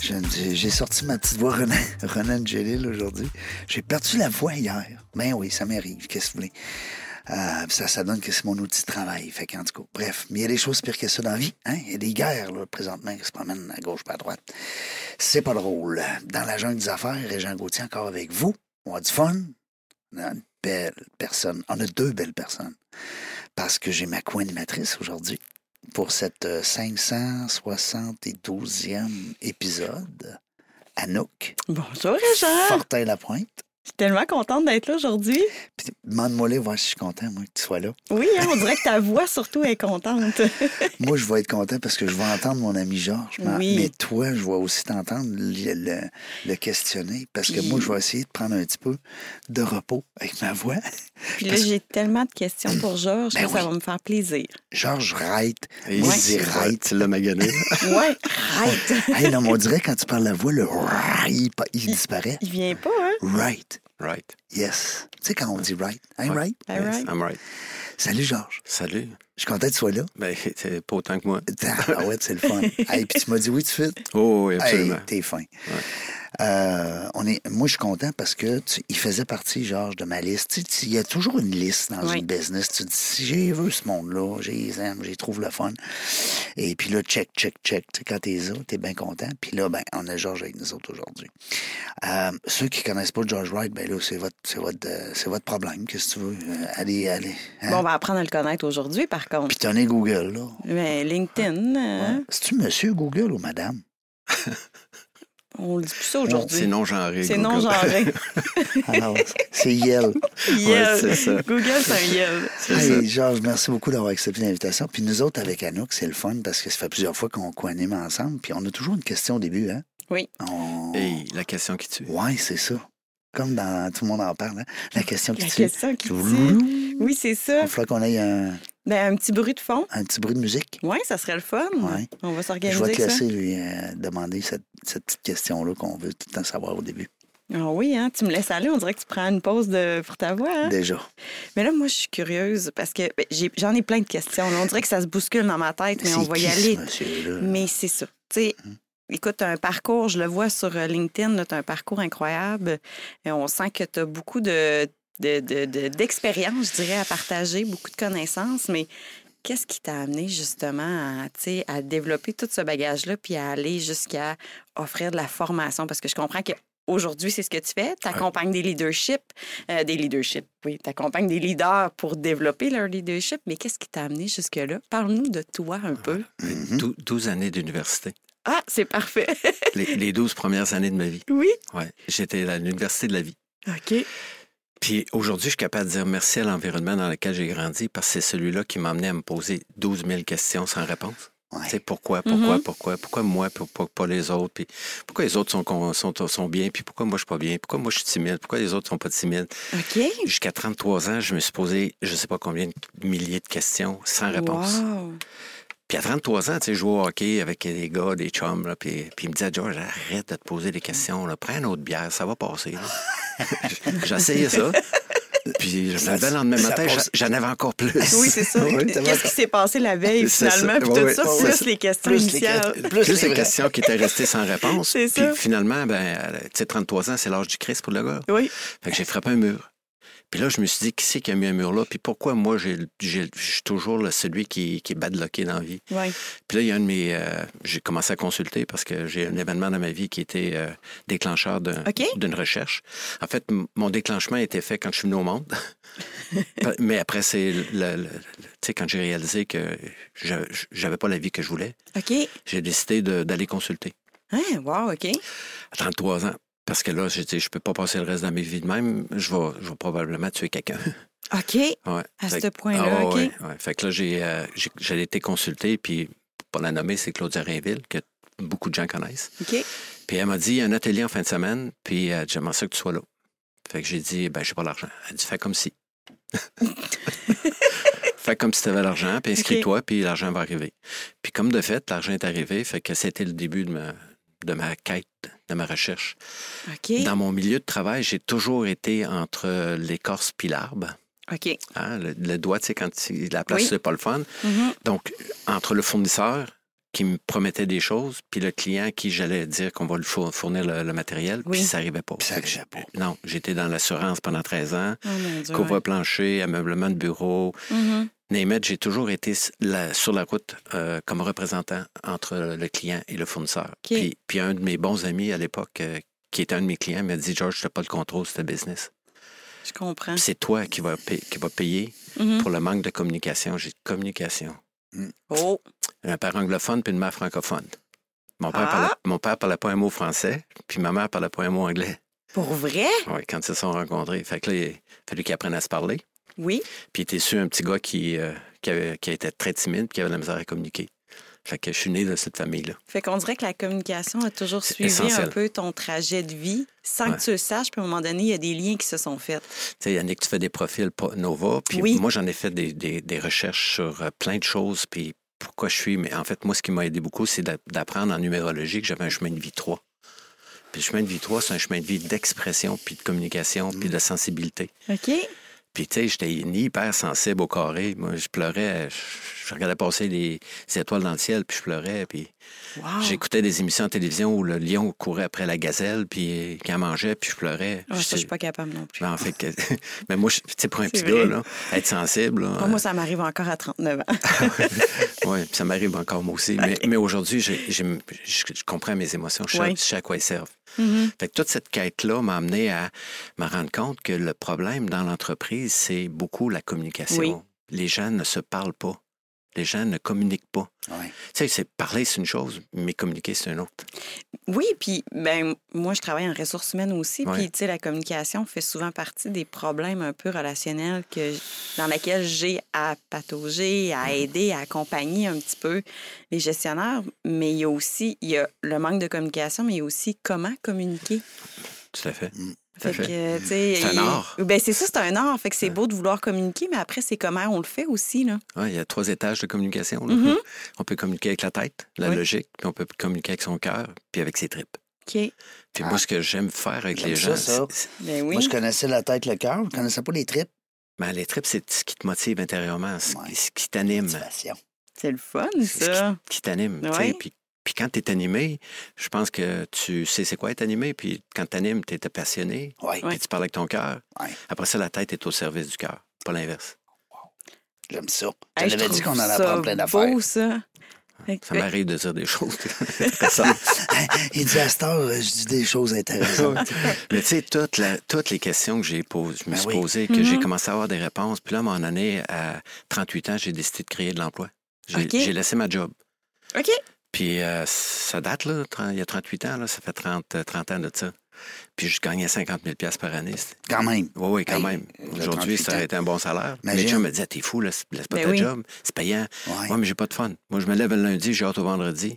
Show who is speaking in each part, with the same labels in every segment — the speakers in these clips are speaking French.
Speaker 1: J'ai une- J'ai sorti ma petite voix Renan, Renan Gélil aujourd'hui. J'ai perdu la voix hier. Ben oui, ça m'arrive, qu'est-ce que vous voulez. Euh, ça, ça donne que c'est mon outil de travail. Fait qu'en tout cas, bref. Mais il y a des choses pires que ça dans la vie. Hein? Il y a des guerres, là, présentement, qui se promènent à gauche pas à droite. C'est pas drôle. Dans la jungle des affaires, Jean Gauthier encore avec vous. On a du fun. On a une belle personne. On a deux belles personnes parce que j'ai ma co-animatrice aujourd'hui pour cette euh, 572e épisode. Anouk,
Speaker 2: Bonjour, Richard.
Speaker 1: Fortin-Lapointe.
Speaker 2: Je suis tellement contente d'être là aujourd'hui.
Speaker 1: Puis demande-moi là, voir si je suis content, moi, que tu sois là.
Speaker 2: Oui, hein, on dirait que ta voix surtout est contente.
Speaker 1: moi, je vais être content parce que je vais entendre mon ami Georges. Mais-
Speaker 2: Oui.
Speaker 1: Mais toi, je vais aussi t'entendre le, le- le questionner parce que
Speaker 2: Puis-
Speaker 1: moi, je vais essayer de prendre un petit peu de repos avec ma voix.
Speaker 2: Puis là,
Speaker 1: Parce-
Speaker 2: j'ai tellement de questions pour Georges
Speaker 1: Ben
Speaker 2: que ça
Speaker 1: oui.
Speaker 2: va me faire plaisir.
Speaker 1: Georges Wright,
Speaker 3: Et
Speaker 1: moi,
Speaker 2: Ouais.
Speaker 1: je dis
Speaker 3: c'est vrai,
Speaker 1: Wright.
Speaker 3: tu l'as magané.
Speaker 2: Ouais, right.
Speaker 1: Hey, non, mais on dirait quand tu parles la voix, le il, il disparaît.
Speaker 2: Il vient pas, hein?
Speaker 1: Right.
Speaker 3: right.
Speaker 1: Yes. Tu sais, quand on dit right, I'm
Speaker 3: Ouais.
Speaker 1: right.
Speaker 2: Ben,
Speaker 3: Yes,
Speaker 2: right.
Speaker 3: I'm right.
Speaker 1: Salut, Georges.
Speaker 3: Salut.
Speaker 1: Je suis content que tu sois là.
Speaker 3: Ben, c'est pas autant que moi.
Speaker 1: Ah ouais, c'est le fun. hey, puis tu m'as dit oui tout de suite.
Speaker 3: Oh, oui,
Speaker 1: Hey,
Speaker 3: absolument.
Speaker 1: t'es fin. Euh, on est, moi, je suis content parce que tu- il faisait partie, Georges, de ma liste. Tu sais, tu- Il y a toujours une liste dans
Speaker 2: Oui.
Speaker 1: une business. Tu dis, si j'ai vu ce monde-là, j'ai les aime, j'ai trouve le fun. Et puis là, check, check, check. Tu sais, quand t'es là, t'es bien content. Puis là, ben, on a Georges avec nous autres aujourd'hui. Euh, ceux qui connaissent pas George Wright, ben là, c'est votre, c'est votre, euh, c'est votre problème. Qu'est-ce que tu veux? Euh, allez, allez. hein?
Speaker 2: Bon, on va apprendre à le connaître aujourd'hui, par contre.
Speaker 1: Puis t'en es Google, là.
Speaker 2: Mais LinkedIn, euh,
Speaker 1: Ouais. C'est-tu monsieur Google ou madame?
Speaker 2: on le dit plus ça
Speaker 3: C'est
Speaker 2: aujourd'hui.
Speaker 3: non-genré.
Speaker 2: C'est
Speaker 3: Google.
Speaker 2: non-genré.
Speaker 1: Alors, c'est Yel.
Speaker 2: Yel.
Speaker 3: c'est ça.
Speaker 2: Google, c'est un yel.
Speaker 3: C'est ça.
Speaker 1: Hey, Georges, merci beaucoup d'avoir accepté l'invitation. Puis nous autres, avec Anouk, c'est le fun parce que ça fait plusieurs fois qu'on coanime ensemble. Puis on a toujours une question au début, hein?
Speaker 2: Oui.
Speaker 1: On-
Speaker 3: Hey, la question qui tue.
Speaker 1: Ouais, c'est ça. Comme dans Tout le monde en parle, hein? La question qui
Speaker 2: La
Speaker 1: tue.
Speaker 2: question qui dit.
Speaker 1: Il
Speaker 2: Oui, c'est ça.
Speaker 1: faudrait qu'on ait un,
Speaker 2: Ben, un petit bruit de fond.
Speaker 1: un petit bruit de musique.
Speaker 2: Oui, ça serait le fun.
Speaker 1: Ouais.
Speaker 2: On va
Speaker 1: Je vais
Speaker 2: s'organiser
Speaker 1: te
Speaker 2: avec Hmm, ça.
Speaker 1: laisser lui euh, demander cette, cette petite question-là qu'on veut tout le temps savoir au début.
Speaker 2: Ah oui, hein? Tu me laisses aller, on dirait que tu prends une pause de... pour ta voix. hein?
Speaker 1: Déjà.
Speaker 2: Mais là, moi, je suis curieuse parce que ben, j'ai- j'en ai, plein de questions. là. On dirait que ça se bouscule dans ma tête, mais
Speaker 1: C'est
Speaker 2: on va y
Speaker 1: qui, ce
Speaker 2: aller.
Speaker 1: monsieur-là?
Speaker 2: Mais c'est ça. Tu sais, écoute, t'as un parcours, je le vois sur euh, LinkedIn, tu as un parcours incroyable. Et on sent que tu as beaucoup de, de, de- de- d'expérience, je dirais, à partager, beaucoup de connaissances. Mais qu'est-ce qui t'a amené justement à, tu sais, à développer tout ce bagage-là puis à aller jusqu'à offrir de la formation? Parce que je comprends que. Aujourd'hui, c'est ce que tu fais. Tu accompagnes des leaderships, euh, des leaderships, oui. Tu accompagnes des leaders pour développer leur leadership. Mais qu'est-ce qui t'a amené jusque-là? Parle-nous de toi un peu.
Speaker 1: Mhm.
Speaker 3: Dou- 12 années d'université.
Speaker 2: Ah, c'est parfait.
Speaker 3: Les, les 12 premières années de ma vie.
Speaker 2: Oui.
Speaker 3: Ouais. J'étais à l'université de la vie.
Speaker 2: OK.
Speaker 3: Puis aujourd'hui, je suis capable de dire merci à l'environnement dans lequel j'ai grandi parce que c'est celui-là qui m'a amené à me poser 12 000 questions sans réponse.
Speaker 1: Ouais. Mm-hmm.
Speaker 3: Tu sais, pourquoi, pourquoi,
Speaker 2: Mhm.
Speaker 3: pourquoi, pourquoi moi, pourquoi pas les autres, puis pourquoi les autres sont, con- sont, sont bien, puis pourquoi moi je suis pas bien, pourquoi moi je suis timide, pourquoi les autres sont pas timides.
Speaker 2: OK.
Speaker 3: Jusqu'à 33 ans, je me suis posé je sais pas combien de milliers de questions sans réponse.
Speaker 2: Wow.
Speaker 3: Puis à 33 ans, tu sais, je jouais au hockey avec les gars, des chums, là, puis, puis ils me disaient, George, arrête de te poser des questions, là, prends une autre bière, ça va passer. là. J'essayais ça. Puis je me
Speaker 1: Ça-
Speaker 3: levais le lendemain
Speaker 1: ça
Speaker 3: matin,
Speaker 1: passe.
Speaker 3: j'en j'en avais encore plus.
Speaker 2: Oui, c'est ça.
Speaker 1: Oui, t'as
Speaker 2: Qu'est-ce qui s'est passé la veille,
Speaker 3: C'est ça.
Speaker 2: finalement, puis
Speaker 3: Oui,
Speaker 2: tout
Speaker 3: oui.
Speaker 2: ça,
Speaker 1: Oui,
Speaker 2: plus
Speaker 1: oui.
Speaker 2: les questions
Speaker 1: Plus les
Speaker 2: initiales.
Speaker 1: que- plus
Speaker 3: Plus
Speaker 1: les
Speaker 3: les questions qui étaient restées sans réponse.
Speaker 2: C'est
Speaker 3: Puis
Speaker 2: ça.
Speaker 3: finalement, ben, euh, tu sais, 33 ans, c'est l'âge du Christ pour le gars.
Speaker 2: Oui.
Speaker 3: Fait que j'ai frappé un mur. Puis là, je me suis dit, qui c'est qui a mis un mur là? Puis pourquoi moi, j'ai- j'ai- je suis toujours le- celui qui, qui est badlocké dans la vie?
Speaker 2: Oui.
Speaker 3: Puis là, il y a un de mes. euh, j'ai commencé à consulter parce que j'ai un événement dans ma vie qui était euh, déclencheur d'un-
Speaker 2: OK.
Speaker 3: d'une recherche. En fait, m- mon déclenchement a été fait quand je suis venu au monde. Mais après, c'est. le- le- le- Tu sais, quand j'ai réalisé que je n'avais pas la vie que je voulais,
Speaker 2: OK.
Speaker 3: j'ai décidé de- d'aller consulter
Speaker 2: Hein, wow, OK.
Speaker 3: à 33 ans. Parce que là, j'ai dit, je peux pas passer le reste de ma vie de même. Je vais, je vais probablement tuer quelqu'un.
Speaker 2: OK.
Speaker 3: Ouais.
Speaker 2: À
Speaker 3: Fait
Speaker 2: ce
Speaker 3: que-
Speaker 2: point-là,
Speaker 3: Ah,
Speaker 2: OK.
Speaker 3: ouais, ouais. Fait que là, j'ai, euh, j'ai- j'ai été consulté, puis pour la nommer, c'est Claudia Rainville, que beaucoup de gens connaissent.
Speaker 2: OK.
Speaker 3: Puis elle m'a dit, il y a un atelier en fin de semaine, puis euh, j'aimerais ça que tu sois là. Fait que j'ai dit, ben, j'ai pas l'argent. Elle dit, fais comme si. fais comme si tu avais l'argent, puis inscris-toi, puis l'argent va arriver. Puis comme de fait, l'argent est arrivé, fait que c'était le début de ma, de ma quête, de ma recherche.
Speaker 2: OK.
Speaker 3: Dans mon milieu de travail, j'ai toujours été entre l'écorce puis l'arbre.
Speaker 2: OK.
Speaker 3: hein. le, le doigt, tu sais, quand tu- la place,
Speaker 2: Oui.
Speaker 3: c'est pas le fun.
Speaker 2: Mhm.
Speaker 3: Donc, entre le fournisseur qui me promettait des choses, puis le client à qui j'allais dire qu'on va lui four- fournir le, le matériel,
Speaker 2: Oui.
Speaker 3: puis ça n'arrivait pas.
Speaker 1: Puis ça
Speaker 3: Fait que
Speaker 1: arrivait
Speaker 3: j'ai-
Speaker 1: pas.
Speaker 3: Non, j'étais dans l'assurance pendant 13 ans,
Speaker 2: Oh mon Dieu. ouais.
Speaker 3: couvre-plancher, ameublement de bureau.
Speaker 2: Mhm.
Speaker 3: Name it, j'ai toujours été s- la- sur la route euh, comme représentant entre le client et le fournisseur.
Speaker 2: OK.
Speaker 3: Puis, puis un de mes bons amis à l'époque, euh, qui était un de mes clients, m'a dit, George, tu n'as pas le contrôle sur ta business.
Speaker 2: Je comprends.
Speaker 3: Puis C'est toi qui vas pa- qui vas payer
Speaker 2: Mhm.
Speaker 3: pour le manque de communication. J'ai dit, communication.
Speaker 2: Oh,
Speaker 3: un père anglophone puis une mère francophone. Mon père,
Speaker 2: Ah!
Speaker 3: parlait, mon père parlait pas un mot français, puis ma mère parlait pas un mot anglais.
Speaker 2: pour vrai?
Speaker 3: Ouais, quand ils se sont rencontrés, fait que là, il a fallu qu'ils apprennent à se parler.
Speaker 2: Oui.
Speaker 3: Puis il était sur un petit gars qui, euh, qui, avait- qui était très timide, puis qui avait de la misère à communiquer. Fait que je suis né de cette famille-là.
Speaker 2: Fait qu'on dirait que la communication a toujours
Speaker 3: C'est
Speaker 2: suivi un
Speaker 3: essentiel.
Speaker 2: peu ton trajet de vie sans
Speaker 3: Ouais.
Speaker 2: que tu le saches. Puis à un moment donné, il y a des liens qui se sont faits.
Speaker 3: Tu sais, Yannick, tu fais des profils pas- Nova, puis
Speaker 2: Oui.
Speaker 3: moi, j'en ai fait des, des- des recherches sur euh, plein de choses, puis pourquoi je suis... Mais en fait, moi, ce qui m'a aidé beaucoup, c'est d'a- d'apprendre en numérologie que j'avais un chemin de vie 3. Puis le chemin de vie 3, c'est un chemin de vie d'expression, puis de communication, puis de sensibilité.
Speaker 2: OK.
Speaker 3: Puis, tu sais, j'étais ni hyper sensible au carré. Moi, je pleurais. Je, je regardais passer les étoiles dans le ciel, puis je pleurais. Puis,
Speaker 2: Wow.
Speaker 3: j'écoutais des émissions en télévision où le lion courait après la gazelle, puis qu'elle mangeait, puis je pleurais.
Speaker 2: Ah, ça, je
Speaker 3: J'étais-
Speaker 2: suis pas capable non plus.
Speaker 3: Ben, en fait, que- mais moi, je- tu sais, pour un
Speaker 2: C'est
Speaker 3: petit
Speaker 2: vrai.
Speaker 3: gars, là, être sensible, là,
Speaker 2: Ah, Moi, ça m'arrive encore à 39 ans.
Speaker 3: ouais, puis ça m'arrive encore moi aussi. Mais, mais aujourd'hui, j'ai- j'ai- je, je comprends mes émotions, je, sais-
Speaker 2: Ouais.
Speaker 3: je sais à quoi elles servent.
Speaker 2: Mhm.
Speaker 3: Fait que toute cette quête-là m'a amené à me rendre compte que le problème dans l'entreprise, c'est beaucoup la communication.
Speaker 2: Oui.
Speaker 3: Les gens ne se parlent pas. Les gens ne communiquent pas.
Speaker 1: Ouais.
Speaker 3: Tu sais, c'est parler, c'est une chose, mais communiquer, c'est une autre.
Speaker 2: Oui, puis ben moi je travaille en ressources humaines aussi,
Speaker 3: Ouais.
Speaker 2: puis tu sais la communication fait souvent partie des problèmes un peu relationnels que dans lesquels j'ai à patauger,
Speaker 3: Mm.
Speaker 2: à aider, à accompagner un petit peu les gestionnaires, mais il y a aussi il y a le manque de communication, mais il y a aussi comment communiquer.
Speaker 3: Tout à fait. Tout à
Speaker 2: Fait
Speaker 3: fait.
Speaker 2: que, tu sais,
Speaker 3: C'est un
Speaker 2: il-
Speaker 3: art.
Speaker 2: Ben c'est ça, c'est un art. Fait que c'est beau de vouloir communiquer, mais après c'est comment on le fait aussi là.
Speaker 3: Ouais, Hein, il y a trois étages de communication. là.
Speaker 1: Mm-hmm.
Speaker 2: Mhm.
Speaker 3: On peut communiquer avec la tête, la
Speaker 2: Oui.
Speaker 3: logique, puis on peut communiquer avec son cœur, puis avec ses tripes.
Speaker 2: Ok.
Speaker 3: Puis
Speaker 1: Ah.
Speaker 3: moi, ce que j'aime faire avec les
Speaker 1: J'aime
Speaker 3: gens,
Speaker 1: ça, ça.
Speaker 3: c'est- c'est-
Speaker 2: Ben oui.
Speaker 1: Moi, je connaissais la tête, le cœur. Je connaissais pas les tripes.
Speaker 3: ben, les tripes, c'est ce qui te motive intérieurement, ce,
Speaker 1: Ouais.
Speaker 3: ce qui t'anime.
Speaker 1: Motivation.
Speaker 2: C'est le fun
Speaker 3: C'est ce
Speaker 2: ça.
Speaker 3: qui t'anime. tu sais.
Speaker 2: Ouais.
Speaker 3: Puis, puis quand tu es animé, je pense que tu sais c'est quoi être animé. Puis quand tu animes, tu es passionné.
Speaker 1: Oui,
Speaker 3: Puis tu parles avec ton cœur.
Speaker 1: Ouais.
Speaker 3: Après ça, la tête est au service du cœur, pas l'inverse.
Speaker 1: j'aime ça. Je
Speaker 2: Hey, je
Speaker 1: l'avais dit qu'on
Speaker 2: trouve
Speaker 1: en
Speaker 2: ça
Speaker 1: apprend plein d'affaires.
Speaker 2: Beau ça. Fait que-
Speaker 3: Ça m'arrive de dire des choses.
Speaker 1: Il dit à cette heure, euh, je dis des choses intéressantes.
Speaker 3: Mais tu sais, toutes, la- toutes les questions que j'ai posées, je me
Speaker 1: Ben
Speaker 3: suis
Speaker 1: oui.
Speaker 3: posé, que
Speaker 2: Mhm.
Speaker 3: j'ai commencé à avoir des réponses. Puis là, à un moment donné, à 38 ans, j'ai décidé de créer de l'emploi. J'ai
Speaker 2: OK.
Speaker 3: j'ai laissé ma job.
Speaker 2: OK.
Speaker 3: Puis euh, ça date, là, 30 il y a 38 ans, là, ça fait 30, euh, 30 ans de ça. Puis je gagnais 50 000 par année. c'était-
Speaker 1: Quand même.
Speaker 3: Oui, oui, quand
Speaker 1: Hey,
Speaker 3: même.
Speaker 1: le 38
Speaker 3: Aujourd'hui, ça aurait été un bon salaire.
Speaker 1: Imagine.
Speaker 3: Mais gens me disaient, t'es fou, là, laisse pas
Speaker 2: Ben
Speaker 3: ta
Speaker 2: oui.
Speaker 3: job, c'est payant.
Speaker 1: Ouais.
Speaker 3: Ouais, mais j'ai pas de fun. Moi, je me lève le lundi, j'ai hâte au vendredi.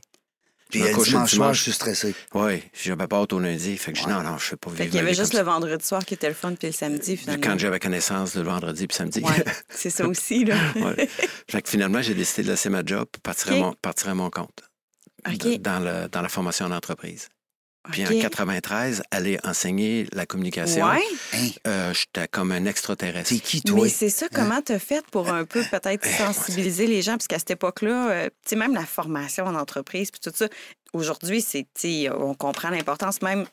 Speaker 1: Puis
Speaker 3: je me
Speaker 1: euh,
Speaker 3: couche le
Speaker 1: dimanche soir,
Speaker 3: dimanche.
Speaker 1: je suis stressé.
Speaker 3: Oui, j'avais pas hâte au lundi. Fait que je dis,
Speaker 1: Ouais.
Speaker 3: non, non, je sais pas
Speaker 2: Fait
Speaker 3: vivre
Speaker 2: qu'il y
Speaker 3: ma
Speaker 2: avait
Speaker 3: vie
Speaker 2: juste
Speaker 3: comme
Speaker 2: le vendredi soir qui était le fun, puis le samedi,
Speaker 3: ça.
Speaker 2: finalement.
Speaker 3: Quand j'avais connaissance, le vendredi puis samedi.
Speaker 2: Ouais, c'est ça aussi, là.
Speaker 3: Ouais. Fait que finalement, j'ai décidé de laisser ma job pour partir,
Speaker 2: OK.
Speaker 3: à, mon, partir à mon compte
Speaker 2: OK.
Speaker 3: d- dans, le- dans la formation d'entreprise. Puis
Speaker 2: OK.
Speaker 3: en 93, aller enseigner la communication.
Speaker 2: Ouais,
Speaker 1: Hein,
Speaker 3: Euh, J'étais comme un extraterrestre.
Speaker 1: t'es qui, toi?
Speaker 2: mais c'est ça, comment t'as fait pour un peu peut-être sensibiliser les gens? Parce qu'à cette époque-là, euh, tu sais, même la formation en entreprise, puis tout ça, aujourd'hui, c'est, tu sais, on comprend l'importance, même,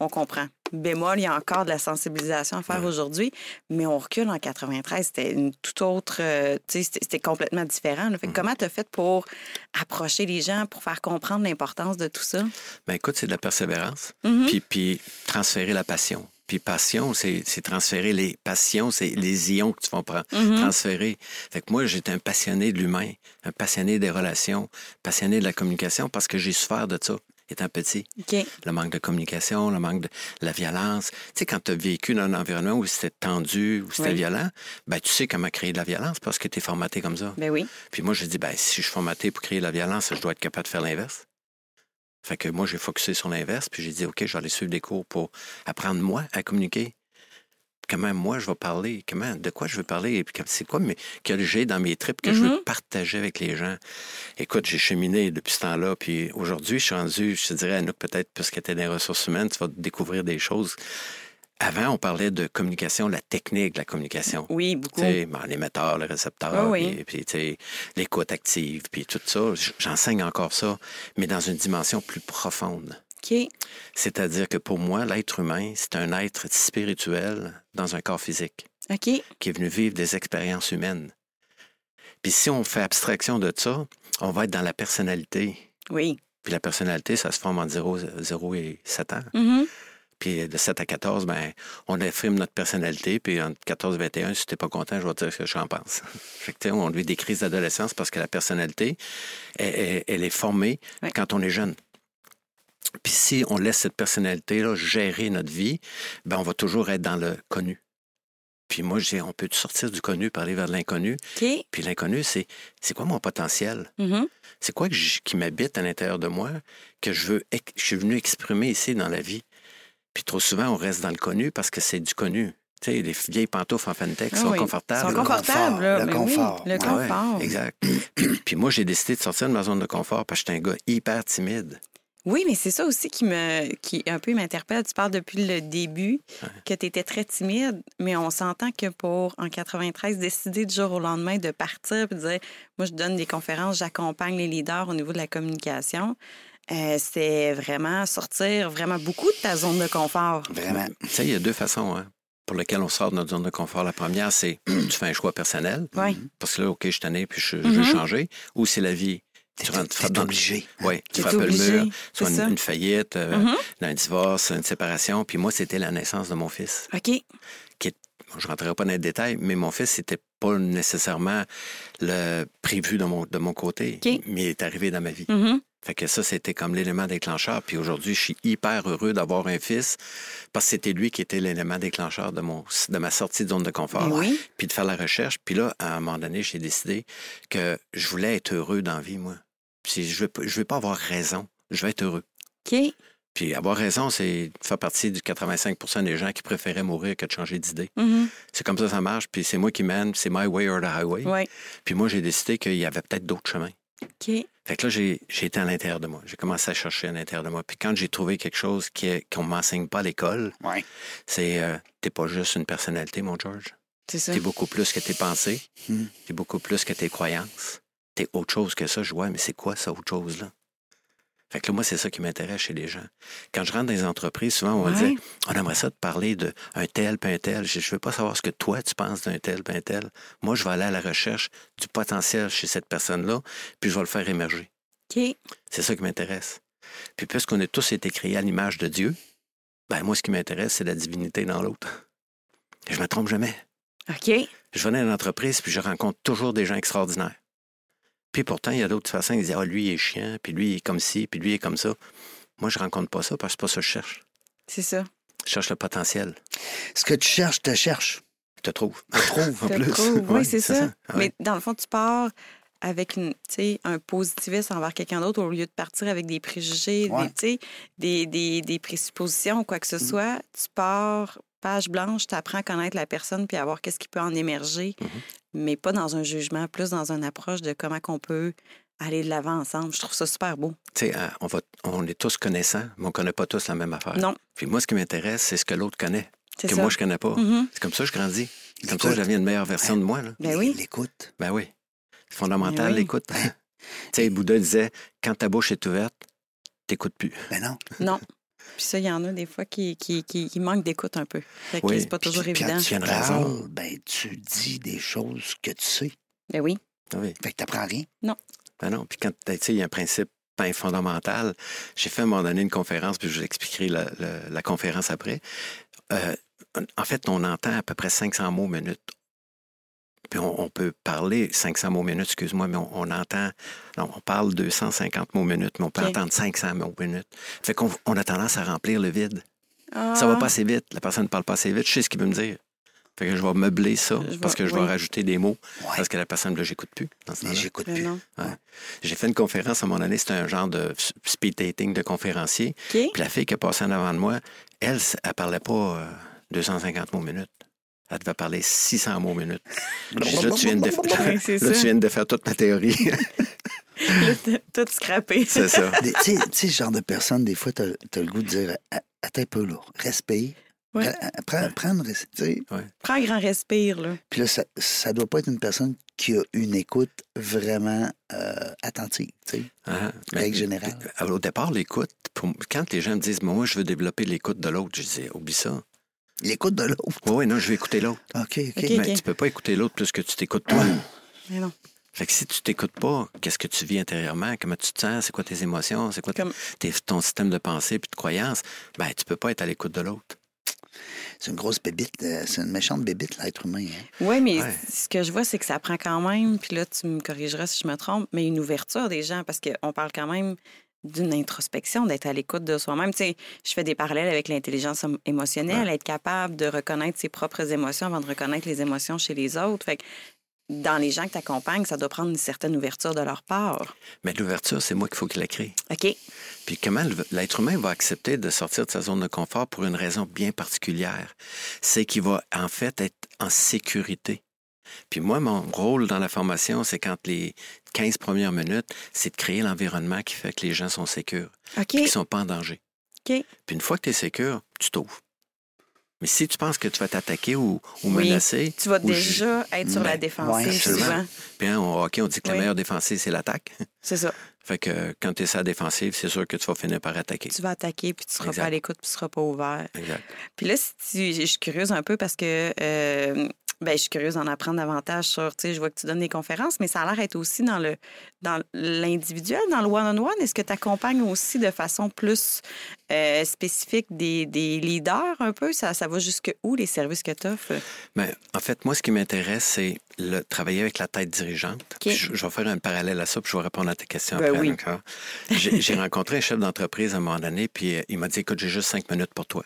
Speaker 2: on comprend. Bémol, il y a encore de la sensibilisation à faire aujourd'hui, mais on recule en 93, c'était une toute autre, euh, tu sais, c'était- c'était complètement différent. là. Fait que comment t'as fait pour approcher les gens, pour faire comprendre l'importance de tout ça?
Speaker 3: Ben écoute, c'est de la persévérance.
Speaker 2: Mhm.
Speaker 3: puis, puis transférer la passion. Puis passion, c'est c'est transférer les passions, c'est les ions que tu vas prendre,
Speaker 2: Mm-hmm. Hmm.
Speaker 3: transférer. Fait que moi, j'étais un passionné de l'humain, un passionné des relations, passionné de la communication parce que j'ai souffert de ça étant petit.
Speaker 2: OK.
Speaker 3: Le manque de communication, le manque de la violence. Tu sais, quand tu as vécu dans un environnement où c'était tendu, où c'était
Speaker 2: Oui.
Speaker 3: violent, ben tu sais comment créer de la violence parce que tu es formaté comme ça.
Speaker 2: Ben oui.
Speaker 3: Puis moi, je dis, ben, si je suis formaté pour créer de la violence, je dois être capable de faire l'inverse. Fait que moi, j'ai focusé sur l'inverse, puis j'ai dit, OK, je vais aller suivre des cours pour apprendre moi à communiquer. comment moi je vais parler, comment, de quoi je veux parler, et puis c'est quoi mais, que j'ai dans mes tripes que je veux partager avec les gens. Écoute, j'ai cheminé depuis ce temps-là, puis aujourd'hui, je suis rendu, je te dirais, Anouk, peut-être, puisque tu es dans les ressources humaines, tu vas découvrir des choses. Avant, on parlait de communication, la technique de la communication.
Speaker 2: Oui, beaucoup.
Speaker 3: Tu sais, bon, l'émetteur, le récepteur,
Speaker 2: Oui, oui.
Speaker 3: puis- puis, tu sais, l'écoute active, puis tout ça. J- J'enseigne encore ça, mais dans une dimension plus profonde.
Speaker 2: OK.
Speaker 3: C'est-à-dire que pour moi, l'être humain, c'est un être spirituel dans un corps physique
Speaker 2: OK.
Speaker 3: qui est venu vivre des expériences humaines. Puis si on fait abstraction de ça, on va être dans la personnalité.
Speaker 2: Oui.
Speaker 3: Puis la personnalité, ça se forme en 0, 0 et 7 ans.
Speaker 2: Mhm.
Speaker 3: Puis euh, de 7 à 14, ben, on affirme notre personnalité. Puis entre 14 et 21, si t'es pas content, je vais te dire ce que j'en pense. Fait que, tu sais, on vit des crises d'adolescence parce que la personnalité, elle, elle- elle est formée
Speaker 2: Ouais.
Speaker 3: quand on est jeune. Puis si on laisse cette personnalité-là gérer notre vie, ben, on va toujours être dans le connu. Puis moi, je dis, on peut sortir du connu, parler vers de l'inconnu.
Speaker 2: OK.
Speaker 3: Puis l'inconnu, c'est c'est quoi mon potentiel?
Speaker 2: Mhm.
Speaker 3: C'est quoi que j- qui m'habite à l'intérieur de moi, que je veux, ex- je suis venu exprimer ici dans la vie. Puis trop souvent, on reste dans le connu parce que c'est du connu. Tu sais, les vieilles pantoufles en fantex
Speaker 2: Ah
Speaker 3: sont
Speaker 2: oui,
Speaker 3: confortables.
Speaker 2: Sont
Speaker 1: confort,
Speaker 2: confortables, là.
Speaker 1: le
Speaker 2: Mais
Speaker 1: confort.
Speaker 2: Oui, le
Speaker 1: Ouais,
Speaker 3: Ah ouais,
Speaker 2: confort.
Speaker 3: exact. puis, puis moi, j'ai décidé de sortir de ma zone de confort parce que j'étais un gars hyper timide.
Speaker 2: Oui, mais c'est ça aussi qui me qui un peu m'interpelle. Tu parles depuis le début que tu étais très timide, mais on s'entend que pour en 93 décider du jour au lendemain de partir et dire moi je donne des conférences, j'accompagne les leaders au niveau de la communication. euh, c'est vraiment sortir vraiment beaucoup de ta zone de confort.
Speaker 1: Vraiment.
Speaker 3: Tu sais, il y a deux façons hein, pour lesquelles on sort de notre zone de confort. La première, c'est tu fais un choix personnel.
Speaker 2: Oui.
Speaker 3: Parce que là, OK, je suis tanné, puis je, je
Speaker 2: Mhm.
Speaker 3: veux changer. Ou c'est la vie.
Speaker 1: T'es,
Speaker 3: rentres-
Speaker 1: t'es
Speaker 3: frappes dans le-
Speaker 1: obligé.
Speaker 3: Oui, tu
Speaker 2: T'es
Speaker 3: frappes le
Speaker 2: obligé,
Speaker 3: mur,
Speaker 2: c'est
Speaker 3: soit une,
Speaker 2: ça.
Speaker 3: une faillite, euh,
Speaker 2: Mhm.
Speaker 3: un divorce, une séparation. Puis moi, c'était la naissance de mon fils.
Speaker 2: OK.
Speaker 3: Bon, je ne rentrerai pas dans les détails, mais mon fils, c'était pas nécessairement le prévu de mon, de mon côté,
Speaker 2: OK.
Speaker 3: mais il est arrivé dans ma vie.
Speaker 2: Mhm.
Speaker 3: Fait que ça, c'était comme l'élément déclencheur. Puis aujourd'hui, je suis hyper heureux d'avoir un fils parce que c'était lui qui était l'élément déclencheur de, mon, de ma sortie de zone de confort,
Speaker 2: Ben oui.
Speaker 3: puis de faire la recherche. Puis là, à un moment donné, j'ai décidé que je voulais être heureux dans la vie, moi. Puis je ne veux, pas avoir raison, je vais être heureux.
Speaker 2: OK.
Speaker 3: Puis avoir raison, c'est faire partie du 85 des gens qui préféraient mourir que de changer d'idée.
Speaker 2: Mhm.
Speaker 3: C'est comme ça ça marche, puis c'est moi qui mène, c'est my way or the highway.
Speaker 2: Ouais.
Speaker 3: Puis moi, j'ai décidé qu'il y avait peut-être d'autres chemins.
Speaker 2: OK.
Speaker 3: Fait que là, j'ai j'ai été à l'intérieur de moi. J'ai commencé à chercher à l'intérieur de moi. Puis quand j'ai trouvé quelque chose qui est- qu'on ne m'enseigne pas à l'école,
Speaker 1: Ouais.
Speaker 3: c'est euh, t'es pas juste une personnalité, mon George.
Speaker 2: C'est ça.
Speaker 3: T'es beaucoup plus que tes pensées.
Speaker 1: Hmm.
Speaker 3: T'es beaucoup plus que tes croyances. T'es autre chose que ça. Je vois, mais c'est quoi ça, autre chose, là? Fait que là, moi, c'est ça qui m'intéresse chez les gens. Quand je rentre dans les entreprises, souvent, on va
Speaker 2: Ouais.
Speaker 3: dire on aimerait ça te parler de un tel, puis un tel. Je ne veux pas savoir ce que toi, tu penses d'un tel, puis un tel. Moi, je vais aller à la recherche du potentiel chez cette personne-là, puis je vais le faire émerger.
Speaker 2: OK.
Speaker 3: C'est ça qui m'intéresse. Puis puisqu'on a tous été créés à l'image de Dieu, ben moi, ce qui m'intéresse, c'est la divinité dans l'autre. Et Je me trompe jamais.
Speaker 2: OK.
Speaker 3: Je venais à l'entreprise, puis je rencontre toujours des gens extraordinaires. Puis pourtant, il y a d'autres façons qui disent Ah, lui, il est chiant, puis lui, il est comme ci, puis lui, il est comme ça. Moi, je rencontre pas ça parce que c'est pas ça que je cherche.
Speaker 2: C'est ça.
Speaker 3: Je cherche le potentiel.
Speaker 1: Ce que tu cherches, te cherche.
Speaker 3: Je te trouve. Je te trouve, en
Speaker 2: Te
Speaker 3: plus.
Speaker 2: trouve,
Speaker 3: Ouais,
Speaker 2: Oui, c'est ça.
Speaker 3: Ah ouais.
Speaker 2: Mais dans le fond, tu pars avec une, tu sais, un positivisme envers quelqu'un d'autre au lieu de partir avec des préjugés,
Speaker 1: Ouais.
Speaker 2: des, tu sais, des, des, des présuppositions, quoi que ce
Speaker 3: Mmh.
Speaker 2: soit. Tu pars page blanche, tu apprends à connaître la personne puis à voir qu'est-ce qui peut en émerger,
Speaker 3: Mhm.
Speaker 2: mais pas dans un jugement, plus dans une approche de comment qu'on peut aller de l'avant ensemble. Je trouve ça super beau.
Speaker 3: Tu sais, hein, on, va- on est tous connaissants, mais on connaît pas tous la même affaire.
Speaker 2: Non,
Speaker 3: Puis moi, ce qui m'intéresse, c'est ce que l'autre connaît,
Speaker 2: c'est
Speaker 3: que
Speaker 2: ça.
Speaker 3: moi, je connais pas.
Speaker 2: Mhm.
Speaker 3: C'est comme ça que je grandis. C'est comme
Speaker 1: Écoute.
Speaker 3: ça que je deviens une meilleure version de moi. Là.
Speaker 2: Ben oui.
Speaker 1: L'écoute.
Speaker 3: Ben oui. C'est fondamental,
Speaker 2: Ben oui.
Speaker 3: l'écoute. tu sais, Bouddha disait quand ta bouche est ouverte, t'écoutes plus.
Speaker 1: Ben non.
Speaker 2: Non. Puis ça, il y en a des fois qui, qui, qui, qui manquent d'écoute un peu. Fait que
Speaker 3: Oui.
Speaker 2: c'est pas toujours
Speaker 1: Puis
Speaker 2: évident.
Speaker 1: Quand tu
Speaker 3: Il y a une
Speaker 1: parles,
Speaker 3: raison.
Speaker 1: ben, tu dis des choses que tu sais.
Speaker 2: Ben oui.
Speaker 3: Ah Oui.
Speaker 1: Fait que t'apprends rien.
Speaker 3: Ben non. Puis quand, tu sais, il y a un principe ben fondamental. J'ai fait à un moment donné une conférence, puis je vous expliquerai la, la- la conférence après. Euh, en fait, on entend à peu près 500 mots minute. Puis on, on peut parler 500 mots minute, excuse-moi, mais on, on entend, non, on parle 250 mots minute, mais on peut
Speaker 2: OK.
Speaker 3: entendre 500 mots minute. Fait qu'on on a tendance à remplir le vide. Ça
Speaker 2: Ah.
Speaker 3: va pas assez vite. La personne ne parle pas assez vite. Je sais ce qu'il veut me dire. Fait que je vais meubler ça
Speaker 2: Je
Speaker 3: parce
Speaker 2: vais-
Speaker 3: que je vais
Speaker 2: oui.
Speaker 3: rajouter des mots
Speaker 1: Ouais.
Speaker 3: parce que la personne, là, j'écoute plus. dans ce
Speaker 1: Mais
Speaker 3: temps-là.
Speaker 1: j'écoute
Speaker 2: Ah,
Speaker 1: plus.
Speaker 2: non.
Speaker 3: J'ai fait une conférence à mon année. C'était un genre de s- speed dating de conférencier.
Speaker 2: OK.
Speaker 3: Puis la fille qui est passée en avant de moi, elle, s- elle parlait pas euh, 250 mots minutes. Elle devait parler 600 mots minutes.
Speaker 1: Blablabla.
Speaker 3: Là, tu viens de,
Speaker 2: Ouais, c'est ça.
Speaker 3: là, tu viens de défaire toute ma théorie.
Speaker 2: Là, t'as- Tout scrappé.
Speaker 3: c'est ça.
Speaker 1: Des- Tu sais- tu sais, ce genre de personne, des fois, t'as as le goût de dire Ah, Attends un peu, là, respire.
Speaker 2: Ouais.
Speaker 1: Pre- euh, Prends, prends une res- tu sais.
Speaker 2: Prends un grand respire, là.
Speaker 1: Puis là, ça, ça doit pas être une personne qui a une écoute vraiment euh, attentive, tu sais.
Speaker 3: Hein?
Speaker 1: Règle générale.
Speaker 3: Alors, Au départ, l'écoute, pour- quand les gens me disent, moi, je veux développer l'écoute de l'autre, je dis, oublie ça.
Speaker 1: L'écoute de l'autre.
Speaker 3: Oui, oui, non, je vais écouter l'autre.
Speaker 1: OK, OK.
Speaker 2: OK.
Speaker 3: Mais tu peux pas écouter l'autre plus que tu t'écoutes toi.
Speaker 2: Mais non.
Speaker 3: Fait que si tu t'écoutes pas, qu'est-ce que tu vis intérieurement, comment tu te sens, c'est quoi tes émotions, c'est quoi t-
Speaker 2: Comme-
Speaker 3: tes- ton système de pensée puis de croyance, ben tu peux pas être à l'écoute de l'autre.
Speaker 1: C'est une grosse bébite. euh, c'est une méchante bébite, l'être humain. hein.
Speaker 2: Oui, mais
Speaker 3: Ouais.
Speaker 2: ce que je vois, c'est que ça prend quand même, puis là, tu me corrigeras si je me trompe, mais une ouverture des gens, parce qu'on parle quand même d'une introspection, d'être à l'écoute de soi-même. Tu sais, je fais des parallèles avec l'intelligence émo- émotionnelle, être capable de reconnaître ses propres émotions avant de reconnaître les émotions chez les autres. Fait que dans les gens que tu accompagnes, ça doit prendre une certaine ouverture de leur part.
Speaker 3: Mais l'ouverture, c'est moi qu'il faut qu'il la crée.
Speaker 2: OK.
Speaker 3: Puis comment le- l'être humain va accepter de sortir de sa zone de confort pour une raison bien particulière, c'est qu'il va en fait être en sécurité. Puis moi, mon rôle dans la formation, c'est quand les 15 premières minutes, c'est de créer l'environnement qui fait que les gens sont sécures,
Speaker 2: OK.
Speaker 3: qu'ils sont pas en danger.
Speaker 2: OK.
Speaker 3: Puis une fois que tu es sécure, tu t'ouvres. Mais si tu penses que tu vas t'attaquer ou, ou
Speaker 2: Oui.
Speaker 3: menacer,
Speaker 2: Tu vas
Speaker 3: ou ju-
Speaker 2: déjà être sur la
Speaker 3: Ben,
Speaker 2: défensive
Speaker 1: ouais,
Speaker 3: absolument.
Speaker 2: souvent.
Speaker 3: Puis hein, au hockey, on dit que la
Speaker 2: Oui.
Speaker 3: meilleure défensive, c'est l'attaque.
Speaker 2: C'est ça.
Speaker 3: Fait que quand tu es sur la défensive, c'est sûr que tu vas finir par attaquer.
Speaker 2: Tu vas attaquer, puis tu seras
Speaker 3: Exact.
Speaker 2: pas à l'écoute, puis tu seras pas ouvert.
Speaker 3: Exact.
Speaker 2: Puis là, si tu- je suis curieuse un peu parce que euh, ben, je suis curieuse d'en apprendre davantage sur, tu sais, je vois que tu donnes des conférences, mais ça a l'air d'être aussi dans le dans l'individuel, dans le one-on-one. Est-ce que tu accompagnes aussi de façon plus euh, spécifique des, des leaders un peu? Ça, ça va jusque où les services que tu offres?
Speaker 3: Mais en fait, moi, ce qui m'intéresse, c'est le travailler avec la tête dirigeante. Puis Je, je vais faire un parallèle à ça, puis je vais répondre à ta question
Speaker 2: Ben
Speaker 3: après
Speaker 2: oui.
Speaker 3: encore. J'ai j'ai rencontré un chef d'entreprise à un moment donné, puis euh, il m'a dit Écoute, j'ai juste cinq minutes pour toi.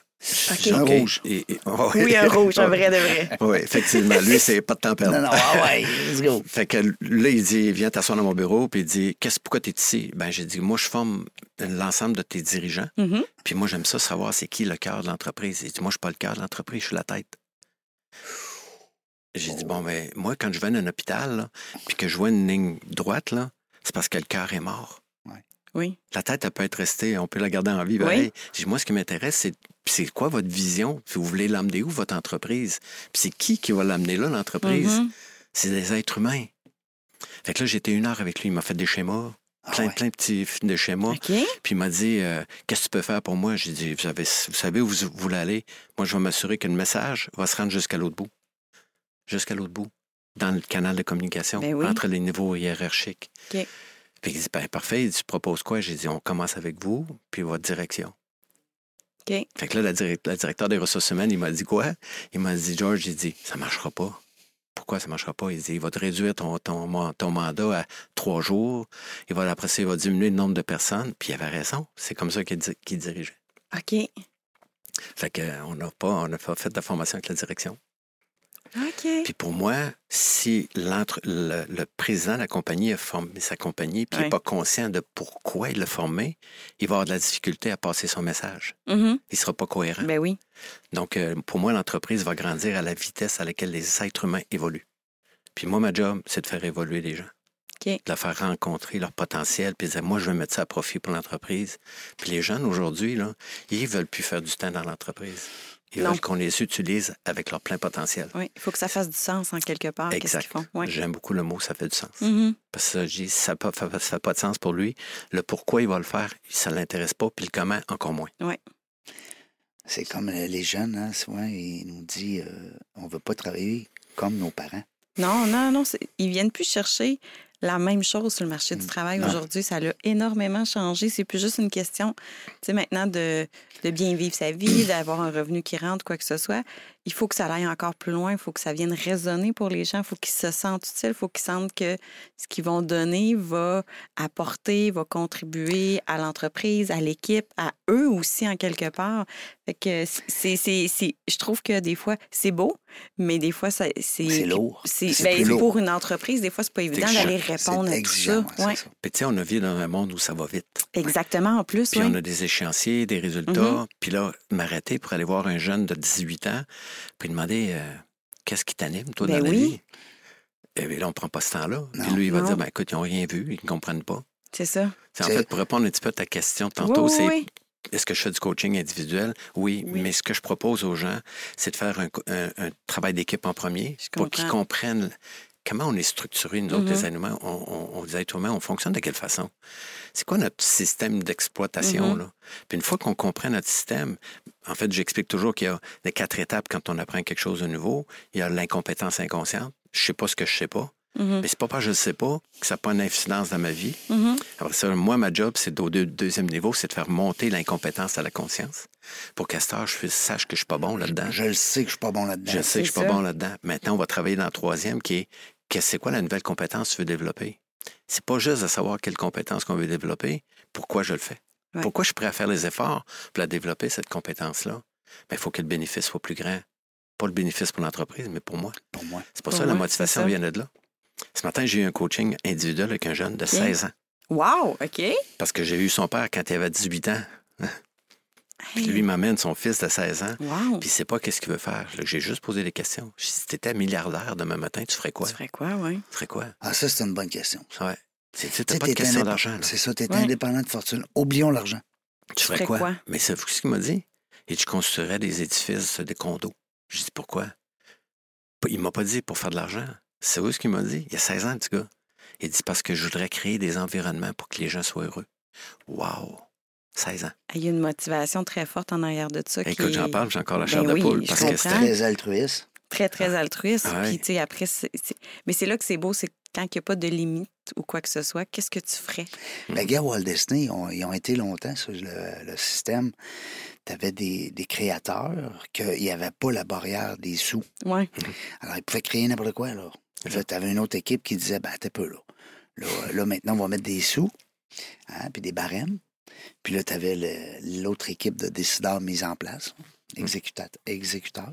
Speaker 3: J'ai dit,
Speaker 1: Un
Speaker 3: OK.
Speaker 1: rouge.
Speaker 3: Et- et- oh,
Speaker 2: Oui, un rouge, un vrai de vrai.
Speaker 3: Oui, effectivement. Lui, c'est pas de temps perdu.
Speaker 1: Non, non, ah ouais, let's go.
Speaker 3: Fait que là, il dit, viens t'asseoir dans mon bureau, puis il dit, qu'est-ce, pourquoi t'es ici? Ben, j'ai dit, moi, je forme l'ensemble de tes dirigeants,
Speaker 2: Mhm.
Speaker 3: puis moi, j'aime ça savoir c'est qui le cœur de l'entreprise. Il dit, moi, je suis pas le cœur de l'entreprise, je suis la tête. J'ai dit, bon, mais moi, quand je vais dans un hôpital, là, puis que je vois une ligne droite, là, c'est parce que le cœur est mort.
Speaker 2: Oui.
Speaker 3: La tête, elle peut être restée, on peut la garder en vie.
Speaker 2: Oui.
Speaker 3: pareil. J'ai dit, moi, ce qui m'intéresse, c'est c'est quoi votre vision? Puis vous voulez l'emmener où, votre entreprise? Puis c'est qui qui va l'amener là, l'entreprise?
Speaker 2: Mhm.
Speaker 3: c'est des êtres humains. Fait que là, j'étais une heure avec lui. Il m'a fait des schémas,
Speaker 1: Ah
Speaker 3: plein,
Speaker 1: ouais.
Speaker 3: plein de petits f- de schémas.
Speaker 2: OK.
Speaker 3: Puis il m'a dit, euh, qu'est-ce que tu peux faire pour moi? J'ai dit, vous savez, vous savez où vous voulez aller. Moi, je vais m'assurer que le message va se rendre jusqu'à l'autre bout. Jusqu'à l'autre bout. Dans le canal de communication,
Speaker 2: Ben oui.
Speaker 3: entre les niveaux hiérarchiques.
Speaker 2: OK.
Speaker 3: Puis il dit, ben, parfait. Il dit, tu proposes quoi? J'ai dit, on commence avec vous, puis votre direction.
Speaker 2: OK.
Speaker 3: Fait que là, la, direct- la directeur des ressources humaines, il m'a dit quoi? Il m'a dit, George, il dit, ça marchera pas. Pourquoi ça marchera pas? Il dit, il va te réduire ton, ton, man- ton mandat à trois jours. Il va, après ça, il va diminuer le nombre de personnes. Puis il avait raison. C'est comme ça qu'il di- qu'il dirigeait.
Speaker 2: OK.
Speaker 3: Fait qu'on n'a pas, on n'a pas fait de formation avec la direction.
Speaker 2: OK.
Speaker 3: Puis pour moi, si l'entre- le, le président de la compagnie a formé sa compagnie, puis il
Speaker 2: Ouais.
Speaker 3: n'est pas conscient de pourquoi il l'a formé, il va avoir de la difficulté à passer son message.
Speaker 2: Mhm.
Speaker 3: Il ne sera pas cohérent.
Speaker 2: Ben oui.
Speaker 3: Donc, euh, pour moi, l'entreprise va grandir à la vitesse à laquelle les êtres humains évoluent. Puis moi, ma job, c'est de faire évoluer les gens.
Speaker 2: OK.
Speaker 3: De leur faire rencontrer leur potentiel, puis de dire, moi, je veux mettre ça à profit pour l'entreprise. Puis les jeunes, aujourd'hui, là, ils veulent plus faire du temps dans l'entreprise. Ils
Speaker 2: Non.
Speaker 3: veulent qu'on les utilise avec leur plein potentiel.
Speaker 2: Oui. Il faut que ça fasse du sens en quelque part. Ah, Qu'est-ce qu'ils
Speaker 3: Exact.
Speaker 2: font? Oui.
Speaker 3: J'aime beaucoup le mot, ça fait du sens.
Speaker 2: Mhm.
Speaker 3: Parce que je dis, ça n'a pas, ça a pas de sens pour lui. Le pourquoi il va le faire, ça ne l'intéresse pas, puis le comment, encore moins.
Speaker 1: C'est comme euh, les jeunes, hein, souvent, ils nous disent euh, on veut pas travailler comme nos parents.
Speaker 2: Non, non, non. c'est- Ils viennent plus chercher la même chose sur le marché
Speaker 1: Mm.
Speaker 2: du travail
Speaker 1: Non.
Speaker 2: aujourd'hui. Ça l'a énormément changé. C'est plus juste une question, tu sais, maintenant de, de bien vivre sa vie, d'avoir un revenu qui rentre, quoi que ce soit. Il faut que ça aille encore plus loin. Il faut que ça vienne résonner pour les gens. Il faut qu'ils se sentent utiles. Il faut qu'ils sentent que ce qu'ils vont donner va apporter, va contribuer à l'entreprise, à l'équipe, à eux aussi, en quelque part. Fait que c'est, c'est, c'est- je trouve que des fois, c'est beau, mais des fois, ça,
Speaker 1: C'est lourd.
Speaker 2: c'est
Speaker 1: C'est
Speaker 2: ben,
Speaker 1: plus lourd.
Speaker 2: pour une entreprise, des fois, c'est pas évident
Speaker 3: exigeant.
Speaker 2: d'aller répondre
Speaker 1: C'est
Speaker 2: à tout ça.
Speaker 1: exigeant, ouais,
Speaker 2: Ouais,
Speaker 1: c'est ça.
Speaker 3: Puis tu sais, on a vécu dans un monde où ça va vite.
Speaker 2: Exactement, en plus.
Speaker 3: Puis
Speaker 2: ouais. Mm-hmm.
Speaker 3: on a des échéanciers, des résultats. Puis là, m'arrêter pour aller voir un jeune de 18 ans, puis demander euh, Qu'est-ce qui t'anime, toi,
Speaker 2: Ben
Speaker 3: dans la
Speaker 2: oui.
Speaker 3: vie? Et bien là, on prend pas ce temps-là.
Speaker 1: Non.
Speaker 3: Puis lui, il va
Speaker 2: Non.
Speaker 3: dire, ben, écoute, ils n'ont rien vu, ils ne comprennent pas.
Speaker 2: C'est ça.
Speaker 3: C'est- En
Speaker 1: C'est-
Speaker 3: fait, pour répondre un petit peu à ta question tantôt,
Speaker 2: Oui, oui,
Speaker 3: c'est
Speaker 2: oui.
Speaker 3: est-ce que je fais du coaching individuel? Oui,
Speaker 2: Oui.
Speaker 3: mais ce que je propose aux gens, c'est de faire un, co- un- un travail d'équipe en premier
Speaker 2: Je
Speaker 3: pour qu'ils
Speaker 2: comprends.
Speaker 3: comprennent comment on est structuré, nous autres,
Speaker 2: Mhm.
Speaker 3: les animaux. On, on, on- les êtres humains, on fonctionne de quelle façon? C'est quoi notre système d'exploitation?
Speaker 2: Mhm.
Speaker 3: là? Puis une fois qu'on comprend notre système, en fait, j'explique toujours qu'il y a les quatre étapes quand on apprend quelque chose de nouveau. Il y a l'incompétence inconsciente. Je sais pas ce que je sais pas.
Speaker 2: Mhm,
Speaker 3: Mais c'est pas parce que je ne sais pas que ça n'a pas une incidence dans ma vie.
Speaker 2: mhm.
Speaker 3: Après ça, moi, ma job, c'est au deux- deuxième niveau, c'est de faire monter l'incompétence à la conscience pour qu'à cette heure, je puisse- sache que je suis pas bon là-dedans.
Speaker 1: Je le sais que je suis pas bon là-dedans.
Speaker 3: Je sais que je suis
Speaker 2: Ben, c'est
Speaker 3: pas
Speaker 2: ça.
Speaker 3: bon là-dedans. Maintenant, on va travailler dans le troisième qui est qu'est-ce c'est quoi la nouvelle compétence que tu veux développer? C'est pas juste de savoir quelle compétence qu'on veut développer, pourquoi je le fais.
Speaker 2: Ouais.
Speaker 3: Pourquoi je suis prêt à faire les efforts pour la développer, cette compétence-là? Mais il faut que le bénéfice soit plus grand. Pas le bénéfice pour l'entreprise, mais pour moi.
Speaker 1: Pour moi.
Speaker 3: C'est pour
Speaker 2: Pour
Speaker 3: ça que la
Speaker 2: moi,
Speaker 3: motivation
Speaker 2: c'est ça.
Speaker 3: vient de là. Ce matin, j'ai eu un coaching individuel avec un jeune de 16 ans
Speaker 2: Wow, OK.
Speaker 3: parce que j'ai eu son père quand il avait 18 ans. Puis lui il m'amène son fils de 16 ans.
Speaker 2: Wow.
Speaker 3: Puis il sait pas qu'est-ce qu'il veut faire. Là, J'ai juste posé des questions. Je dis, Si t'étais milliardaire demain matin, tu ferais quoi?
Speaker 2: Tu ferais quoi, oui?
Speaker 3: Tu ferais quoi?
Speaker 1: Ah, ça, c'est une bonne question.
Speaker 3: Ouais. Tu sais,
Speaker 1: Tu
Speaker 3: t'as
Speaker 1: sais,
Speaker 3: pas de
Speaker 1: t'es
Speaker 3: question
Speaker 1: indép-
Speaker 3: d'argent. là.
Speaker 1: C'est ça, tu es
Speaker 2: Ouais.
Speaker 1: indépendant de fortune. Oublions l'argent.
Speaker 3: Tu ferais quoi? Mais c'est ce qu'il m'a dit. Et tu construirais des édifices, des condos. Je dis pourquoi? Il m'a pas dit pour faire de l'argent. C'est eux ce qu'il m'a dit. Il y a 16 ans, le petit gars. Il dit parce que je voudrais créer des environnements pour que les gens soient heureux. Wow! 16 ans.
Speaker 2: Ah, Il y a une motivation très forte en arrière de ça. qui
Speaker 3: Écoute, j'en
Speaker 2: est
Speaker 3: parle, j'ai encore la
Speaker 2: Ben
Speaker 3: chair de
Speaker 2: oui,
Speaker 3: poule
Speaker 2: je
Speaker 3: parce que
Speaker 2: comprends.
Speaker 3: c'était
Speaker 1: Très altruiste.
Speaker 2: Très, très altruiste.
Speaker 3: Ah ouais.
Speaker 2: Puis, tu sais, après, c'est- c'est- mais c'est là que c'est beau, c'est quand il n'y a pas de limite ou quoi que ce soit, qu'est-ce que tu ferais?
Speaker 3: Mm.
Speaker 1: La guerre Walt Disney, on- ils ont été longtemps sur le, le système. Tu avais des, des créateurs qu'il n'y avait pas la barrière des sous.
Speaker 2: Oui.
Speaker 1: Alors, ils pouvaient créer n'importe quoi, là. Tu avais une autre équipe qui disait, ben, t'es peu, là. Là, euh, là, maintenant, on va mettre des sous, hein, puis des barèmes. Puis là, tu avais l'autre équipe de décideurs mise en place, exécutat- exécuteurs.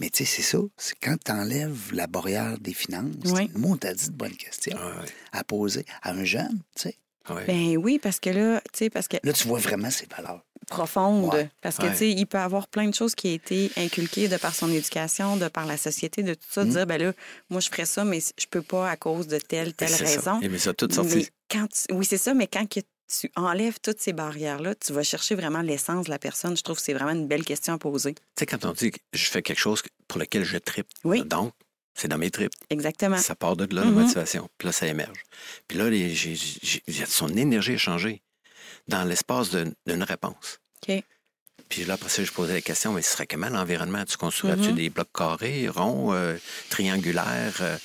Speaker 1: Mais tu sais, c'est ça, c'est quand tu enlèves la barrière des finances,
Speaker 2: Ouais.
Speaker 1: moi, on t'a dit de bonnes questions à poser à un jeune, tu sais.
Speaker 2: Ben oui, parce que là, tu sais, parce que
Speaker 1: Là, tu vois vraiment ses valeurs.
Speaker 2: profonde.
Speaker 1: Ouais.
Speaker 2: Parce que,
Speaker 3: Ouais.
Speaker 2: tu sais, il peut avoir plein de choses qui ont été inculquées de par son éducation, de par la société, de tout ça.
Speaker 1: Mm.
Speaker 2: Dire, ben là, moi, je ferais ça, mais je peux pas à cause de telle, telle raison.
Speaker 3: Il m'a Eh ça tout
Speaker 2: Mais
Speaker 3: sorti.
Speaker 2: quand tu- Oui, c'est ça, mais quand que tu enlèves toutes ces barrières-là, tu vas chercher vraiment l'essence de la personne. Je trouve que c'est vraiment une belle question à poser.
Speaker 3: Tu sais, quand on dit que je fais quelque chose pour lequel je tripe,
Speaker 2: Oui.
Speaker 3: donc, c'est dans mes tripes.
Speaker 2: Exactement.
Speaker 3: Ça part de là,
Speaker 2: Mhm.
Speaker 3: la motivation. Puis là, ça émerge. Puis là, les- j'ai- j'ai- j'ai- son énergie a changé dans l'espace de- d'une réponse.
Speaker 2: OK.
Speaker 3: Puis là, après ça, je posais la question, mais ce serait comment l'environnement? Tu construirais-tu
Speaker 2: Mhm.
Speaker 3: des blocs carrés, ronds, euh, triangulaires? euh?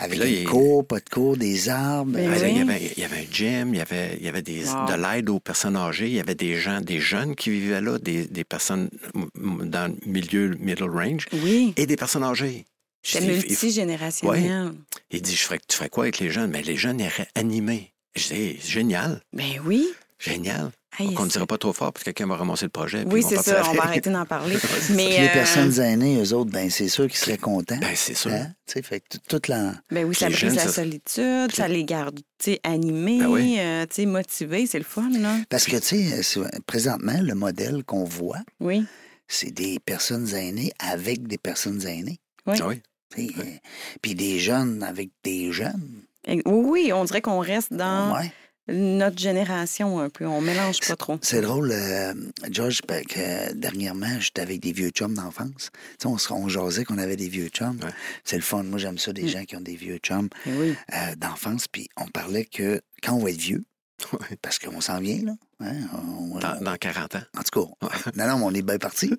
Speaker 1: Avec
Speaker 3: Puis là,
Speaker 1: des
Speaker 3: il-
Speaker 1: cours, pas de cours, des arbres.
Speaker 2: Ben
Speaker 3: Là,
Speaker 1: euh,
Speaker 2: oui.
Speaker 3: il, y avait, il y avait un gym, il y avait, il y avait des,
Speaker 2: Wow.
Speaker 3: de l'aide aux personnes âgées, il y avait des gens, des jeunes qui vivaient là, des, des personnes m- m- dans le milieu middle range
Speaker 2: Oui.
Speaker 3: et des personnes âgées. Je
Speaker 2: C'est
Speaker 3: dis, il- il-
Speaker 2: multigénérationnel.
Speaker 3: Il dit, je ferais, tu ferais quoi avec les jeunes? Mais les jeunes iraient animés. Je dis, génial,
Speaker 2: Ben oui.
Speaker 3: génial.
Speaker 2: Hey,
Speaker 3: Donc, on ne
Speaker 2: c'est-
Speaker 3: dira pas trop fort parce que quelqu'un va ramasser le projet. puis
Speaker 2: oui,
Speaker 3: ils vont
Speaker 2: c'est
Speaker 3: partir
Speaker 2: ça. On va
Speaker 3: avec.
Speaker 2: arrêter d'en parler. mais
Speaker 1: Puis les
Speaker 2: euh,
Speaker 1: personnes aînées, eux autres, ben c'est sûr qu'ils seraient contents.
Speaker 3: Ben, c'est sûr.
Speaker 1: Hein? Tu sais, fait que tout- toute la...
Speaker 2: ben oui, ça
Speaker 3: les
Speaker 2: brise
Speaker 3: jeunes,
Speaker 2: la
Speaker 3: ça-
Speaker 2: solitude, ça les garde tu sais, animés,
Speaker 3: Ben oui.
Speaker 2: euh, tu sais, motivés. C'est le fun, là.
Speaker 1: Parce que, tu sais, c'est- présentement, le modèle qu'on voit,
Speaker 2: Oui.
Speaker 1: c'est des personnes aînées avec des personnes aînées.
Speaker 2: Oui.
Speaker 3: Ah oui.
Speaker 1: tu sais, euh, Puis des jeunes avec des jeunes.
Speaker 2: Et- Oui, oui, on dirait qu'on reste dans
Speaker 1: Ouais.
Speaker 2: notre génération un peu. On mélange pas trop.
Speaker 1: C'est drôle, euh, George, parce que dernièrement, j'étais avec des vieux chums d'enfance. Tu sais, on, se- on jasait qu'on avait des vieux chums.
Speaker 3: Ouais.
Speaker 1: C'est le fun. Moi, j'aime ça, des gens qui ont des vieux chums
Speaker 2: Ben oui.
Speaker 1: euh, d'enfance. Puis on parlait que quand on va être vieux,
Speaker 3: Ouais.
Speaker 1: parce qu'on s'en vient, là. hein, on-
Speaker 3: Dans, dans 40 ans.
Speaker 1: on- en tout cas, non, non, mais on est bien parti.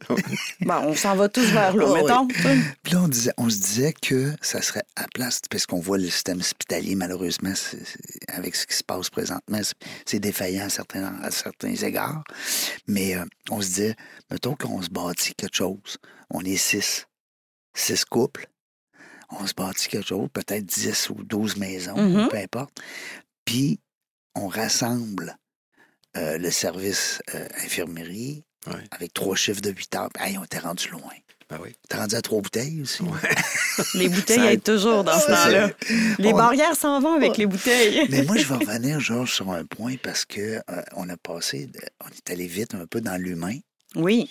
Speaker 2: Bon, on s'en va tous vers là,
Speaker 1: Ah oui.
Speaker 2: mettons. tu sais.
Speaker 1: Puis là, on, disait, on se disait que ça serait à place, parce qu'on voit le système hospitalier, malheureusement, c'est- c'est- avec ce qui se passe présentement, c'est- c'est défaillant à certains, à certains égards. Mais euh, on se disait, mettons qu'on se bâtit quelque chose. On est six. Six couples. On se bâtit quelque chose, peut-être 10 ou 12 maisons,
Speaker 2: Mhm.
Speaker 1: peu importe. Puis, on rassemble euh, le service euh, infirmerie
Speaker 3: Ouais.
Speaker 1: avec trois chiffres de 8 heures. Hey, on était rendu loin.
Speaker 3: Ben oui.
Speaker 1: T'es rendu à trois bouteilles aussi.
Speaker 2: Les bouteilles
Speaker 3: Ça aide.
Speaker 2: aident toujours dans ce temps-là. Les
Speaker 1: On-
Speaker 2: barrières s'en vont avec les bouteilles.
Speaker 1: Mais moi, je vais revenir, Georges, sur un point parce que euh, on a passé, de- on est allé vite un peu dans l'humain.
Speaker 2: Oui.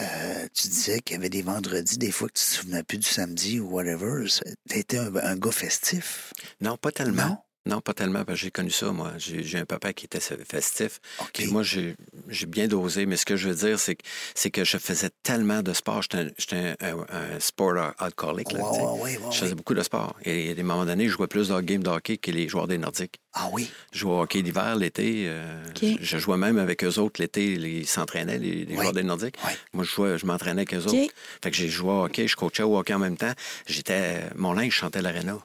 Speaker 1: Euh, tu disais qu'il y avait des vendredis, des fois que tu te souvenais plus du samedi ou whatever. T'étais un, un gars festif.
Speaker 3: Non, pas tellement. Non, pas tellement, parce que j'ai connu ça, moi. J'ai j'ai un papa qui était festif.
Speaker 1: OK.
Speaker 3: Puis moi, j'ai j'ai bien dosé, mais ce que je veux dire, c'est que, c'est que je faisais tellement de sport. J'étais un, j'étais un, un- un sport euh, alcoolique. là,
Speaker 1: Ouais,
Speaker 3: tu sais.
Speaker 1: ouais, ouais, ouais,
Speaker 3: je faisais
Speaker 1: ouais.
Speaker 3: beaucoup de sport. Et à des moments donnés, je jouais plus de game de hockey que les joueurs des Nordiques.
Speaker 1: Ah oui.
Speaker 3: Je jouais au hockey l'hiver, l'été. euh,
Speaker 2: OK.
Speaker 3: je, je jouais même avec eux autres l'été. Ils s'entraînaient, les,
Speaker 1: Oui.
Speaker 3: les joueurs des Nordiques.
Speaker 1: Oui.
Speaker 3: Moi, je, jouais, je m'entraînais avec eux
Speaker 2: OK.
Speaker 3: autres. Fait que j'ai joué au hockey, je coachais au hockey en même temps. J'étais... Mon linge chantait l'aréna.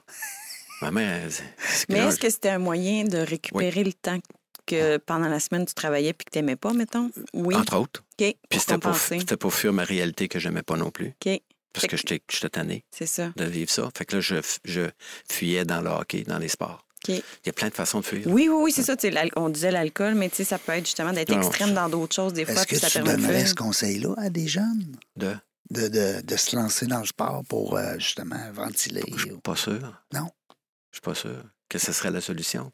Speaker 3: Ma mère... elle disait, C'est
Speaker 2: Mais
Speaker 3: là,
Speaker 2: est-ce que c'était un moyen de récupérer le temps que pendant la semaine tu travaillais puis que tu n'aimais pas, mettons? Oui.
Speaker 3: Entre autres.
Speaker 2: OK.
Speaker 3: Puis
Speaker 2: Pour
Speaker 3: c'était pour,
Speaker 2: compenser.
Speaker 3: c'était pour fuir ma réalité que j'aimais pas non plus.
Speaker 2: OK.
Speaker 3: Parce
Speaker 2: Fait
Speaker 3: que
Speaker 2: que-
Speaker 3: j'étais j'étais tanné
Speaker 2: C'est ça.
Speaker 3: de vivre ça. Fait que là, je, je fuyais dans le hockey, dans les sports.
Speaker 2: OK.
Speaker 3: Il y a plein de façons de fuir.
Speaker 2: Oui, oui, oui, c'est ça. tu sais, l'al- On disait l'alcool, mais tu sais, ça peut être justement d'être
Speaker 3: Non, non,
Speaker 2: extrême dans d'autres choses des fois,
Speaker 1: Est-ce que
Speaker 2: puis ça
Speaker 1: tu
Speaker 2: permet de
Speaker 1: donnerais ce
Speaker 2: faire.
Speaker 1: conseil-là à des jeunes
Speaker 3: De,
Speaker 1: de, de, de se lancer dans le sport pour euh, justement ventiler?
Speaker 3: je suis
Speaker 1: ou-
Speaker 3: pas sûr.
Speaker 1: Non.
Speaker 3: Je suis pas sûr que ce serait la solution.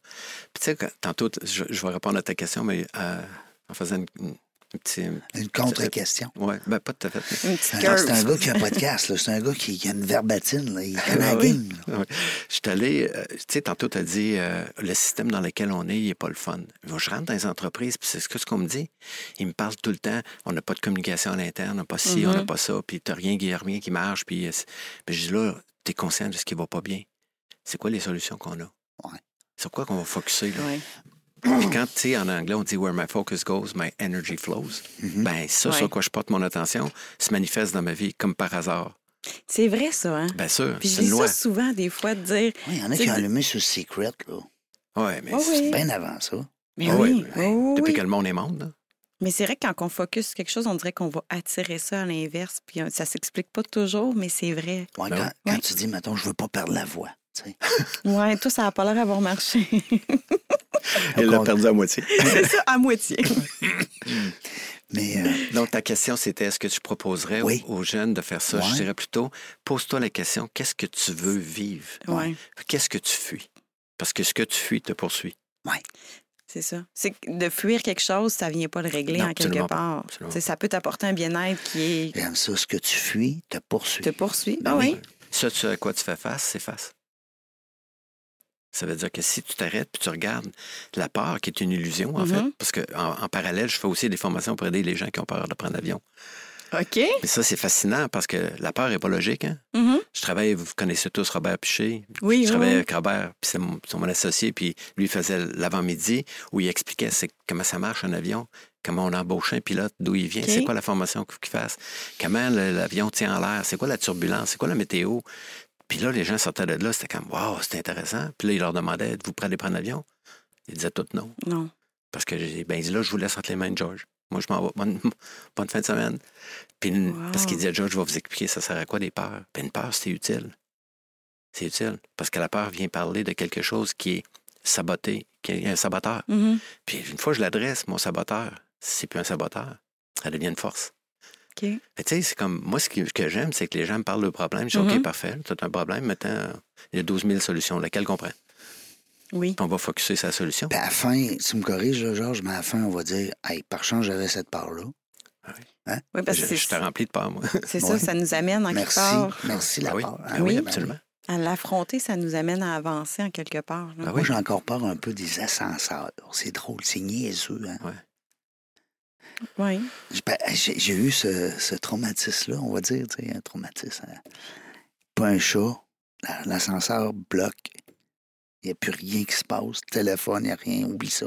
Speaker 3: Puis tu sais, quand- tantôt, t- je, je vais répondre à ta question, mais euh, en faisant une, une- un petit...
Speaker 1: Une contre-question.
Speaker 3: Ouais, ben pas tout à fait. mais-
Speaker 2: Une petite
Speaker 1: Non, C'est un
Speaker 2: curve.
Speaker 1: gars qui a un podcast, là. c'est un gars qui, qui a une verbatine, là. il connaît la
Speaker 3: Oui.
Speaker 1: game. là.
Speaker 3: Ouais. Je suis allé, euh, tu sais, tantôt, tu as dit euh, le système dans lequel on est, il n'est pas le fun. Moi, je rentre dans les entreprises, puis c'est ce que ce qu'on me dit. Ils me parlent tout le temps, on n'a pas de communication à l'interne, on n'a pas ci, on
Speaker 1: Mm-hmm.
Speaker 3: n'a pas ça, puis tu rien, qui- rien qui marche, puis euh, c'est- mais je dis là, tu es conscient de ce qui va pas bien. C'est quoi les solutions qu'on a?
Speaker 1: Ouais.
Speaker 3: Sur quoi qu'on va focuser, là?
Speaker 2: Ouais.
Speaker 3: Puis quand, tu sais, en anglais, on dit where my focus goes, my energy flows. Ben, ça,
Speaker 2: Ouais.
Speaker 3: sur quoi je porte mon attention, se manifeste dans ma vie comme par hasard.
Speaker 2: C'est vrai, ça, hein?
Speaker 3: Bien sûr,
Speaker 2: Puis je
Speaker 3: Ben, c'est
Speaker 2: dis
Speaker 3: une loi.
Speaker 2: ça souvent, des fois, de dire.
Speaker 1: Oui, il y en a
Speaker 2: C'est
Speaker 1: qui ont
Speaker 2: de-
Speaker 1: allumé sur Secret, là.
Speaker 3: Ouais, mais
Speaker 2: Oh, Oui,
Speaker 3: c'est-
Speaker 2: oui.
Speaker 1: bien avant ça.
Speaker 2: Mais
Speaker 3: Ah ouais,
Speaker 2: oui,
Speaker 3: ouais.
Speaker 2: oui,
Speaker 3: depuis
Speaker 2: oui.
Speaker 3: que le monde est monde, là.
Speaker 2: Mais c'est vrai que quand on focus sur quelque chose, on dirait qu'on va attirer ça à l'inverse. Puis euh, ça s'explique pas toujours, mais c'est vrai.
Speaker 1: Ouais,
Speaker 3: Ben
Speaker 1: quand
Speaker 3: oui.
Speaker 1: quand
Speaker 2: Ouais.
Speaker 1: tu dis, mettons, je veux pas perdre la voix. tu sais.
Speaker 2: Ouais, tout ça n'a pas l'air d'avoir marché.
Speaker 3: Elle
Speaker 1: l'a
Speaker 3: l'a
Speaker 1: Encore-
Speaker 3: perdu à moitié.
Speaker 2: c'est ça, à moitié.
Speaker 1: Mais euh,
Speaker 3: Donc, ta question, c'était est-ce que tu proposerais
Speaker 1: Oui.
Speaker 3: aux, aux jeunes de faire ça?
Speaker 1: Ouais.
Speaker 3: Je dirais plutôt, pose-toi la question, qu'est-ce que tu veux vivre?
Speaker 2: Ouais,
Speaker 3: Qu'est-ce que tu fuis? Parce que ce que tu fuis te poursuit.
Speaker 2: c'est ça. C'est que de fuir quelque chose, ça vient pas le régler
Speaker 3: Non,
Speaker 2: en quelque
Speaker 3: absolument pas,
Speaker 2: part.
Speaker 3: absolument
Speaker 2: Tu sais, Ça peut t'apporter un bien-être qui est...
Speaker 1: j'aime ça, ce que tu fuis te poursuit.
Speaker 2: te poursuit.
Speaker 1: Ben
Speaker 2: Ah oui.
Speaker 3: Ce ce à quoi tu fais face, c'est face. Ça veut dire que si tu t'arrêtes puis tu regardes la peur, qui est une illusion, en
Speaker 2: Mhm.
Speaker 3: fait, parce que en, en parallèle, je fais aussi des formations pour aider les gens qui ont peur de prendre l'avion.
Speaker 2: OK.
Speaker 3: Mais ça, c'est fascinant parce que la peur n'est pas logique. Hein?
Speaker 2: Mhm.
Speaker 3: Je travaille, vous connaissez tous Robert Piché,
Speaker 2: Oui,
Speaker 3: je
Speaker 2: oui,
Speaker 3: travaillais
Speaker 2: oui.
Speaker 3: avec Robert, puis c'est mon, c'est mon associé, puis lui faisait l'avant-midi où il expliquait c'est comment ça marche un avion, comment on embauche un pilote, d'où il vient,
Speaker 2: OK.
Speaker 3: c'est quoi la formation qu'il fasse, comment le- l'avion tient en l'air, c'est quoi la turbulence, c'est quoi la météo. Puis là, les gens sortaient de là, c'était comme waouh, c'était intéressant. Puis là, il leur demandait êtes-vous prêts à prendre l'avion Ils disaient tout non.
Speaker 2: Non.
Speaker 3: Parce que j'ai dit, ben, il dit, là, je vous laisse entre les mains de George. Moi, je m'en vais. Bonne, bonne fin de semaine. Puis, une-
Speaker 2: Wow.
Speaker 3: parce qu'il disait, George, je vais vous expliquer, ça sert à quoi des peurs. Puis, une peur, c'est utile. C'est utile. Parce que la peur vient parler de quelque chose qui est saboté, qui est un saboteur.
Speaker 2: Mhm.
Speaker 3: Puis, une fois que je l'adresse, mon saboteur, c'est plus un saboteur. Ça devient une force.
Speaker 2: OK.
Speaker 3: Mais tu sais, c'est comme, moi, ce que, ce que j'aime, c'est que les gens me parlent de problème. Je dis,
Speaker 2: Mhm.
Speaker 3: OK, parfait, tu as un problème. Maintenant, euh, il y a 12 000 solutions. Laquelle qu'on prend?
Speaker 2: Oui.
Speaker 3: Puis, on va focuser sur la solution.
Speaker 2: Ben,
Speaker 1: Puis à la fin, tu me corriges, là, Georges, mais à la fin, on va dire, hey, par chance, j'avais cette part-là.
Speaker 2: Oui, parce que
Speaker 3: je, je te
Speaker 2: c'est
Speaker 3: remplis de peur, moi.
Speaker 2: c'est
Speaker 1: Ouais.
Speaker 2: ça, ça nous amène en quelque
Speaker 1: Merci,
Speaker 2: part.
Speaker 1: merci la
Speaker 3: Ah oui,
Speaker 1: part. ben
Speaker 3: ah oui,
Speaker 2: oui.
Speaker 3: absolument.
Speaker 2: À l'affronter, ça nous amène à avancer en quelque part. là.
Speaker 3: Ah
Speaker 1: Moi,
Speaker 3: oui.
Speaker 1: j'ai encore peur un peu des ascenseurs. C'est drôle, c'est niaiseux. hein.
Speaker 2: Oui.
Speaker 1: J'ai pas- J'ai j'ai eu ce, ce traumatisme-là, on va dire, tu sais, un traumatisme. hein. Pas un chat, la- l'ascenseur bloque, il n'y a plus rien qui se passe, téléphone, il n'y a rien, oublie ça.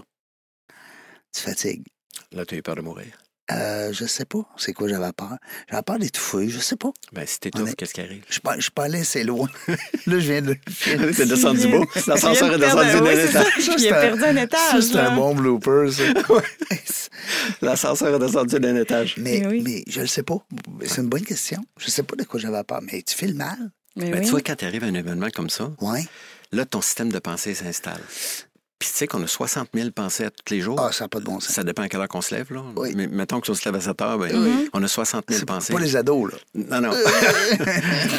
Speaker 1: Tu fatigues.
Speaker 3: Là, tu as eu peur de mourir.
Speaker 1: Euh, je sais pas, c'est quoi j'avais peur. J'avais peur d'étouffer, je sais pas.
Speaker 3: Ben, si
Speaker 1: On est-
Speaker 3: t'étouffes, qu'est-ce qui arrive?
Speaker 1: Je suis pas, je suis pas allé assez loin. là, je viens de...
Speaker 3: T'es
Speaker 2: descendu du beau.
Speaker 3: L'ascenseur est
Speaker 2: Il vient de perdre-
Speaker 3: descendu
Speaker 2: oui,
Speaker 3: d'un
Speaker 2: c'est ça.
Speaker 3: étage.
Speaker 1: Ça,
Speaker 2: Il
Speaker 1: c'est un-
Speaker 2: a perdu un
Speaker 1: Ça,
Speaker 2: étage.
Speaker 1: c'est un
Speaker 2: là.
Speaker 1: bon blooper, ça.
Speaker 3: L'ascenseur est descendu d'un étage.
Speaker 1: mais,
Speaker 2: Eh oui.
Speaker 1: mais je le sais pas. C'est une bonne question. Je sais pas de quoi j'avais peur, mais tu fais le mal.
Speaker 2: Mais
Speaker 3: Ben,
Speaker 2: Eh oui.
Speaker 3: Tu vois, quand tu arrives à un événement comme ça,
Speaker 1: Ouais.
Speaker 3: là, ton système de pensée s'installe. Puis tu sais qu'on a 60 000 pensées à tous les jours.
Speaker 1: Ah, ça n'a pas de bon sens.
Speaker 3: Ça dépend à quelle heure qu'on se lève. Là.
Speaker 1: Oui.
Speaker 3: Mais mettons que si on se lève à 7 heures, ben, on a 60 000
Speaker 1: C'est
Speaker 3: pensées.
Speaker 1: pas les ados, là.
Speaker 3: Non, non.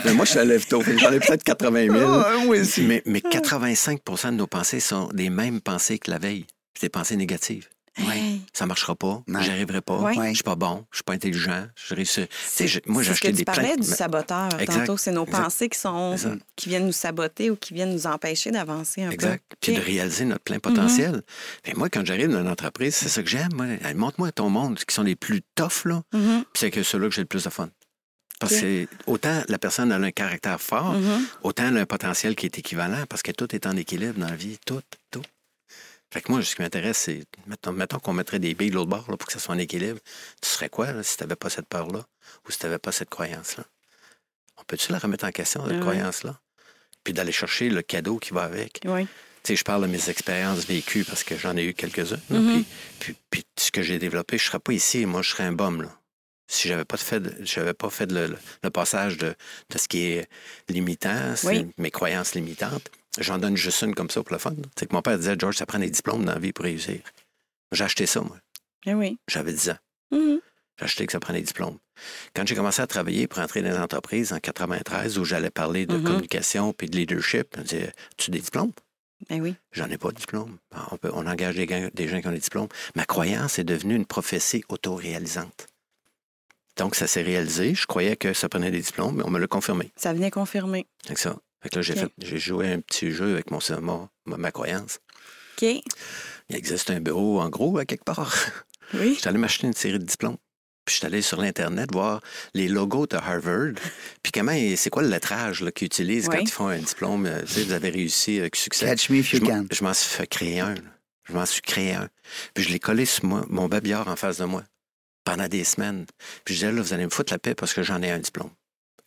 Speaker 3: mais moi, je suis à lève tôt. fait que J'en ai peut-être 80 000.
Speaker 1: Ah, moi aussi.
Speaker 3: Mais, mais 85 de nos pensées sont les mêmes pensées que la veille. C'est des pensées négatives. Ouais, ça marchera pas,
Speaker 1: Ouais.
Speaker 3: j'arriverai pas,
Speaker 2: Ouais.
Speaker 3: je suis pas bon, je suis pas intelligent, je réussis. Tu sais, j'ai- moi, j'ai
Speaker 2: C'est ce que
Speaker 3: acheté
Speaker 2: tu
Speaker 3: des
Speaker 2: parlais
Speaker 3: plaintes,
Speaker 2: du
Speaker 3: mais-
Speaker 2: saboteur
Speaker 3: Exact.
Speaker 2: tantôt. C'est nos
Speaker 3: Exact.
Speaker 2: pensées qui, sont,
Speaker 3: C'est ça.
Speaker 2: qui viennent nous saboter ou qui viennent nous empêcher d'avancer un
Speaker 3: Exact.
Speaker 2: peu. Mm-hmm.
Speaker 3: Puis
Speaker 2: OK.
Speaker 3: de réaliser notre plein potentiel. Puis moi, quand j'arrive dans une entreprise, c'est ça que j'aime. moi. Hey, Montre-moi ton monde, ceux qui sont les plus toughs, là.
Speaker 2: Mhm,
Speaker 3: Puis c'est que ceux-là que j'ai le plus de fun. Parce
Speaker 2: Ok.
Speaker 3: que c'est- autant la personne elle a un caractère fort,
Speaker 2: mhm.
Speaker 3: autant elle a un potentiel qui est équivalent, parce que tout est en équilibre dans la vie. Tout, tout. Fait que moi, ce qui m'intéresse, c'est. Mettons, mettons qu'on mettrait des billes de l'autre bord là, pour que ça soit en équilibre. Tu serais quoi là, si tu n'avais pas cette peur-là ou si tu n'avais pas cette croyance-là? On peut-tu la remettre en question, cette
Speaker 2: Ah ouais.
Speaker 3: croyance-là? Puis d'aller chercher le cadeau qui va avec.
Speaker 2: Oui.
Speaker 3: Tu sais, je parle de mes expériences vécues parce que j'en ai eu quelques-unes. là,
Speaker 2: Mhm.
Speaker 3: puis, puis, puis ce que j'ai développé, je ne serais pas ici. Moi, je serais un bum. Là. Si j'avais pas de fait, de- j'avais pas fait le, le- le passage de, de ce qui est limitant, c'est
Speaker 2: Oui.
Speaker 3: mes croyances limitantes, j'en donne juste une comme ça pour le fun. Tu sais que mon père disait, George, ça prend des diplômes dans la vie pour réussir. J'ai acheté ça, moi.
Speaker 2: Eh oui.
Speaker 3: J'avais 10 ans.
Speaker 2: Mhm.
Speaker 3: J'ai acheté que ça prend des diplômes. Quand j'ai commencé à travailler pour entrer dans les entreprises en 93, où j'allais parler de
Speaker 2: Mhm.
Speaker 3: communication puis de leadership, on me disait, tu des diplômes?
Speaker 2: Ben oui.
Speaker 3: J'en ai pas de diplôme. Ah, On, peut- on engage des, gens- des gens qui ont des diplômes. Ma croyance est devenue une prophétie autoréalisante. Donc, ça s'est réalisé. Je croyais que ça prenait des diplômes, mais on me l'a confirmé.
Speaker 2: Ça venait confirmer.
Speaker 3: Avec ça. Fait que là, j'ai
Speaker 2: Ok.
Speaker 3: fait- j'ai joué un petit jeu avec mon, ma, ma, ma croyance.
Speaker 2: OK.
Speaker 3: Il existe un bureau, en gros, à quelque part.
Speaker 2: Oui.
Speaker 3: J'étais allé m'acheter une série de diplômes. Puis je suis allé sur l'Internet voir les logos de Harvard. Puis comment, c'est quoi le lettrage là, qu'ils utilisent quand
Speaker 2: Oui.
Speaker 3: ils font un diplôme? euh, Tu sais, vous avez réussi avec succès.
Speaker 1: Catch me if you
Speaker 3: Je m'en-
Speaker 1: can.
Speaker 3: Je m'en suis fait créer un. là. Je m'en suis créé un. Puis je l'ai collé sur moi, mon babillard en face de moi pendant des semaines. Puis je disais, là, vous allez me foutre la paix parce que j'en ai un diplôme.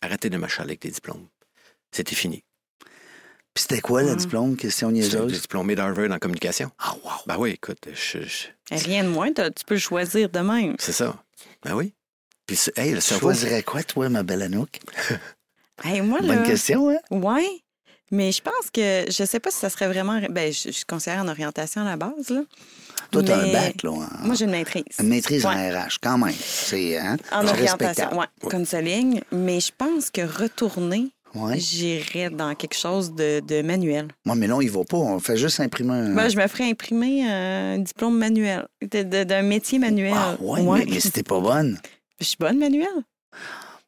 Speaker 3: Arrêtez de m'achaler avec des diplômes. C'était fini.
Speaker 1: Puis c'était quoi le
Speaker 2: Mhm.
Speaker 1: diplôme? Question
Speaker 3: J'ai
Speaker 1: niaiseuse.
Speaker 3: diplômé d'Harvard en communication.
Speaker 1: Ah, wow.
Speaker 3: Ben oui, écoute, je- je-
Speaker 2: Rien de moins. t'as- Tu peux choisir de même.
Speaker 3: c'est ça. Ben oui. Puis, c'est- hey, le
Speaker 1: Tu
Speaker 3: cerveau.
Speaker 1: choisirais quoi, toi, ma belle Anouk?
Speaker 2: Hey, moi, là,
Speaker 1: Bonne question, hein?
Speaker 2: Oui, mais je pense que je sais pas si ça serait vraiment. Ben, je, je suis conseillère en orientation à la base. Là.
Speaker 1: Toi, t'as un
Speaker 2: Mais
Speaker 1: bac, là. en-
Speaker 2: Moi, j'ai une maîtrise.
Speaker 1: Une maîtrise en
Speaker 2: Ouais.
Speaker 1: RH, quand même. C'est hein,
Speaker 2: En
Speaker 1: c'est
Speaker 2: orientation,
Speaker 1: respectable.
Speaker 2: ouais, counseling. Mais je pense que retourner,
Speaker 1: Ouais.
Speaker 2: j'irais dans quelque chose de, de manuel.
Speaker 1: Moi, mais non, il va pas. On fait juste imprimer un.
Speaker 2: Moi, je me ferais imprimer euh, un diplôme manuel, de- de- d'un métier manuel.
Speaker 1: ah, ouais,
Speaker 2: euh, Ouais.
Speaker 1: mais, mais si t'es pas bonne.
Speaker 2: Je suis bonne manuelle.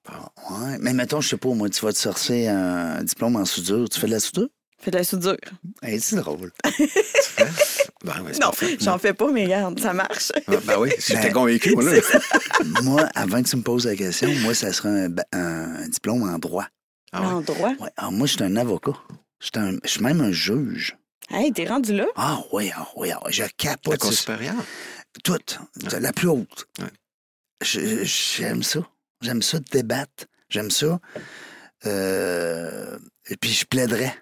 Speaker 1: Ah, Ouais. Mais mettons, je sais pas, moi, tu vas te sortir un diplôme en soudure. Tu fais de la soudure?
Speaker 2: Fais de la soudure.
Speaker 1: Hey, c'est drôle.
Speaker 3: Ben, oui, c'est
Speaker 2: Non,
Speaker 3: parfait.
Speaker 2: j'en fais pas, mais regarde, ça marche.
Speaker 3: Ben, ben oui, j'étais
Speaker 1: Ben,
Speaker 3: convaincu. moi, là.
Speaker 1: moi, avant que tu me poses la question, moi, ça serait un, ba- un diplôme en droit.
Speaker 3: Ah ouais.
Speaker 2: En droit.
Speaker 1: Ouais. Ah, moi, je suis un avocat. Je suis un- je suis même un juge.
Speaker 2: Hey, t'es rendu là?
Speaker 1: Ah oui, ah oui, ah, oui, je
Speaker 3: La
Speaker 1: capote.
Speaker 3: Cour
Speaker 1: sur-
Speaker 3: supérieure.
Speaker 1: Toute, de la plus haute.
Speaker 3: Ouais.
Speaker 1: Je- J'aime ça. J'aime ça de débattre. J'aime ça. Euh, et puis je plaiderais.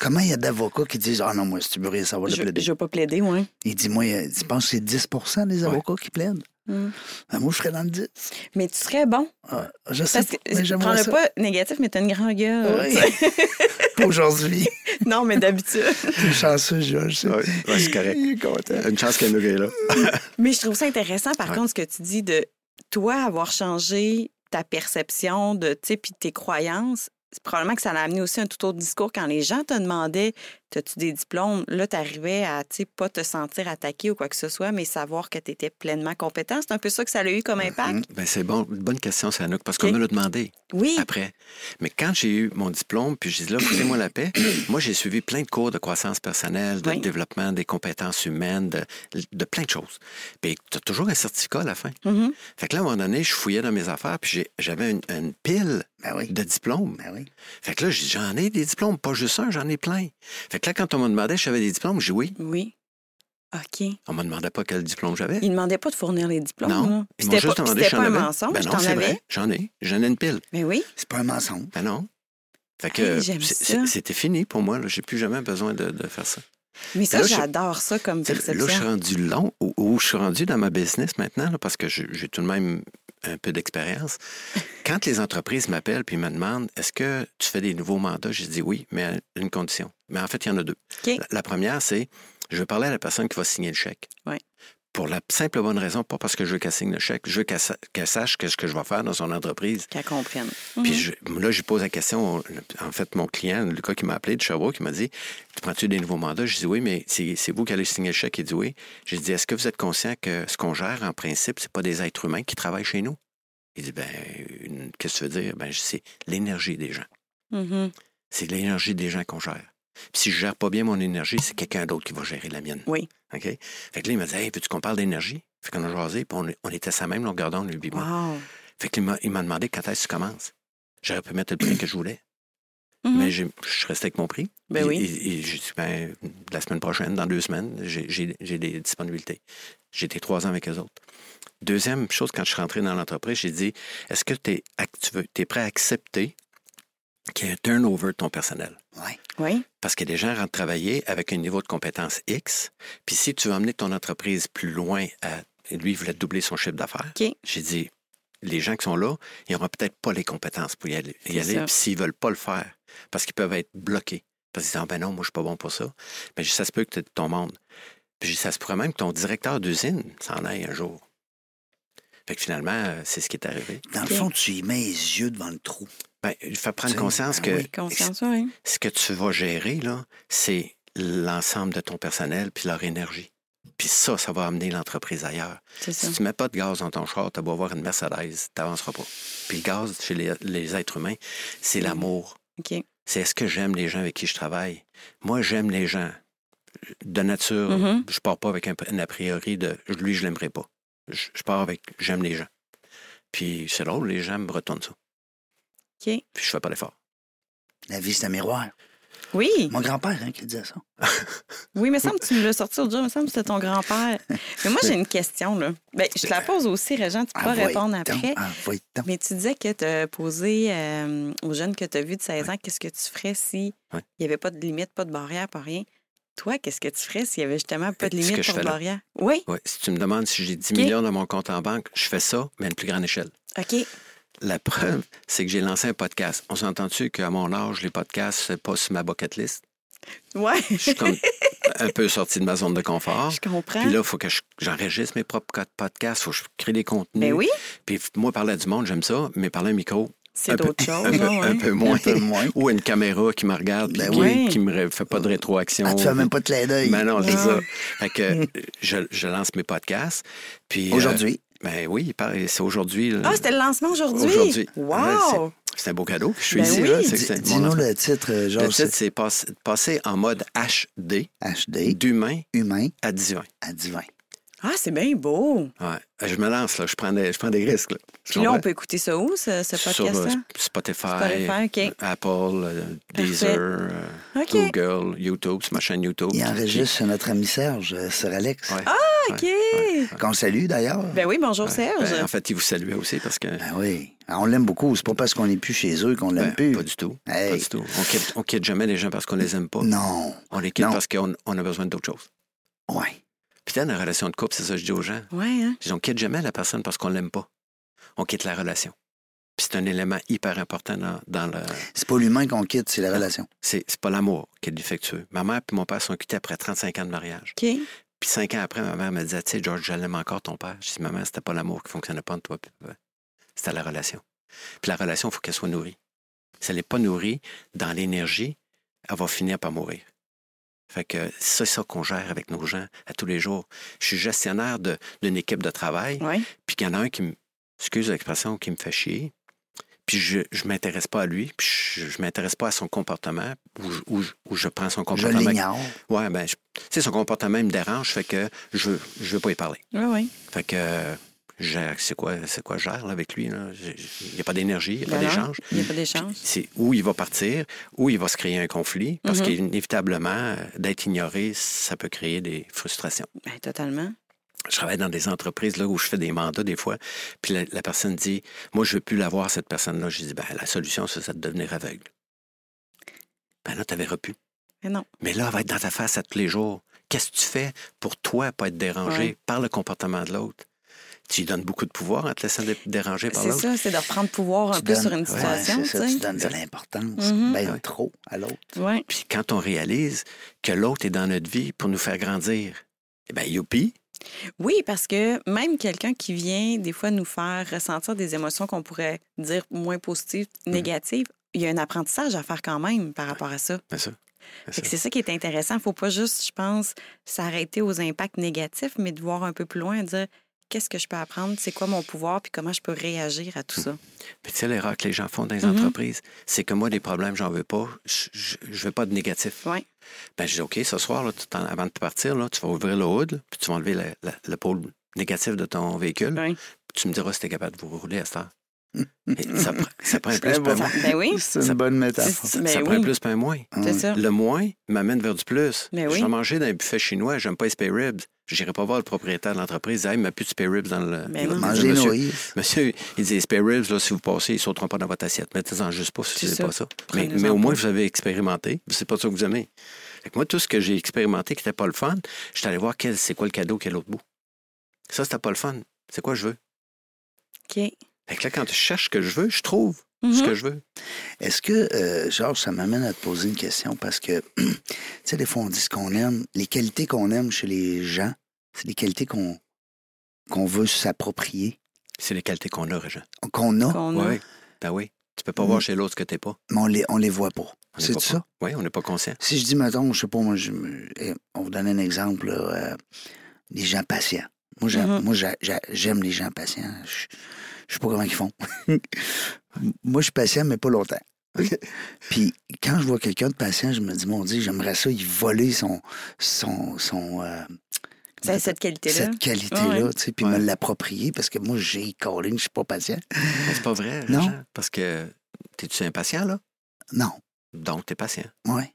Speaker 1: Comment il y a d'avocats qui disent Ah non, moi, si tu veux rien savoir de
Speaker 2: Je,
Speaker 1: plaider.
Speaker 2: je vais pas plaider, ouais.
Speaker 1: Il dit Moi, euh, tu penses que c'est 10 des
Speaker 3: Ouais.
Speaker 1: avocats qui plaident
Speaker 2: Hum.
Speaker 1: Ben, Moi, je serais dans le 10.
Speaker 2: Mais tu serais bon.
Speaker 1: Ah, je sais
Speaker 2: Parce
Speaker 1: pas,
Speaker 2: que
Speaker 1: mais
Speaker 2: je
Speaker 1: j'aimerais
Speaker 2: prendrais
Speaker 1: ça.
Speaker 2: pas négatif, mais t'as une grande gueule.
Speaker 1: Oui.
Speaker 2: tu sais.
Speaker 1: Pas aujourd'hui.
Speaker 2: non, mais d'habitude.
Speaker 1: T'es chanceux, Georges.
Speaker 3: Ouais, ouais, c'est correct.
Speaker 1: Il est content.
Speaker 3: Une chance qu'elle nous est là.
Speaker 2: mais je trouve ça intéressant, par
Speaker 3: Ouais.
Speaker 2: contre, ce que tu dis de toi avoir changé ta perception de, tu sais, puis tes croyances. C'est Probablement que ça l'a amené aussi un tout autre discours. Quand les gens te demandaient, as-tu des diplômes? Là, tu arrivais à, tu sais, pas te sentir attaqué ou quoi que ce soit, mais savoir que tu étais pleinement compétent. C'est un peu ça que ça a eu comme impact.
Speaker 3: Ben, c'est bon, une bonne question, Sanouk, parce
Speaker 2: Ok.
Speaker 3: qu'on me l'a demandé
Speaker 2: Oui.
Speaker 3: après. Mais quand j'ai eu mon diplôme, puis j'ai dit là, foutez-moi la paix, moi, j'ai suivi plein de cours de croissance personnelle, de
Speaker 2: Oui.
Speaker 3: développement des compétences humaines, de, de plein de choses. Puis tu as toujours un certificat à la fin.
Speaker 2: Mhm.
Speaker 3: Fait que là, à un moment donné, je fouillais dans mes affaires, puis j'ai- j'avais une, une pile
Speaker 1: Ben oui.
Speaker 3: de diplômes.
Speaker 1: Ben oui.
Speaker 3: Fait que là, j'ai dit, j'en ai des diplômes, pas juste un, j'en ai plein. Fait que là, quand on m'a demandé si j'avais des diplômes, j'ai dit oui.
Speaker 2: Oui. OK.
Speaker 3: On me demandait pas quel diplôme j'avais.
Speaker 2: Ils ne demandaient pas de fournir les diplômes. là.
Speaker 3: Non, ils m'ont
Speaker 2: C'était
Speaker 3: juste
Speaker 2: pas,
Speaker 3: demandé
Speaker 2: c'était
Speaker 3: si j'en
Speaker 2: pas un
Speaker 3: avais.
Speaker 2: mensonge,
Speaker 3: Ben non,
Speaker 2: t'en
Speaker 3: c'est vrai,
Speaker 2: avais.
Speaker 3: J'en ai. J'en ai une pile.
Speaker 2: Mais oui.
Speaker 1: C'est pas un mensonge.
Speaker 3: Ben non. Fait que
Speaker 2: Hey,
Speaker 3: euh,
Speaker 2: j'aime
Speaker 3: c'est-
Speaker 2: ça.
Speaker 3: c'est- c'était fini pour moi. là. J'ai plus jamais besoin de, de faire ça.
Speaker 2: Mais ça,
Speaker 3: là, je-
Speaker 2: j'adore ça comme
Speaker 3: Tu sais, Là, je suis
Speaker 2: perception.
Speaker 3: rendu long, où, où je suis rendu dans ma business maintenant, là, parce que je- j'ai tout de même un peu d'expérience. Quand les entreprises m'appellent puis me demandent est-ce que tu fais des nouveaux mandats, j'ai dit oui, mais à une condition. Mais en fait, il y en a deux.
Speaker 2: OK.
Speaker 3: La, la première, c'est je veux parler à la personne qui va signer le chèque.
Speaker 2: Ouais.
Speaker 3: pour la simple bonne raison, pas parce que je veux qu'elle signe le chèque, je veux qu'elle sa- qu'elle sache que ce que je vais faire dans son entreprise.
Speaker 2: Qu'elles comprennent.
Speaker 3: Puis je- là, je lui pose la question. En fait, mon client, le gars qui m'a appelé de Sherbrooke, il m'a dit Tu prends-tu des nouveaux mandats Je dis Oui, mais c'est c'est vous qui allez signer le chèque. Il dit Oui. J'ai dit Est-ce que vous êtes conscient que ce qu'on gère, en principe, c'est pas des êtres humains qui travaillent chez nous Il dit Ben, une- qu'est-ce que tu veux dire Ben, je dis, c'est l'énergie des gens.
Speaker 2: Mhm.
Speaker 3: C'est l'énergie des gens qu'on gère. Puis si je gère pas bien mon énergie, c'est quelqu'un d'autre qui va gérer la mienne.
Speaker 2: Oui.
Speaker 3: OK Fait que là, il m'a dit Hey, veux-tu qu'on parle d'énergie Fait qu'on a jasé, puis on, on était à sa même longueur d'onde, lui, puis moi.
Speaker 2: Wow.
Speaker 3: Fait qu'il m'a il m'a demandé quand est-ce que tu commences. J'aurais pu mettre le prix que je voulais.
Speaker 2: Mhm.
Speaker 3: Mais j'ai- je suis resté avec mon prix.
Speaker 2: Ben
Speaker 3: Et-
Speaker 2: oui.
Speaker 3: Et, et j'ai dit, ben, la semaine prochaine, dans deux semaines, j'ai- j'ai j'ai des disponibilités. J'ai été trois ans avec les autres. Deuxième chose, quand je suis rentré dans l'entreprise, j'ai dit, est-ce que t'es ac- tu es prêt à accepter qu'il y ait un turnover de ton personnel?
Speaker 1: Ouais.
Speaker 2: Oui.
Speaker 3: Parce que des gens rentrent travailler avec un niveau de compétence X. Puis si tu veux emmener ton entreprise plus loin, à, et lui, il voulait doubler son chiffre d'affaires.
Speaker 2: OK.
Speaker 3: J'ai dit, les gens qui sont là, ils n'auront peut-être pas les compétences pour y aller. y
Speaker 2: C'est
Speaker 3: aller,
Speaker 2: ça.
Speaker 3: puis s'ils ne veulent pas le faire, parce qu'ils peuvent être bloqués. Parce qu'ils disent, Ah ben non, moi, je ne suis pas bon pour ça. Mais j'ai dit, ça se peut que tu ton monde. Puis j'ai dit, ça se pourrait même que ton directeur d'usine s'en aille un jour. Fait que finalement, euh, c'est ce qui est arrivé.
Speaker 1: Dans
Speaker 2: Ok.
Speaker 1: le fond, tu y mets les yeux devant le trou.
Speaker 3: Ben, il faut prendre
Speaker 1: C'est-
Speaker 3: conscience
Speaker 1: ah
Speaker 3: que
Speaker 1: oui,
Speaker 2: Conscience, oui.
Speaker 3: ce que tu vas gérer, là, c'est l'ensemble de ton personnel puis leur énergie. Puis ça, ça va amener l'entreprise ailleurs.
Speaker 2: C'est ça.
Speaker 3: Si tu ne mets pas de gaz dans ton char, tu vas avoir une Mercedes, tu n'avanceras pas. Puis le gaz, chez les, les êtres humains, c'est l'amour.
Speaker 2: Mm. OK.
Speaker 3: C'est est-ce que j'aime les gens avec qui je travaille? Moi, j'aime les gens. De nature,
Speaker 2: Mhm.
Speaker 3: je pars pas avec un, un a priori de lui, je l'aimerais pas. Je, je pars avec j'aime les gens. Puis c'est drôle, les gens me retournent ça.
Speaker 2: OK.
Speaker 3: Puis je fais pas l'effort.
Speaker 1: La vie, c'est un miroir.
Speaker 2: Oui.
Speaker 1: Mon grand-père, hein, qui disait ça.
Speaker 2: Oui, mais semble que tu me l'as sorti aujourd'hui. Il me semble que c'était ton grand-père. Mais moi, j'ai une question, là. Ben, je te la pose aussi, Régent. Tu peux pas
Speaker 1: Envoie
Speaker 2: répondre
Speaker 1: donc,
Speaker 2: après.
Speaker 1: envoie donc.
Speaker 2: Mais tu disais que tu as posé euh, aux jeunes que tu as vus de 16 ans, qu'est-ce que tu ferais si
Speaker 3: Ouais.
Speaker 2: il n'y avait pas de limite, pas de barrière, pas rien. Toi, qu'est-ce que tu ferais s'il y avait justement pas de
Speaker 3: Ce que
Speaker 2: limite,
Speaker 3: je
Speaker 2: pas
Speaker 3: fais
Speaker 2: de
Speaker 3: là.
Speaker 2: barrière? Oui,
Speaker 3: Ouais, si tu me demandes si j'ai 10
Speaker 2: OK.
Speaker 3: millions dans mon compte en banque, je fais ça, mais à une plus grande échelle.
Speaker 2: OK.
Speaker 3: La preuve, c'est que j'ai lancé un podcast. On s'entend-tu qu'à mon âge, les podcasts, c'est pas sur ma bucket list?
Speaker 2: Ouais,
Speaker 3: Je suis comme un peu sorti de ma zone de confort.
Speaker 2: je comprends.
Speaker 3: Ah. Puis là, il faut que je- j'enregistre mes propres co- podcasts, il faut que je crée des contenus.
Speaker 2: Mais Ben oui,
Speaker 3: Puis moi, parler à du monde, j'aime ça, mais parler à un micro,
Speaker 2: c'est
Speaker 3: un peu-
Speaker 2: d'autres choses. hein,
Speaker 3: un peu,
Speaker 2: Oh, ouais,
Speaker 3: un
Speaker 2: ouais.
Speaker 3: peu moins.
Speaker 1: Un peu moins.
Speaker 3: Ou une caméra qui me regarde, puis
Speaker 1: Ben
Speaker 3: qui,
Speaker 2: oui. Ah.
Speaker 3: qui me fait pas de
Speaker 2: Oh.
Speaker 3: rétroaction.
Speaker 1: Ah, tu fais même pas de clin d'œil.
Speaker 3: Mais non, c'est
Speaker 2: Non.
Speaker 3: ça. Fait que euh, je, je lance mes podcasts. Puis, euh,
Speaker 1: Aujourd'hui.
Speaker 3: ben oui, pareil, c'est aujourd'hui. là.
Speaker 2: Ah, c'était le lancement aujourd'hui?
Speaker 3: Aujourd'hui.
Speaker 2: Wow!
Speaker 3: C'est un beau cadeau que je suis
Speaker 2: Ben
Speaker 3: ici.
Speaker 2: oui.
Speaker 3: là. C'est-
Speaker 1: Dis-
Speaker 3: c'est mon
Speaker 1: Dis-nous
Speaker 3: lancement.
Speaker 1: le titre, euh,
Speaker 3: Le
Speaker 1: Georges.
Speaker 3: titre, c'est passe- passer en mode HD,
Speaker 1: HD,
Speaker 3: d'humain
Speaker 1: humain
Speaker 3: à divin.
Speaker 1: à divin.
Speaker 2: Ah, c'est bien beau!
Speaker 3: Ouais. Euh, Je me lance, là. Je prends des, je prends des risques. Là.
Speaker 2: Puis là, on peut écouter ça où, ce, ce
Speaker 3: Ah Sur euh,
Speaker 2: podcast-là?
Speaker 3: Spotify,
Speaker 2: Spotify, OK.
Speaker 3: Apple, euh, Deezer, euh,
Speaker 2: OK.
Speaker 3: Google, YouTube, c'est ma chaîne YouTube.
Speaker 1: Il enregistre sur notre ami Serge, euh, sur Alex.
Speaker 3: Ouais.
Speaker 2: Ah, OK!
Speaker 1: Qu'on salue d'ailleurs.
Speaker 2: Ben oui, bonjour Serge.
Speaker 3: Ben, en fait, ils vous saluaient aussi parce que.
Speaker 1: Ben oui. Ah, On l'aime beaucoup. C'est pas parce qu'on n'est plus chez eux qu'on l'aime
Speaker 3: ben,
Speaker 1: plus.
Speaker 3: Pas du tout. Pas
Speaker 1: Hey.
Speaker 3: du tout. On quitte, on quitte jamais les gens parce qu'on les aime pas.
Speaker 1: Non.
Speaker 3: On les quitte
Speaker 1: Non.
Speaker 3: parce qu'on on a besoin d'autre chose.
Speaker 1: Ouais.
Speaker 3: Puis dans la relation de couple, c'est ça que je dis aux gens.
Speaker 2: ouais, hein?
Speaker 3: Je dis, on quitte jamais la personne parce qu'on l'aime pas. On quitte la relation. Puis c'est un élément hyper important dans, dans le.
Speaker 1: C'est pas l'humain qu'on quitte, c'est la relation.
Speaker 3: C'est c'est pas l'amour qui est défectueux. Ma mère et mon père sont quittés après 35 ans de mariage.
Speaker 2: OK.
Speaker 3: Puis cinq ans après, ma mère me disait, tu sais, George, je l'aime encore ton père. Je dis, maman, c'était pas l'amour qui fonctionnait pas entre toi. puis papa. C'était la relation. Puis la relation, il faut qu'elle soit nourrie. Si elle n'est pas nourrie dans l'énergie, elle va finir par mourir. Fait que c'est ça qu'on gère avec nos gens à tous les jours. Je suis gestionnaire de- d'une équipe de travail.
Speaker 2: Ouais.
Speaker 3: puis qu'il y en a un qui me, excuse l'expression, qui me fait chier, puis je ne m'intéresse pas à lui, puis je, je m'intéresse pas à son comportement, ou je, ou je- ou je prends son
Speaker 1: Je
Speaker 3: comportement.
Speaker 1: l'ignore.
Speaker 3: ouais, ben, je- tu sais, son comportement il me dérange, fait que je ne veux pas y parler.
Speaker 2: Oui, oui.
Speaker 3: Fait que euh, je- c'est quoi, c'est quoi je gère là, avec lui? là? J'ai- j'ai- Il n'y a pas d'énergie, il n'y a pas
Speaker 2: Ben non,
Speaker 3: d'échange.
Speaker 2: Il n'y a pas d'échange.
Speaker 3: C'est où il va partir, où il va se créer un conflit, parce
Speaker 2: Mhm.
Speaker 3: qu'inévitablement, euh, d'être ignoré, ça peut créer des frustrations
Speaker 2: Ben, totalement.
Speaker 3: je travaille dans des entreprises là, où je fais des mandats des fois, puis la, la personne dit Moi, je veux plus l'avoir, cette personne-là. Je dis ben, La solution, c'est ça de devenir aveugle. Ben là, tu verras plus.
Speaker 2: Mais non.
Speaker 3: Mais là, elle va être dans ta face à tous les jours. Qu'est-ce que tu fais pour toi, pas être dérangé
Speaker 2: Ouais.
Speaker 3: par le comportement de l'autre Tu lui donnes beaucoup de pouvoir en te laissant dé- déranger par
Speaker 2: C'est
Speaker 3: l'autre.
Speaker 2: ça, c'est de reprendre pouvoir un
Speaker 1: Tu
Speaker 2: peu
Speaker 1: donnes-
Speaker 2: sur une
Speaker 1: ouais,
Speaker 2: situation,
Speaker 1: c'est
Speaker 2: tu
Speaker 1: ça, tu
Speaker 2: sais.
Speaker 1: donnes de l'importance,
Speaker 2: Mhm.
Speaker 1: ben
Speaker 3: Ouais.
Speaker 1: trop à l'autre.
Speaker 2: Ouais.
Speaker 3: Puis quand on réalise que l'autre est dans notre vie pour nous faire grandir, eh bien, youpi,
Speaker 2: Oui, parce que même quelqu'un qui vient des fois nous faire ressentir des émotions qu'on pourrait dire moins positives,
Speaker 3: Mm.
Speaker 2: négatives, il y a un apprentissage à faire quand même par rapport à ça.
Speaker 3: Bien sûr. Bien
Speaker 2: Fait
Speaker 3: sûr.
Speaker 2: que C'est ça qui est intéressant. Il ne faut pas juste, je pense, s'arrêter aux impacts négatifs, mais de voir un peu plus loin et dire qu'est-ce que je peux apprendre, c'est quoi mon pouvoir, puis comment je peux réagir à tout ça.
Speaker 3: Puis tu sais, l'erreur que les gens font dans les
Speaker 2: Mhm.
Speaker 3: entreprises, c'est que moi, des problèmes, j'en veux pas. Je, je, je veux pas de négatif.
Speaker 2: Oui.
Speaker 3: Ben, je dis, OK, ce soir, là, tu t'en- avant de partir, là, tu vas ouvrir le hood, là, puis tu vas enlever la- la- le pôle négatif de ton véhicule.
Speaker 2: Oui.
Speaker 3: Puis tu me diras si tu es capable de vous rouler à cette heure. Et ça, pr- ça prend un plus,
Speaker 1: Très
Speaker 3: pas un
Speaker 1: bon.
Speaker 3: moins.
Speaker 2: Ben oui,
Speaker 1: C'est
Speaker 3: Ça-
Speaker 1: une bonne métaphore.
Speaker 3: Ça,
Speaker 2: Mais
Speaker 3: ça prend un
Speaker 2: oui.
Speaker 3: plus, pas un moins.
Speaker 2: c'est ça.
Speaker 3: Le moins m'amène vers du plus.
Speaker 2: Mais
Speaker 3: Je
Speaker 2: oui.
Speaker 3: vais manger dans un buffet chinois, j'aime pas les spare ribs. J'irai pas voir le propriétaire de l'entreprise. Hey, il m'a plus de spare ribs dans le.
Speaker 2: Mais
Speaker 3: il
Speaker 2: non.
Speaker 3: va me dire,
Speaker 1: Manger
Speaker 3: Monsieur,
Speaker 1: nourrir.
Speaker 3: Monsieur, il dit, les spare ribs, là, si vous passez, ils sauteront pas dans votre assiette. Mettez-en juste pas si
Speaker 2: C'est
Speaker 3: vous n'avez
Speaker 2: ça.
Speaker 3: pas ça. Mais,
Speaker 2: Prenez-en
Speaker 3: mais au
Speaker 2: pas.
Speaker 3: moins, vous avez expérimenté. C'est pas ça que vous aimez. Fait que moi, tout ce que j'ai expérimenté qui n'était pas le fun, je suis allé voir quel, c'est quoi le cadeau qui est à l'autre bout. Ça, c'était pas le fun. C'est quoi je veux?
Speaker 2: OK.
Speaker 3: Fait que là, quand je cherche ce que je veux, je trouve
Speaker 2: Mhm.
Speaker 3: ce que je veux.
Speaker 1: Est-ce que, euh, Georges, ça m'amène à te poser une question parce que, tu sais, des fois, on dit ce qu'on aime. Les qualités qu'on aime chez les gens, c'est des qualités qu'on qu'on veut s'approprier,
Speaker 3: C'est les qualités qu'on a, Régent.
Speaker 1: qu'on a,
Speaker 2: Qu'on a. Mhm.
Speaker 3: Oui. Ben oui. Tu peux pas voir chez l'autre ce que t'es pas.
Speaker 1: mais on les, on les voit pas.
Speaker 3: On n'est
Speaker 1: C'est
Speaker 3: pas
Speaker 1: ça?
Speaker 3: Oui, on n'est pas conscient.
Speaker 1: Si je dis, mettons, je sais pas, moi, je me- eh, on vous donne un exemple, là, euh, les gens patients. Moi, j'aime,
Speaker 2: Mhm.
Speaker 1: moi, j'a- j'a- j'aime les gens patients. Je je sais pas comment ils font. moi, je suis patient, mais pas longtemps. Puis quand je vois quelqu'un de patient, je me dis, mon Dieu, j'aimerais ça, il voler son, son, son, euh,
Speaker 2: Ça, cette qualité-là.
Speaker 1: cette qualité-là,
Speaker 2: Ouais.
Speaker 1: tu sais, puis
Speaker 3: Ouais.
Speaker 1: me l'approprier parce que moi, j'ai calling, je suis pas patient.
Speaker 3: Mais c'est pas vrai,
Speaker 1: Non.
Speaker 3: Régent. Parce que t'es-tu impatient, là?
Speaker 1: Non,
Speaker 3: Donc, t'es patient.
Speaker 1: ouais.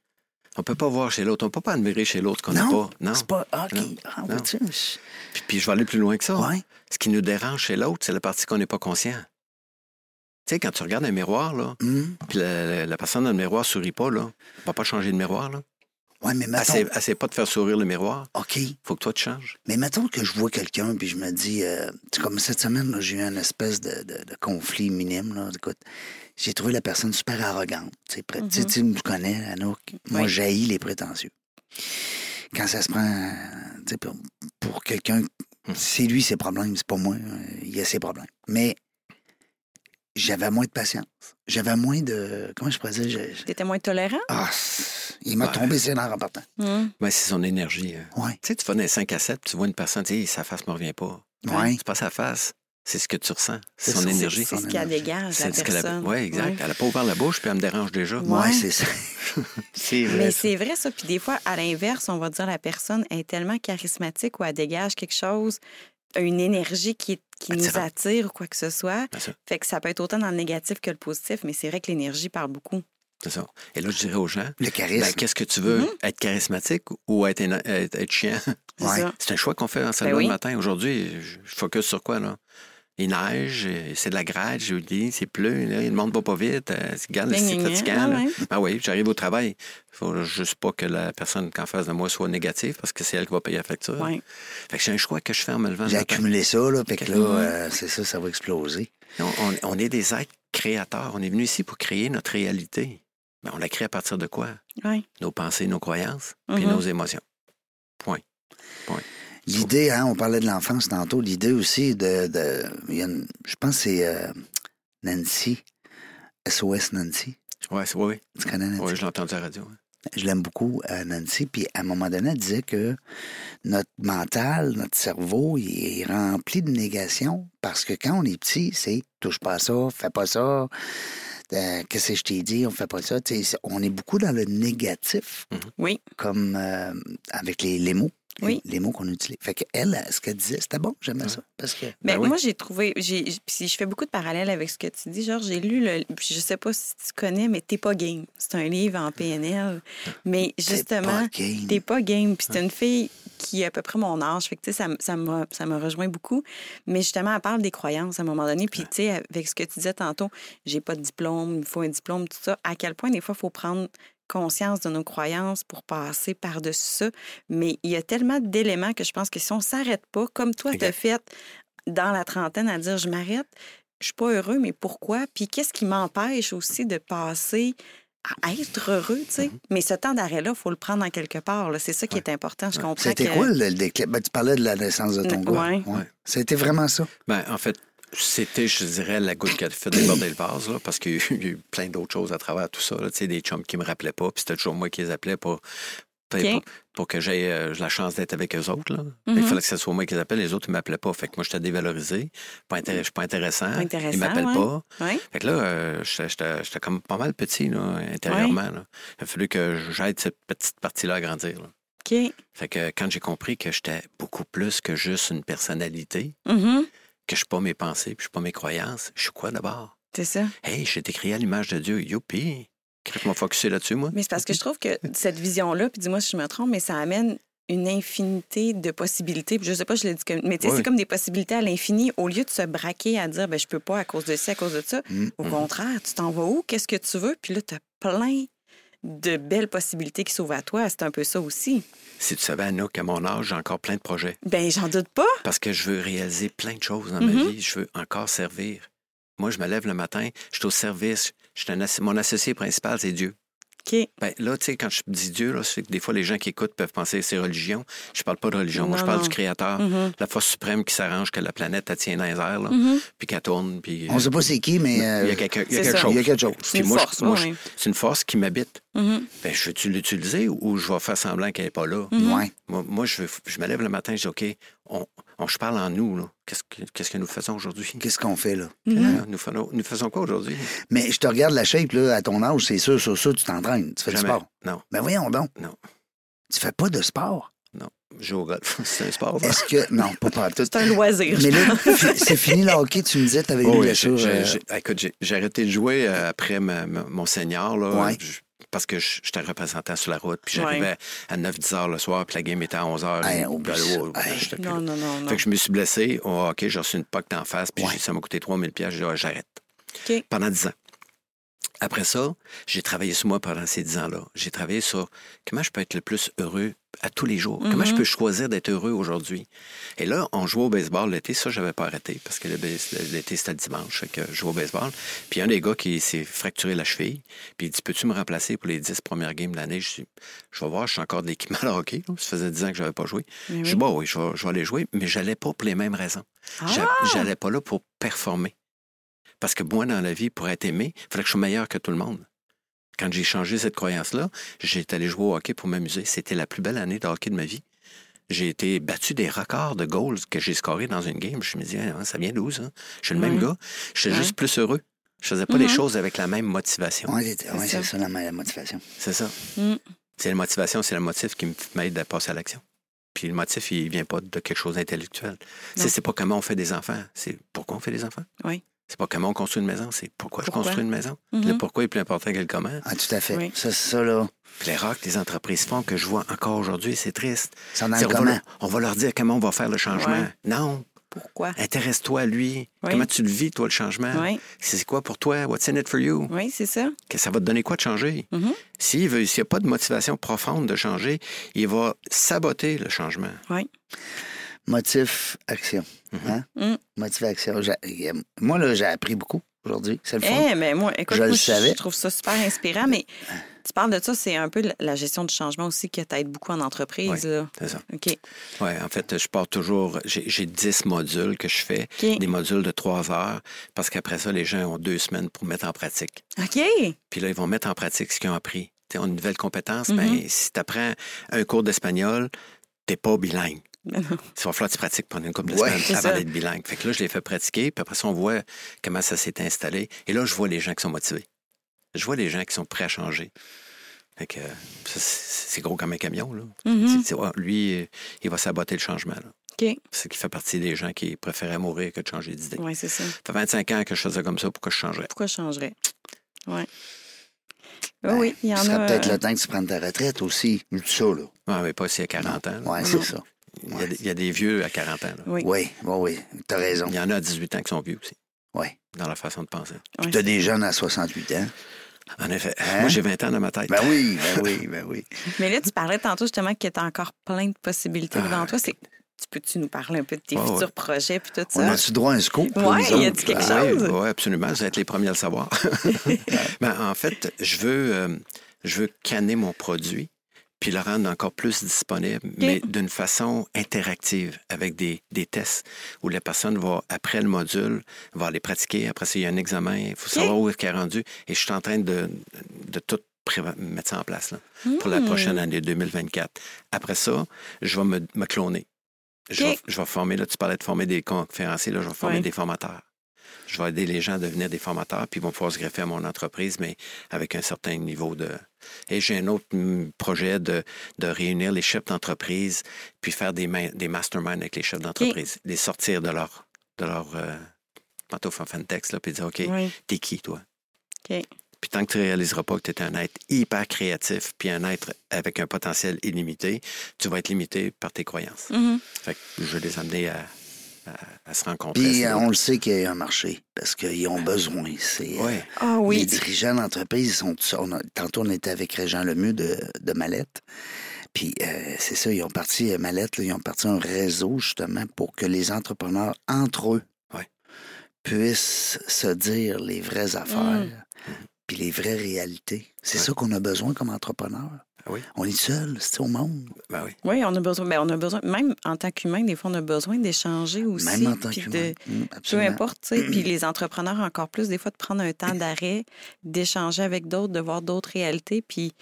Speaker 3: On peut pas voir chez l'autre. On peut pas admirer chez l'autre ce qu'on n'a
Speaker 1: Non,
Speaker 3: pas. Non.
Speaker 1: c'est pas, ah, OK,
Speaker 3: Non.
Speaker 1: ah,
Speaker 3: Non. Oh.
Speaker 1: vois-tu, je-
Speaker 3: Puis, puis je vais aller plus loin que ça.
Speaker 1: ouais,
Speaker 3: Ce qui nous dérange chez l'autre, c'est la partie qu'on n'est pas conscient. Tu sais, quand tu regardes un miroir, là,
Speaker 1: hum.
Speaker 3: puis la, la- la personne dans le miroir sourit pas, là, on va pas changer de miroir, là.
Speaker 1: ouais, mais
Speaker 3: Elle
Speaker 1: mettons,
Speaker 3: sait, elle sait pas de faire sourire le miroir.
Speaker 1: OK,
Speaker 3: Faut que toi, tu changes.
Speaker 1: Mais mettons que je vois quelqu'un puis je me dis, euh, tu sais, comme cette semaine, là, j'ai eu une espèce de, de- de conflit minime. Là. Écoute, j'ai trouvé la personne super arrogante. Tu sais, pré- tu sais,
Speaker 2: Mhm.
Speaker 1: tu me connais, Anouk. Moi,
Speaker 2: Oui.
Speaker 1: j'haïs les prétentieux. Quand ça se prend, euh, tu sais, pour, pour quelqu'un,
Speaker 3: Mhm.
Speaker 1: c'est lui ses problèmes, c'est pas moi. euh, Il a ses problèmes. Mais j'avais moins de patience. J'avais moins de. Comment je pourrais dire? je- je-
Speaker 2: T'étais moins tolérant?
Speaker 1: Ah, c'est- il m'a
Speaker 3: Ouais.
Speaker 1: tombé ses nerfs en partant.
Speaker 2: Mhm.
Speaker 3: Mais Ben, c'est son énergie. hein.
Speaker 1: Ouais.
Speaker 3: Tu sais, tu vas dans un 5 à 7, tu vois une personne, tu dis, sa face me revient pas.
Speaker 2: Hein?
Speaker 1: Ouais.
Speaker 3: C'est pas sa face, c'est ce que tu ressens. C'est
Speaker 1: C'est
Speaker 3: son
Speaker 1: ça,
Speaker 3: énergie.
Speaker 2: C'est ce
Speaker 1: Son
Speaker 2: qu'elle
Speaker 1: énergie.
Speaker 2: dégage, la
Speaker 3: C'est ce que la-
Speaker 2: personne.
Speaker 3: Ouais, exact.
Speaker 2: Ouais.
Speaker 3: Elle n'a pas ouvert la bouche, puis elle me dérange déjà.
Speaker 2: Ouais.
Speaker 1: ouais c'est ça.
Speaker 3: C'est
Speaker 2: Mais c'est vrai, ça. Puis des fois, à l'inverse, on va dire la personne est tellement charismatique ou elle dégage quelque chose, une énergie qui, qui nous
Speaker 3: Attirant.
Speaker 2: attire ou quoi que ce soit.
Speaker 3: Bien sûr.
Speaker 2: Fait que ça peut être autant dans le négatif que le positif, mais c'est vrai que l'énergie parle beaucoup.
Speaker 3: C'est ça. Et là, je dirais aux gens,
Speaker 1: Le
Speaker 3: ben,
Speaker 1: charisme.
Speaker 3: qu'est-ce que tu
Speaker 2: Mm-hmm.
Speaker 3: veux? Être charismatique ou être, éno- être, être chiant?
Speaker 2: C'est
Speaker 1: Ouais.
Speaker 2: ça.
Speaker 3: C'est un choix qu'on fait en salle
Speaker 2: Ben
Speaker 3: de bain
Speaker 2: oui.
Speaker 3: le matin. Aujourd'hui, je je focus sur quoi, là? Il neige, euh, c'est de la grade, je vous dis, c'est pleut, là, le monde va pas vite, euh, c'est- regarde,
Speaker 2: Gna, gna,
Speaker 3: c'est
Speaker 2: gna.
Speaker 3: fatigant.
Speaker 2: Ah
Speaker 3: là.
Speaker 2: ouais.
Speaker 3: Ah oui, j'arrive au travail. faut juste pas que la personne qu'en face de moi soit négative parce que c'est elle qui va payer la facture.
Speaker 2: Ouais.
Speaker 3: Fait que c'est un choix que je fais en me levant. le
Speaker 1: J'ai
Speaker 3: matin.
Speaker 1: accumulé ça, là, puis que là,
Speaker 2: Mhm.
Speaker 1: euh, c'est ça, ça va exploser.
Speaker 3: On, on- on est des êtres créateurs. On est venu ici pour créer notre réalité. Mais on la crée à partir de quoi?
Speaker 2: Ouais.
Speaker 3: Nos pensées, nos croyances, puis
Speaker 2: Mhm.
Speaker 3: nos émotions.
Speaker 1: L'idée, hein, on parlait de l'enfance tantôt, l'idée aussi de. de- il y a une- je pense que c'est euh, Nancy, SOS Nancy.
Speaker 3: Ouais, c'est- ouais,
Speaker 1: Tu connais
Speaker 3: oui,
Speaker 1: Nancy?
Speaker 3: je l'ai entendu à la radio. hein.
Speaker 1: Je l'aime beaucoup, euh, Nancy. Puis à un moment donné, elle disait que notre mental, notre cerveau, il est rempli de négations parce que quand on est petit, c'est touche pas à ça, fais pas ça, euh, qu'est-ce que je t'ai dit, on fait pas ça. Tu sais, c'est- on est beaucoup dans le négatif.
Speaker 3: Mhm.
Speaker 2: Oui.
Speaker 1: Comme euh, avec les, les mots.
Speaker 2: Oui.
Speaker 1: Les mots qu'on utilise. Fait que elle, ce qu'elle disait, c'était bon, j'aimais ça. Parce que.
Speaker 2: Mais
Speaker 3: Ben oui.
Speaker 2: moi, j'ai trouvé. j'ai- j- Puis je fais beaucoup de parallèles avec ce que tu dis. Genre, j'ai lu le. puis Je sais pas si tu connais, mais T'es pas game. C'est un livre en PNL.
Speaker 3: Ah.
Speaker 2: Mais
Speaker 1: T'es pas
Speaker 2: justement, T'es
Speaker 1: game.
Speaker 2: pas game. Puis c'est une fille qui a à peu près mon âge. Fait que, tu sais, ça, m- ça m'a ça m'a rejoint beaucoup. Mais justement, elle parle des croyances à un moment donné. Puis, tu sais, avec ce que tu disais tantôt, j'ai pas de diplôme, il faut un diplôme, tout ça. À quel point, des fois, il faut prendre conscience de nos croyances pour passer par-dessus ça. Mais il y a tellement d'éléments que je pense que si on s'arrête pas, comme toi,
Speaker 3: Exact.
Speaker 2: t'as fait dans la trentaine à dire je m'arrête, je suis pas heureux, mais pourquoi? Puis qu'est-ce qui m'empêche aussi de passer à être heureux, tu sais.
Speaker 1: Mm-hmm.
Speaker 2: Mais ce temps d'arrêt-là, il faut le prendre en quelque part. là. C'est ça qui est important. Je comprends
Speaker 1: C'était
Speaker 2: que...
Speaker 1: quoi le déclic? Ben, tu parlais de la naissance de ton
Speaker 2: Ouais.
Speaker 1: gars.
Speaker 3: Ouais.
Speaker 1: C'était vraiment ça.
Speaker 3: Ben, en fait, c'était, je dirais, la goutte qui a fait déborder le vase, là, parce qu'il y a eu- il y a eu plein d'autres choses à travers tout ça. là. Tu sais, des chums qui me rappelaient pas, puis c'était toujours moi qui les appelais pour, pour,
Speaker 2: Ok.
Speaker 3: pour que j'aie euh, la chance d'être avec eux autres. là. Fait qu'il
Speaker 2: Mhm.
Speaker 3: fallait que ce soit moi qui les appelle, les autres, ils m'appelaient pas. Fait que moi, j'étais dévalorisé. Pas intér- Je suis pas intéressant.
Speaker 2: Pas intéressant,
Speaker 3: Ils m'appellent
Speaker 2: ouais.
Speaker 3: pas.
Speaker 2: Ouais.
Speaker 3: Fait que là, euh, j'étais- j'étais j'étais comme pas mal petit, là, intérieurement. là. Il a fallu que j'aide cette petite partie-là à grandir. là.
Speaker 2: OK.
Speaker 3: Fait que quand j'ai compris que j'étais beaucoup plus que juste une personnalité,
Speaker 2: Mhm.
Speaker 3: que je suis pas mes pensées, puis je suis pas mes croyances. Je suis quoi d'abord?
Speaker 2: C'est ça.
Speaker 3: Hey, j'ai été créé à l'image de Dieu. Youpi! Qu'est-ce que je vais focusser là-dessus, moi?
Speaker 2: Mais c'est parce que je trouve que cette vision-là, puis dis-moi si je me trompe, mais ça amène une infinité de possibilités. Puis Je sais pas, je l'ai dit comme... Mais tu sais,
Speaker 3: Oui.
Speaker 2: c'est comme des possibilités à l'infini. Au lieu de se braquer à dire, ben je peux pas à cause de ci, à cause de ça.
Speaker 1: Mm.
Speaker 2: Au contraire, tu t'en vas où? Qu'est-ce que tu veux? Puis là, tu as plein de belles possibilités qui s'ouvrent à toi. C'est un peu ça aussi.
Speaker 3: Si tu savais, Anouk, qu'à mon âge, j'ai encore plein de projets.
Speaker 2: Ben j'en doute pas.
Speaker 3: Parce que je veux réaliser plein de choses dans ma
Speaker 2: Mhm.
Speaker 3: vie. Je veux encore servir. Moi, je me lève le matin, je suis au service. Je suis un ass- Mon associé principal, c'est Dieu.
Speaker 2: OK.
Speaker 3: Ben, là, tu sais, quand je dis Dieu, là, c'est que des fois, les gens qui écoutent peuvent penser que c'est religion. Je parle pas de religion. moi,
Speaker 2: Non,
Speaker 3: je parle
Speaker 2: non.
Speaker 3: du Créateur,
Speaker 2: Mhm.
Speaker 3: la force suprême qui s'arrange que la planète, elle tient dans les airs, là,
Speaker 2: Mhm.
Speaker 3: puis qu'elle tourne, puis...
Speaker 1: On sait pas c'est qui, mais euh,
Speaker 3: Il y a quelqu'un- il y a
Speaker 2: C'est
Speaker 3: quelque
Speaker 2: ça.
Speaker 3: chose.
Speaker 1: il y a quelque chose.
Speaker 2: C'est une
Speaker 3: Puis moi, je-
Speaker 2: force,
Speaker 3: moi,
Speaker 2: oui.
Speaker 3: je- c'est une force qui m'habite.
Speaker 2: Mhm.
Speaker 3: Ben, je veux-tu l'utiliser ou, ou je vais faire semblant qu'elle n'est pas là?
Speaker 2: Mm-hmm. Mhm.
Speaker 1: Ouais.
Speaker 3: Moi, moi, je, veux- je me lève le matin, je dis OK, on, on- je parle en nous. là. Qu'est-ce que, qu'est-ce que nous faisons aujourd'hui?
Speaker 1: Qu'est-ce qu'on fait là?
Speaker 2: Mm-hmm.
Speaker 3: Hein? Nous, faisons, nous faisons quoi aujourd'hui?
Speaker 1: Mais je te regarde la shape là, à ton âge, c'est sûr, sur ça, tu t'entraînes. Tu fais du
Speaker 3: Jamais.
Speaker 1: sport.
Speaker 3: Non,
Speaker 1: Ben voyons donc.
Speaker 3: Non.
Speaker 1: Tu fais pas de sport.
Speaker 3: non. Je joue au golf. C'est un sport. ça.
Speaker 1: Est-ce que. Non, pas pas tout.
Speaker 2: C'est un loisir.
Speaker 1: Mais là, fi- c'est fini le hockey, tu me disais, t'avais
Speaker 3: Oh,
Speaker 1: eu
Speaker 3: oui,
Speaker 1: la
Speaker 3: j'ai-
Speaker 1: chose.
Speaker 3: j'ai-
Speaker 1: euh,
Speaker 3: j'ai- écoute, j'ai, j'ai arrêté de jouer euh, après ma- ma- mon senior. Là,
Speaker 1: Ouais.
Speaker 3: Je- parce que je- j'étais représentant sur la route, puis j'arrivais
Speaker 2: Ouais.
Speaker 3: à 9-10 heures le soir, puis la game était à 11 heures.
Speaker 1: Hey,
Speaker 3: Puis,
Speaker 1: oublie
Speaker 3: ben,
Speaker 1: ça.
Speaker 3: oh,
Speaker 1: Hey.
Speaker 3: j'étais plus là.
Speaker 2: Non, non, non, non.
Speaker 3: Fait que je me suis blessé. Oh, OK, j'ai reçu une poque d'en face, puis
Speaker 1: Ouais.
Speaker 3: j'ai- ça m'a coûté 3000 pièces. J'ai dit, Ah, j'arrête.
Speaker 2: OK.
Speaker 3: Pendant 10 ans. Après ça, j'ai travaillé sur moi pendant ces 10 ans-là. J'ai travaillé sur comment je peux être le plus heureux à tous les jours. Comment je peux choisir d'être heureux aujourd'hui. Et là, on jouait au baseball l'été. Ça, j'avais pas arrêté parce que le base- l'été, c'était le dimanche. Fait que je jouais au baseball. Puis un des gars qui s'est fracturé la cheville, puis il dit Peux-tu me remplacer pour les 10 premières games de l'année Je dis Je vais voir, je suis encore de l'équipement de hockey. là. Ça faisait 10 ans que je n'avais pas joué.
Speaker 2: Mais
Speaker 3: Je
Speaker 2: Eh oui.
Speaker 3: dis, bon, oui, je vais, je vais aller jouer, mais j'allais pas pour les mêmes raisons. J'a-
Speaker 2: Ah!
Speaker 3: J'allais pas là pour performer. Parce que moi, dans la vie, pour être aimé, il fallait que je sois meilleur que tout le monde. Quand j'ai changé cette croyance-là, j'étais allé jouer au hockey pour m'amuser. C'était la plus belle année de hockey de ma vie. J'ai été battu des records de goals que j'ai scorés dans une game. Je me disais, Ah, ça vient d'où, ça? Je suis le même
Speaker 2: Ouais.
Speaker 3: gars. Je suis
Speaker 2: Ouais.
Speaker 3: juste plus heureux. Je faisais pas les
Speaker 2: Mhm.
Speaker 3: choses avec la même motivation.
Speaker 1: ouais, c'est ouais,
Speaker 2: ça.
Speaker 1: c'est ça la, la motivation.
Speaker 3: C'est ça.
Speaker 2: Mm.
Speaker 3: C'est la motivation, c'est le motif qui me- m'aide à passer à l'action. Puis le motif, il vient pas de quelque chose d'intellectuel.
Speaker 2: Non.
Speaker 3: C'est c'est pas comment on fait des enfants, c'est pourquoi on fait des enfants.
Speaker 2: Oui.
Speaker 3: C'est pas comment on construit une maison, c'est pourquoi,
Speaker 2: Pourquoi?
Speaker 3: je construis une maison.
Speaker 2: Mhm.
Speaker 3: Le pourquoi est plus important que le comment.
Speaker 1: Ah, tout à fait.
Speaker 2: Oui.
Speaker 1: Ça, c'est ça, là.
Speaker 3: Puis l'erreur que les entreprises font, que je vois encore aujourd'hui, c'est triste.
Speaker 1: Ça en a
Speaker 3: C'est-
Speaker 1: le
Speaker 3: On va,
Speaker 1: comment?
Speaker 3: leur, on va leur dire comment on va faire le changement.
Speaker 2: Ouais.
Speaker 3: Non,
Speaker 2: Pourquoi?
Speaker 3: intéresse-toi à lui.
Speaker 2: Oui.
Speaker 3: Comment tu le vis, toi, le changement?
Speaker 2: Oui,
Speaker 3: C'est quoi pour toi? What's in it for you?
Speaker 2: oui c'est ça.
Speaker 3: que ça va te donner quoi de changer?
Speaker 2: Mhm.
Speaker 3: S'il veut- S'il n'y a pas de motivation profonde de changer, il va saboter le changement.
Speaker 1: Motif, action.
Speaker 3: Mm-hmm.
Speaker 1: Hein?
Speaker 2: Mhm.
Speaker 1: Motif, action. J'ai- euh, Moi, là, j'ai appris beaucoup aujourd'hui. C'est le
Speaker 2: Eh,
Speaker 1: fun.
Speaker 2: mais moi, écoute,
Speaker 1: Je
Speaker 2: moi,
Speaker 1: le
Speaker 2: je,
Speaker 1: savais.
Speaker 2: je trouve ça super inspirant, mais tu parles de ça, c'est un peu la- la gestion du changement aussi qui t'aide beaucoup en entreprise.
Speaker 3: Oui.
Speaker 2: là.
Speaker 3: C'est ça.
Speaker 2: OK.
Speaker 3: Oui, en fait, je pars toujours. J'ai j'ai 10 modules que je fais,
Speaker 2: OK.
Speaker 3: des modules de 3 heures, parce qu'après ça, les gens ont deux semaines pour mettre en pratique.
Speaker 2: OK.
Speaker 3: Puis là, ils vont mettre en pratique ce qu'ils ont appris. Tu sais, on a une nouvelle compétence,
Speaker 2: Mhm.
Speaker 3: ben, si tu apprends un cours d'espagnol, t'es pas bilingue.
Speaker 2: Ben non.
Speaker 3: Il va falloir que tu pratiques pendant une couple de
Speaker 1: Ouais.
Speaker 2: C'est
Speaker 3: semaines
Speaker 2: ça.
Speaker 3: avant d'être bilingue. Fait que là, je les fais pratiquer, puis après ça, on voit comment ça s'est installé. Et là, je vois les gens qui sont motivés. Je vois les gens qui sont prêts à changer. Fait que euh, ça, c'est c'est gros comme un camion, là.
Speaker 2: Mhm.
Speaker 3: C'est- c'est- ouais, lui, euh, il va saboter le changement, là.
Speaker 2: OK.
Speaker 3: Ce qui fait partie des gens qui préféraient mourir que de changer d'idée.
Speaker 2: Oui, c'est ça.
Speaker 3: Ça fait 25 ans que je faisais comme ça, pourquoi je changerais?
Speaker 2: Pourquoi je changerais? Oui.
Speaker 1: Ben,
Speaker 2: oui, il y en
Speaker 1: Ce serait
Speaker 2: a.
Speaker 1: peut-être
Speaker 2: euh,
Speaker 1: le temps que tu prennes ta retraite aussi. Ça, là.
Speaker 3: Ouais, mais pas s'il y a 40 ans. là.
Speaker 1: Ouais,
Speaker 2: Non.
Speaker 1: c'est ça.
Speaker 3: Il, y a, des- il y a des vieux à 40 ans. là.
Speaker 2: Mm. Oui.
Speaker 1: Oui, oui, oui. T'as raison.
Speaker 3: Il y en a à 18 ans qui sont vieux aussi,
Speaker 1: Oui.
Speaker 3: dans leur façon de penser.
Speaker 2: Ouais.
Speaker 1: T'as des jeunes à 68 ans.
Speaker 3: En effet.
Speaker 1: Hein?
Speaker 3: Moi, j'ai 20 ans dans ma tête.
Speaker 1: Ben oui, ben oui, ben oui.
Speaker 2: Mais là, tu parlais tantôt justement que tu as encore plein de possibilités devant
Speaker 3: Ah.
Speaker 2: toi. C'est tu peux-tu nous parler un peu de tes
Speaker 3: Ouais,
Speaker 2: futurs
Speaker 3: ouais.
Speaker 2: projets puis tout
Speaker 1: On
Speaker 2: ça?
Speaker 1: a-tu droit à un scoop? là,
Speaker 2: Ouais,
Speaker 1: nous
Speaker 2: y a-tu
Speaker 1: autres?
Speaker 2: quelque
Speaker 1: Ah,
Speaker 2: chose?
Speaker 3: Ben Oui, absolument. Vous êtes les premiers à le savoir. Ben, en fait, je veux, euh, je veux canner mon produit puis le rendre encore plus disponible, mais d'une façon interactive, avec des, des tests où la personne va, après le module, va aller pratiquer. Après ça, il y a un examen, il faut savoir où est-ce qu'elle est rendue. Et je suis en train de, de tout pré- mettre ça en place là, pour la
Speaker 2: Hmm.
Speaker 3: prochaine année 2024. Après ça, je vais me, me cloner. Je,
Speaker 2: OK.
Speaker 3: vais, je vais former, là, tu parlais de former des conférenciers, là, je vais former
Speaker 2: Ouais.
Speaker 3: des formateurs. Je vais aider les gens à devenir des formateurs, puis ils vont pouvoir se greffer à mon entreprise, mais avec un certain niveau de. Et j'ai un autre hum, projet de, de réunir les chefs d'entreprise, puis faire des, ma- des masterminds avec les chefs d'entreprise, les sortir de leur, de leur euh, pantoufle en fantex, là, puis dire OK,
Speaker 2: Oui.
Speaker 3: t'es qui, toi?
Speaker 2: OK.
Speaker 3: Puis tant que tu ne réaliseras pas que tu es un être hyper créatif, puis un être avec un potentiel illimité, tu vas être limité par tes croyances.
Speaker 2: Mhm.
Speaker 3: Fait que je vais les amener à, à, à se rencontrer.
Speaker 1: Puis euh, on le sait qu'il y a un marché, parce qu'ils ont besoin. C'est, euh,
Speaker 3: Oui,
Speaker 2: Ah
Speaker 1: Les
Speaker 2: oui.
Speaker 1: dirigeants d'entreprise sont. on a- tantôt, on était avec Régent Lemieux de, de Mallette. Puis, euh, c'est ça, ils ont parti, euh, Mallette, là, ils ont parti un réseau, justement, pour que les entrepreneurs, entre eux,
Speaker 3: Ouais.
Speaker 1: puissent se dire les vraies
Speaker 2: Mm.
Speaker 1: affaires, puis les vraies réalités. C'est
Speaker 3: Ouais.
Speaker 1: ça qu'on a besoin comme entrepreneur.
Speaker 3: Ah oui.
Speaker 1: On est seul, c'est au monde.
Speaker 3: ben oui.
Speaker 2: Oui, on a besoin. ben, on a besoin, même en tant qu'humain, des fois, on a besoin d'échanger aussi.
Speaker 1: Même en tant
Speaker 2: puis
Speaker 1: qu'humain.
Speaker 2: de-
Speaker 1: Mm,
Speaker 2: Peu
Speaker 1: absolument.
Speaker 2: importe, tu sais. Puis les entrepreneurs, encore plus, des fois, de prendre un temps d'arrêt, d'échanger avec d'autres, de voir d'autres réalités, puis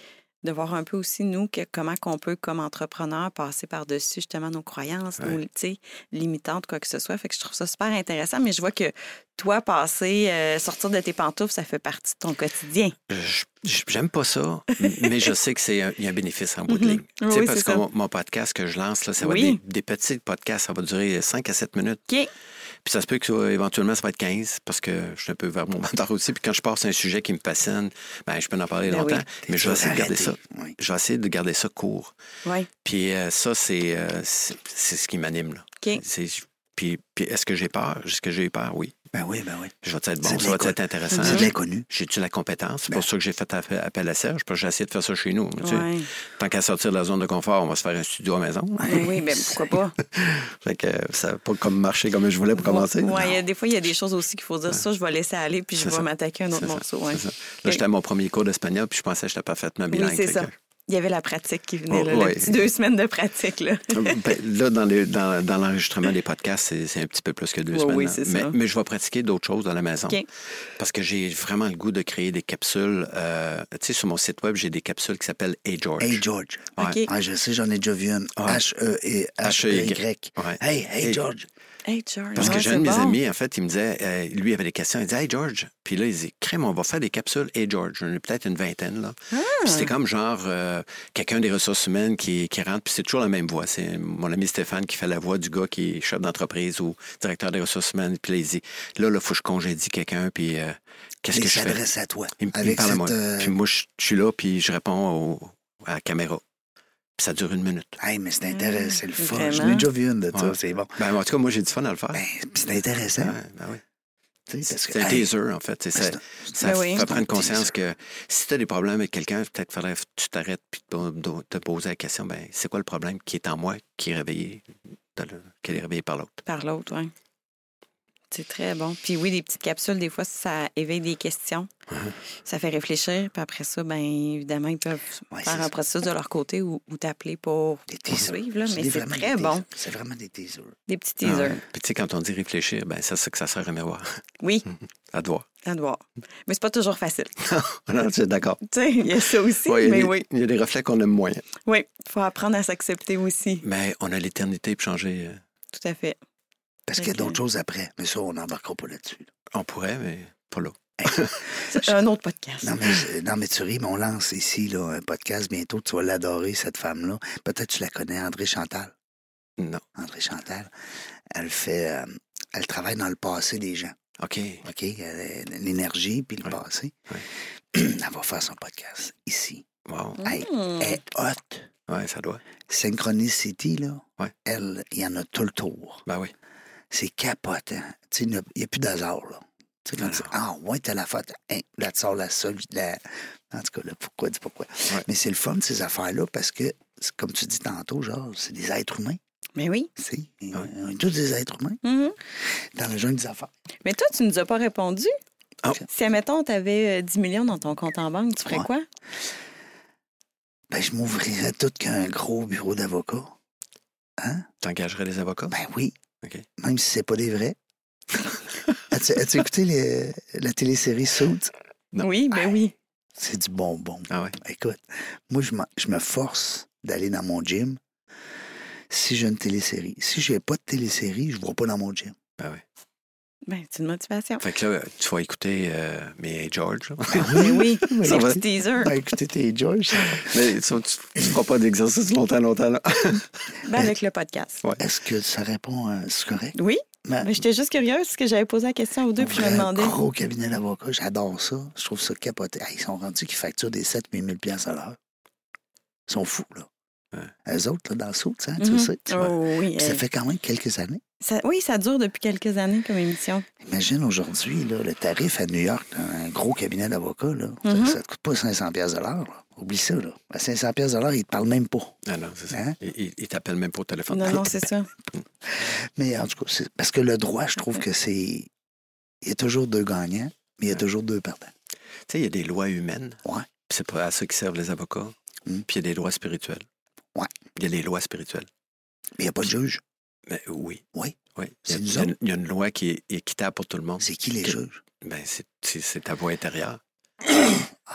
Speaker 2: de voir un peu aussi, nous, que- comment qu'on peut, comme entrepreneur, passer par-dessus, justement, nos croyances, nos, tu sais, limitantes, quoi que ce soit. Fait que je trouve ça super intéressant, mais je vois que toi, passer, euh, sortir de tes pantoufles, ça fait partie de ton quotidien.
Speaker 3: Je- je- J'aime pas ça, mais je sais que c'est un- il y a un bénéfice en bout de
Speaker 2: Mhm.
Speaker 3: ligne. Tu sais,
Speaker 2: Oui,
Speaker 3: parce
Speaker 2: c'est
Speaker 3: que
Speaker 2: ça.
Speaker 3: mon, mon podcast que je lance, là, ça va
Speaker 2: Oui.
Speaker 3: être des, des petits podcasts, ça va durer 5 à 7 minutes.
Speaker 2: OK.
Speaker 3: Puis ça se peut que ça, éventuellement, ça va être 15, parce que je suis un peu vers mon mentor aussi. Puis quand je passe un sujet qui me passionne, ben, je peux en parler
Speaker 2: Ben oui.
Speaker 3: longtemps, mais je vais essayer de garder ça.
Speaker 1: Arrêtez. Oui.
Speaker 3: Je vais essayer de garder ça court.
Speaker 2: Oui.
Speaker 3: Puis euh, ça, c'est euh, c'est c'est ce qui m'anime. là.
Speaker 2: OK.
Speaker 3: C'est- Puis, puis est-ce que j'ai peur? Est-ce que j'ai eu peur? Oui.
Speaker 1: Ben oui, ben oui.
Speaker 3: Je vais être
Speaker 1: C'est
Speaker 3: bon,
Speaker 1: de
Speaker 3: ça va
Speaker 1: l'écoute.
Speaker 3: être intéressant.
Speaker 1: C'est de l'inconnu.
Speaker 3: J'ai-tu la compétence? C'est
Speaker 1: Ben.
Speaker 3: pour ça que j'ai fait appe- appel à Serge, parce que j'ai essayé de faire ça chez nous. tu sais.
Speaker 2: Ouais.
Speaker 3: Tant qu'à sortir de la zone de confort, on va se faire un studio à la maison.
Speaker 2: Ben oui, mais pourquoi pas?
Speaker 3: Fait que euh, ça n'a pas comme marché comme je voulais pour commencer.
Speaker 2: Ouais, il y
Speaker 3: Non.
Speaker 2: a- des fois, il y a des choses aussi qu'il faut dire ça, je vais laisser aller, puis je
Speaker 3: C'est
Speaker 2: vais
Speaker 3: ça.
Speaker 2: m'attaquer à un autre
Speaker 3: C'est ça,
Speaker 2: morceau. ouais.
Speaker 3: c'est ça. Là, j'étais à mon premier cours d'espagnol, puis je pensais que j'étais parfaitement bilingue.
Speaker 2: Oui, c'est
Speaker 3: fait
Speaker 2: ça.
Speaker 3: que-
Speaker 2: Il y avait la pratique qui venait,
Speaker 3: Oh,
Speaker 2: là,
Speaker 3: ouais.
Speaker 2: le petit deux semaines de pratique. Là.
Speaker 3: Ben, là, dans, les- dans- dans l'enregistrement des podcasts, c'est, c'est un petit peu plus que deux
Speaker 2: Oui,
Speaker 3: semaines.
Speaker 2: oui,
Speaker 3: là.
Speaker 2: c'est ça.
Speaker 3: mais, mais je vais pratiquer d'autres choses dans la maison.
Speaker 2: OK.
Speaker 3: Parce que j'ai vraiment le goût de créer des capsules. euh, tu sais, sur mon site web, j'ai des capsules qui s'appellent Hey George.
Speaker 1: Hey, George.
Speaker 3: Ouais.
Speaker 2: OK.
Speaker 1: Ah, je sais, j'en ai déjà vu une. E
Speaker 3: Ouais.
Speaker 1: H-E-Y.
Speaker 3: H-E-Y. Ouais.
Speaker 1: Hey, hey,
Speaker 3: Hey.
Speaker 1: George.
Speaker 2: Hey, George.
Speaker 3: Parce que
Speaker 2: ouais,
Speaker 3: j'ai
Speaker 2: c'est
Speaker 3: un de mes
Speaker 2: bon.
Speaker 3: amis, en fait, il me disait, euh, lui avait des questions, il disait Hey George. Puis là, il dit Crème, on va faire des capsules Hey George. J'en ai peut-être une vingtaine, là.
Speaker 1: Ah.
Speaker 3: Puis c'était comme genre euh, quelqu'un des ressources humaines qui, qui rentre, puis c'est toujours la même voix. C'est mon ami Stéphane qui fait la voix du gars qui est chef d'entreprise ou directeur des ressources humaines. Puis là, il dit Là, il faut que je congédie quelqu'un, puis euh, qu'est-ce
Speaker 1: Il
Speaker 3: que je fais
Speaker 1: s'adresse à toi.
Speaker 3: Il me- il me
Speaker 1: Avec
Speaker 3: parle à
Speaker 1: cette,
Speaker 3: moi.
Speaker 1: euh,
Speaker 3: Puis moi, je je suis là, puis je réponds au- à la caméra. Puis ça dure une minute.
Speaker 1: Hey, mais c'est intéressant, c'est le fun.
Speaker 2: Mm, Vraiment?
Speaker 1: J'en ai déjà vu une de ça,
Speaker 3: Ouais.
Speaker 1: c'est bon.
Speaker 3: Ben, en tout cas, moi, j'ai du fun à le faire.
Speaker 1: Ben, puis c'est intéressant.
Speaker 3: Ouais, ben oui.
Speaker 1: tu sais, parce que,
Speaker 3: C'est un
Speaker 1: hey,
Speaker 3: taser, en fait. C'est
Speaker 1: ben,
Speaker 3: ça.
Speaker 1: c'est un-
Speaker 3: Ça
Speaker 2: Ben oui.
Speaker 3: fait prendre
Speaker 1: C'est un
Speaker 3: conscience que si tu as des problèmes avec quelqu'un, peut-être faudrait que tu t'arrêtes puis te, te- te poser la question ben, c'est quoi le problème qui est en moi, qui est réveillé, dans le- qui est réveillé par l'autre
Speaker 2: Par l'autre, oui. C'est très bon. Puis oui, des petites capsules, des fois, ça éveille des questions.
Speaker 3: Uh-huh.
Speaker 2: Ça fait réfléchir. Puis après ça, ben évidemment, ils peuvent
Speaker 3: Ben,
Speaker 1: Ouais, c'est
Speaker 2: faire un
Speaker 1: ça.
Speaker 2: processus de leur côté ou, ou t'appeler pour
Speaker 1: des teasers.
Speaker 2: poursuivre. là.
Speaker 1: C'est
Speaker 2: Mais
Speaker 1: des-
Speaker 2: c'est
Speaker 1: vraiment
Speaker 2: très
Speaker 1: des
Speaker 2: bon.
Speaker 1: teasers. C'est vraiment des teasers.
Speaker 2: Des petits
Speaker 3: Ah ouais.
Speaker 2: teasers.
Speaker 3: Puis tu sais, quand on dit réfléchir, ben, c'est ça que ça sert à miroir,
Speaker 2: Oui,
Speaker 3: à devoir.
Speaker 2: à devoir. Mais c'est pas toujours facile.
Speaker 3: Non, c'est d'accord.
Speaker 2: Tu sais, il y a ça aussi,
Speaker 3: Ouais, il y a
Speaker 2: mais
Speaker 3: des-
Speaker 2: oui.
Speaker 3: Il y a des reflets qu'on aime moins.
Speaker 2: Oui, il faut apprendre à s'accepter aussi.
Speaker 3: Mais Ben, on a l'éternité pour changer. euh,
Speaker 2: Tout à fait.
Speaker 1: Parce qu'il y a
Speaker 2: Ok.
Speaker 1: d'autres choses après, mais ça, on n'embarquera pas là-dessus.
Speaker 3: On pourrait, mais pas là.
Speaker 2: C'est un autre podcast.
Speaker 1: Non mais, je- non, mais tu ris, mais on lance ici là, un podcast bientôt. Tu vas l'adorer, cette femme-là. Peut-être tu la connais, André Chantal.
Speaker 3: Non.
Speaker 1: André Chantal, elle fait. euh, elle travaille dans le passé des gens.
Speaker 3: OK.
Speaker 1: OK? Elle- L'énergie puis le
Speaker 3: Ouais.
Speaker 1: passé.
Speaker 3: Ouais.
Speaker 1: Elle va faire son podcast ici.
Speaker 3: Wow.
Speaker 1: Hey,
Speaker 2: Hmm.
Speaker 3: Eh.
Speaker 1: Elle est hot.
Speaker 3: Ouais, ça doit.
Speaker 1: Synchronicity, là,
Speaker 3: Ouais.
Speaker 1: elle, il y en a tout le tour.
Speaker 3: Ben oui.
Speaker 1: C'est capotant. Tu sais, il n'y a, il y a plus d'hasard, là. Tu sais, quand tu dis, ah, ouais, t'as la faute. Hein, là, tu sors la seule. la- En tout cas, là, pourquoi, dis pourquoi.
Speaker 3: Ouais.
Speaker 1: Mais c'est le fun, ces affaires-là, parce que, c'est comme tu dis tantôt, genre, c'est des êtres humains.
Speaker 2: Mais oui.
Speaker 1: Si. On est tous des êtres humains
Speaker 2: Mhm.
Speaker 1: dans la jungle des affaires.
Speaker 2: Mais toi, tu nous as pas répondu.
Speaker 3: Ah.
Speaker 2: Si, admettons, tu avais 10 millions dans ton compte en banque, tu ferais
Speaker 1: Ouais.
Speaker 2: quoi?
Speaker 1: Ben, je m'ouvrirais tout qu'un gros bureau d'avocat.
Speaker 3: T'engagerais des avocats?
Speaker 1: Ben oui.
Speaker 3: OK.
Speaker 1: Même si c'est pas des vrais. as-tu, as-tu écouté les- la télésérie Suits?
Speaker 3: Non.
Speaker 2: Oui,
Speaker 1: Ah.
Speaker 2: ben oui.
Speaker 1: C'est du bonbon.
Speaker 3: Ah ouais.
Speaker 1: Écoute, moi, je, m'en- je me force d'aller dans mon gym si j'ai une télésérie. Si j'ai pas de télésérie, je ne vois pas dans mon gym.
Speaker 3: Ben ouais.
Speaker 2: Ben, c'est une motivation.
Speaker 3: Fait que là, tu vas écouter euh, mes George. là.
Speaker 2: Mais ben oui, c'est
Speaker 1: Ça
Speaker 2: le
Speaker 1: va.
Speaker 2: petit teaser.
Speaker 1: Ben, écoutez, t'es George.
Speaker 3: Mais ça, tu, tu feras pas d'exercice longtemps, longtemps. là.
Speaker 2: Ben, avec le podcast.
Speaker 1: Est-ce que ça répond à ce correct?
Speaker 2: Oui,
Speaker 1: Ben,
Speaker 2: mais j'étais juste curieuse parce que j'avais posé la question aux deux puis je me
Speaker 1: un
Speaker 2: demandais.
Speaker 1: gros cabinet d'avocats, j'adore ça. Je trouve ça capoté. Ah, ils sont rendus qu'ils facturent des 7 000 piastres à l'heure. Ils sont fous, là. Eux autres, là, dans le saut, tu sais, tu
Speaker 2: Mhm.
Speaker 1: le sais. tu vois.
Speaker 2: Oh, oui,
Speaker 1: Puis Ça
Speaker 2: euh,
Speaker 1: fait quand même quelques années.
Speaker 2: ça- oui, ça dure depuis quelques années comme émission.
Speaker 1: Imagine aujourd'hui, là, le tarif à New York, dans un gros cabinet d'avocats, là, ça-
Speaker 2: Mhm.
Speaker 1: ça ne te coûte pas 500 piastres de l'heure. là. Oublie ça, là. À 500 piastres de l'heure, ils te parlent même pas.
Speaker 3: Ah non, c'est ça.
Speaker 1: Hein?
Speaker 3: Ils il, t'appellent même pas au téléphone.
Speaker 2: Non, non, c'est ça.
Speaker 1: Mais en tout cas, c'est- parce que le droit, je trouve que c'est... Il y a toujours deux gagnants, mais il y a toujours deux perdants.
Speaker 3: Tu sais, il y a des lois humaines.
Speaker 1: Ouais.
Speaker 3: Puis C'est pas à ça qui servent les avocats.
Speaker 1: Mm.
Speaker 3: Puis il y a des lois spirituelles.
Speaker 1: Ouais.
Speaker 3: Il y a les lois spirituelles.
Speaker 1: Mais il n'y a pas de juge.
Speaker 3: Mais oui.
Speaker 1: Oui.
Speaker 3: Oui. Il y, a,
Speaker 1: C'est nous
Speaker 3: il y a une, il y a une loi qui est équitable pour tout le monde.
Speaker 1: C'est qui les
Speaker 3: Que-
Speaker 1: juges?
Speaker 3: Ben, c'est- c'est c'est ta voix intérieure.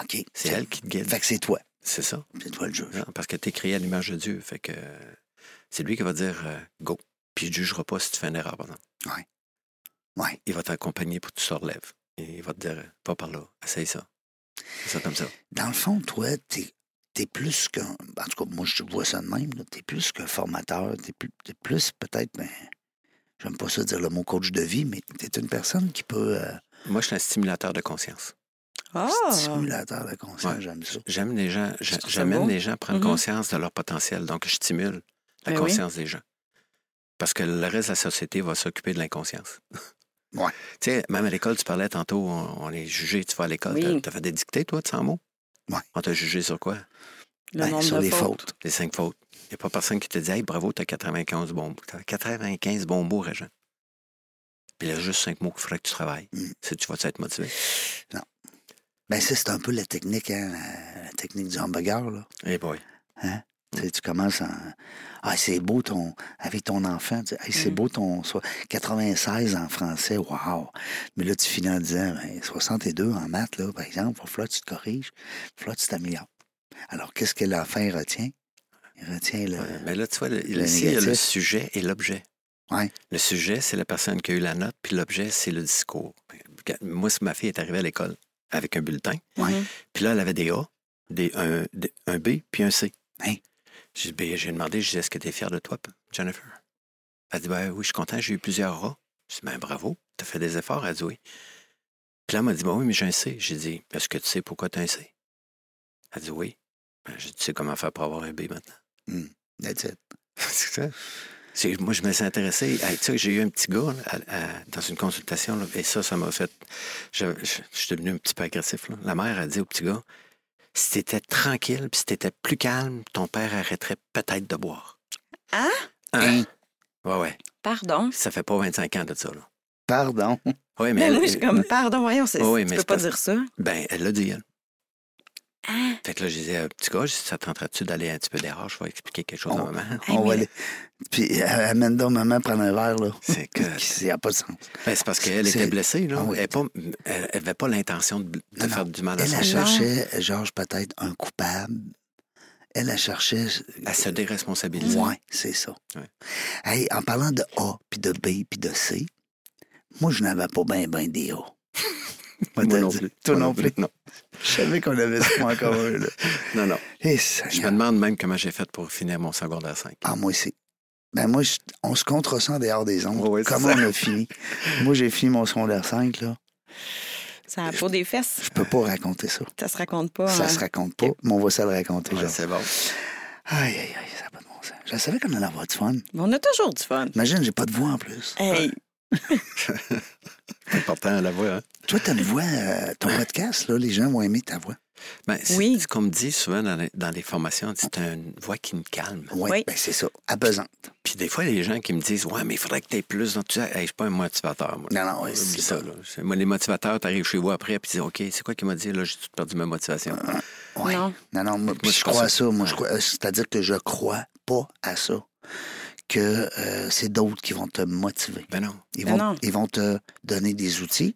Speaker 1: OK.
Speaker 3: C'est elle qui te guide.
Speaker 1: Fait que c'est toi.
Speaker 3: C'est ça.
Speaker 1: C'est toi le juge.
Speaker 3: Non, Hein, parce que tu es créé à l'image de Dieu. Fait que euh, c'est lui qui va dire euh, go. Puis il ne jugera pas si tu fais une erreur, par exemple.
Speaker 1: Ouais.
Speaker 3: Il va t'accompagner pour que tu te relèves. Et il va te dire euh, pas par là, essaye ça. Fais ça comme ça.
Speaker 1: Dans le fond, toi, t'es es plus qu'un... En tout cas, moi, je te vois ça de même. là. T'es plus qu'un formateur. T'es plus, t'es plus peut-être... Ben, J'aime pas ça dire le mot coach de vie, mais t'es une personne qui peut... euh,
Speaker 3: Moi, je suis un stimulateur de conscience.
Speaker 2: Ah!
Speaker 1: Stimulateur de conscience,
Speaker 3: Ouais.
Speaker 1: j'aime ça.
Speaker 3: J'aime les gens, j'a-
Speaker 2: Je trouve ça
Speaker 3: j'amène
Speaker 2: beau.
Speaker 3: les gens à prendre
Speaker 2: Mhm.
Speaker 3: conscience de leur potentiel. Donc, je stimule la
Speaker 2: Ben oui.
Speaker 3: conscience des gens. Parce que le reste de la société va s'occuper de l'inconscience.
Speaker 1: Ouais.
Speaker 3: Tu sais, même à l'école, tu parlais tantôt, on, on est jugé, tu vas à l'école,
Speaker 2: Oui.
Speaker 3: t'as- t'as fait des dictées, toi, de 100 mots?
Speaker 1: Ouais.
Speaker 3: On t'a jugé sur quoi?
Speaker 2: Le
Speaker 1: Ben,
Speaker 2: nombre
Speaker 1: sur
Speaker 2: de
Speaker 1: les
Speaker 2: fautes.
Speaker 1: fautes.
Speaker 3: Les cinq fautes. Il n'y a pas personne qui te dit, hey, bravo, t'as 95 bons mots. T'as 95 bons mots, Régent. Puis il y a juste cinq mots qu'il faudrait que tu travailles.
Speaker 1: Mm.
Speaker 3: Si tu vas être motivé.
Speaker 1: Ben ça, c'est un peu la technique, hein, la- la technique du hamburger, là.
Speaker 3: Eh boy.
Speaker 1: Tu sais, tu commences en... Ah, c'est beau ton... Avec ton enfant, tu dis, Hey, c'est
Speaker 2: Mm.
Speaker 1: beau ton... so- 96 en français, wow! Mais là, tu finis en disant, Ben, 62 en maths, là, par exemple, il va falloir que tu te corriges, il va falloir que tu t'améliores. Alors, qu'est-ce que l'enfant il retient? Il retient le...
Speaker 3: Ouais, Mais là, tu vois, le-
Speaker 1: le
Speaker 3: ici, il y a le
Speaker 1: négatif.
Speaker 3: sujet et l'objet.
Speaker 1: Ouais.
Speaker 3: Le sujet, c'est la personne qui a eu la note, puis l'objet, c'est le discours. Quand- Moi, si ma fille est arrivée à l'école avec un bulletin,
Speaker 1: Ouais.
Speaker 2: Mhm.
Speaker 3: puis là, elle avait des A, des, un, des- un B, puis un C.
Speaker 1: Hein?
Speaker 3: J'ai dit, ben, j'ai demandé, je dis, est-ce que tu es fière de toi, Jennifer? Elle dit, ben oui, je suis content, j'ai eu plusieurs A. Je dis, ben bravo, tu as fait des efforts. Elle dit, oui. Puis là, elle m'a dit, ben oui, mais j'ai un C. J'ai dit, est-ce que tu sais pourquoi tu as un C? Elle dit, oui. Ben, je dis, tu sais comment faire pour avoir un B maintenant.
Speaker 1: That's it.
Speaker 3: C'est ça. C'est- Moi, je me suis intéressé. Hey, tu sais, j'ai eu un petit gars là, à- à- dans une consultation, là, et ça, ça m'a fait. Je, je- je suis devenu un petit peu agressif. là. La mère a dit au petit gars si t'étais tranquille, puis si t'étais plus calme, ton père arrêterait peut-être de boire.
Speaker 2: Hein?
Speaker 3: Hein? Ouais, ouais.
Speaker 2: Pardon.
Speaker 3: Ça fait pas 25 ans de ça, là.
Speaker 1: Pardon.
Speaker 3: Oui, mais.
Speaker 2: Mais
Speaker 3: elle-
Speaker 2: moi, Ben je suis comme, pardon, voyons, c'est-
Speaker 3: Ouais, ouais,
Speaker 2: tu
Speaker 3: mais
Speaker 2: peux
Speaker 3: c'est
Speaker 2: pas
Speaker 3: parce-
Speaker 2: dire ça.
Speaker 3: Ben, elle l'a dit, elle.
Speaker 2: Hein?
Speaker 3: Fait que là, je disais, euh, petit gars, je dis, ça te tenterait-tu d'aller un petit peu dehors? Je vais expliquer quelque chose à
Speaker 1: Oh.
Speaker 3: maman.
Speaker 1: On
Speaker 2: Hey,
Speaker 1: va
Speaker 2: mais-
Speaker 1: aller... Puis, euh, amène donc maman prendre un verre, là.
Speaker 3: C'est que.
Speaker 1: Il n'y a pas de sens.
Speaker 3: Ben, c'est parce qu'elle
Speaker 1: C'est-
Speaker 3: était blessée, là.
Speaker 1: Ah oui.
Speaker 3: Elle n'avait pas, elle avait pas l'intention de, de
Speaker 1: Non, non.
Speaker 3: faire du mal à
Speaker 1: Elle,
Speaker 3: son
Speaker 1: elle
Speaker 3: chien.
Speaker 1: cherchait, Georges, peut-être un coupable. Elle, elle cherchait...
Speaker 3: Elle se déresponsabilise.
Speaker 1: Ouais, c'est ça.
Speaker 3: Ouais.
Speaker 1: Hey, en parlant de A, puis de B, puis de C, moi, je n'avais pas bien ben des A. Moi
Speaker 3: Moi
Speaker 1: te
Speaker 3: non
Speaker 1: le dis.
Speaker 3: plus.
Speaker 1: Toi
Speaker 3: Moi
Speaker 1: non plus.
Speaker 3: Non,
Speaker 1: Je savais qu'on avait ce point commun, là.
Speaker 3: non. non.
Speaker 1: Et
Speaker 3: Je me demande même comment j'ai fait pour finir mon secondaire 5.
Speaker 1: Ah, moi aussi. Ben moi, je- on se contresent dehors des ondes.
Speaker 3: Ouais, ouais, c'est
Speaker 1: Comment
Speaker 3: ça.
Speaker 1: on a fini? moi, j'ai fini mon secondaire 5, là.
Speaker 2: Ça a pas des fesses.
Speaker 1: Je peux pas raconter ça.
Speaker 2: Ça se raconte pas.
Speaker 1: Ça
Speaker 2: hein.
Speaker 1: se raconte pas, mais on va se le raconter,
Speaker 3: Ouais,
Speaker 1: genre.
Speaker 3: c'est bon.
Speaker 1: Aïe, aïe, aïe, ça n'a pas de bon sens. Je savais qu'on allait avoir du fun.
Speaker 2: Mais on a toujours du fun.
Speaker 1: Imagine, j'ai pas de voix en plus. Euh,
Speaker 2: Hey,
Speaker 3: C'est important à la voix. hein.
Speaker 1: Toi, t'as une voix, euh, ton podcast, là, les gens vont aimer ta voix.
Speaker 3: Ben, c'est
Speaker 2: Oui.
Speaker 3: ce qu'on me dit souvent dans les, dans les formations, c'est une voix qui me calme.
Speaker 1: Oui,
Speaker 2: Oui.
Speaker 1: ben, c'est ça. Apaisante.
Speaker 3: Puis des fois, il y a des gens qui me disent Ouais, mais il faudrait que tu aies plus d'enthousiasme. Hey, je suis pas un motivateur, moi.
Speaker 1: Non, non, oui, c'est
Speaker 3: Oublie ça. là. C'est- Moi, les motivateurs, tu arrives chez vous après, puis tu dis OK, c'est quoi qui m'a dit Là, j'ai tout perdu ma motivation.
Speaker 1: Ah. Ouais.
Speaker 2: Non.
Speaker 1: Non, non, moi, puis
Speaker 3: je
Speaker 1: je
Speaker 3: pense
Speaker 1: crois à
Speaker 3: que-
Speaker 1: ça. Moi, je crois, euh, c'est-à-dire que je crois pas à ça. Que euh, c'est d'autres qui vont te motiver.
Speaker 3: Ben non.
Speaker 1: Ils
Speaker 2: Ben
Speaker 1: vont,
Speaker 2: non.
Speaker 1: ils vont te donner des outils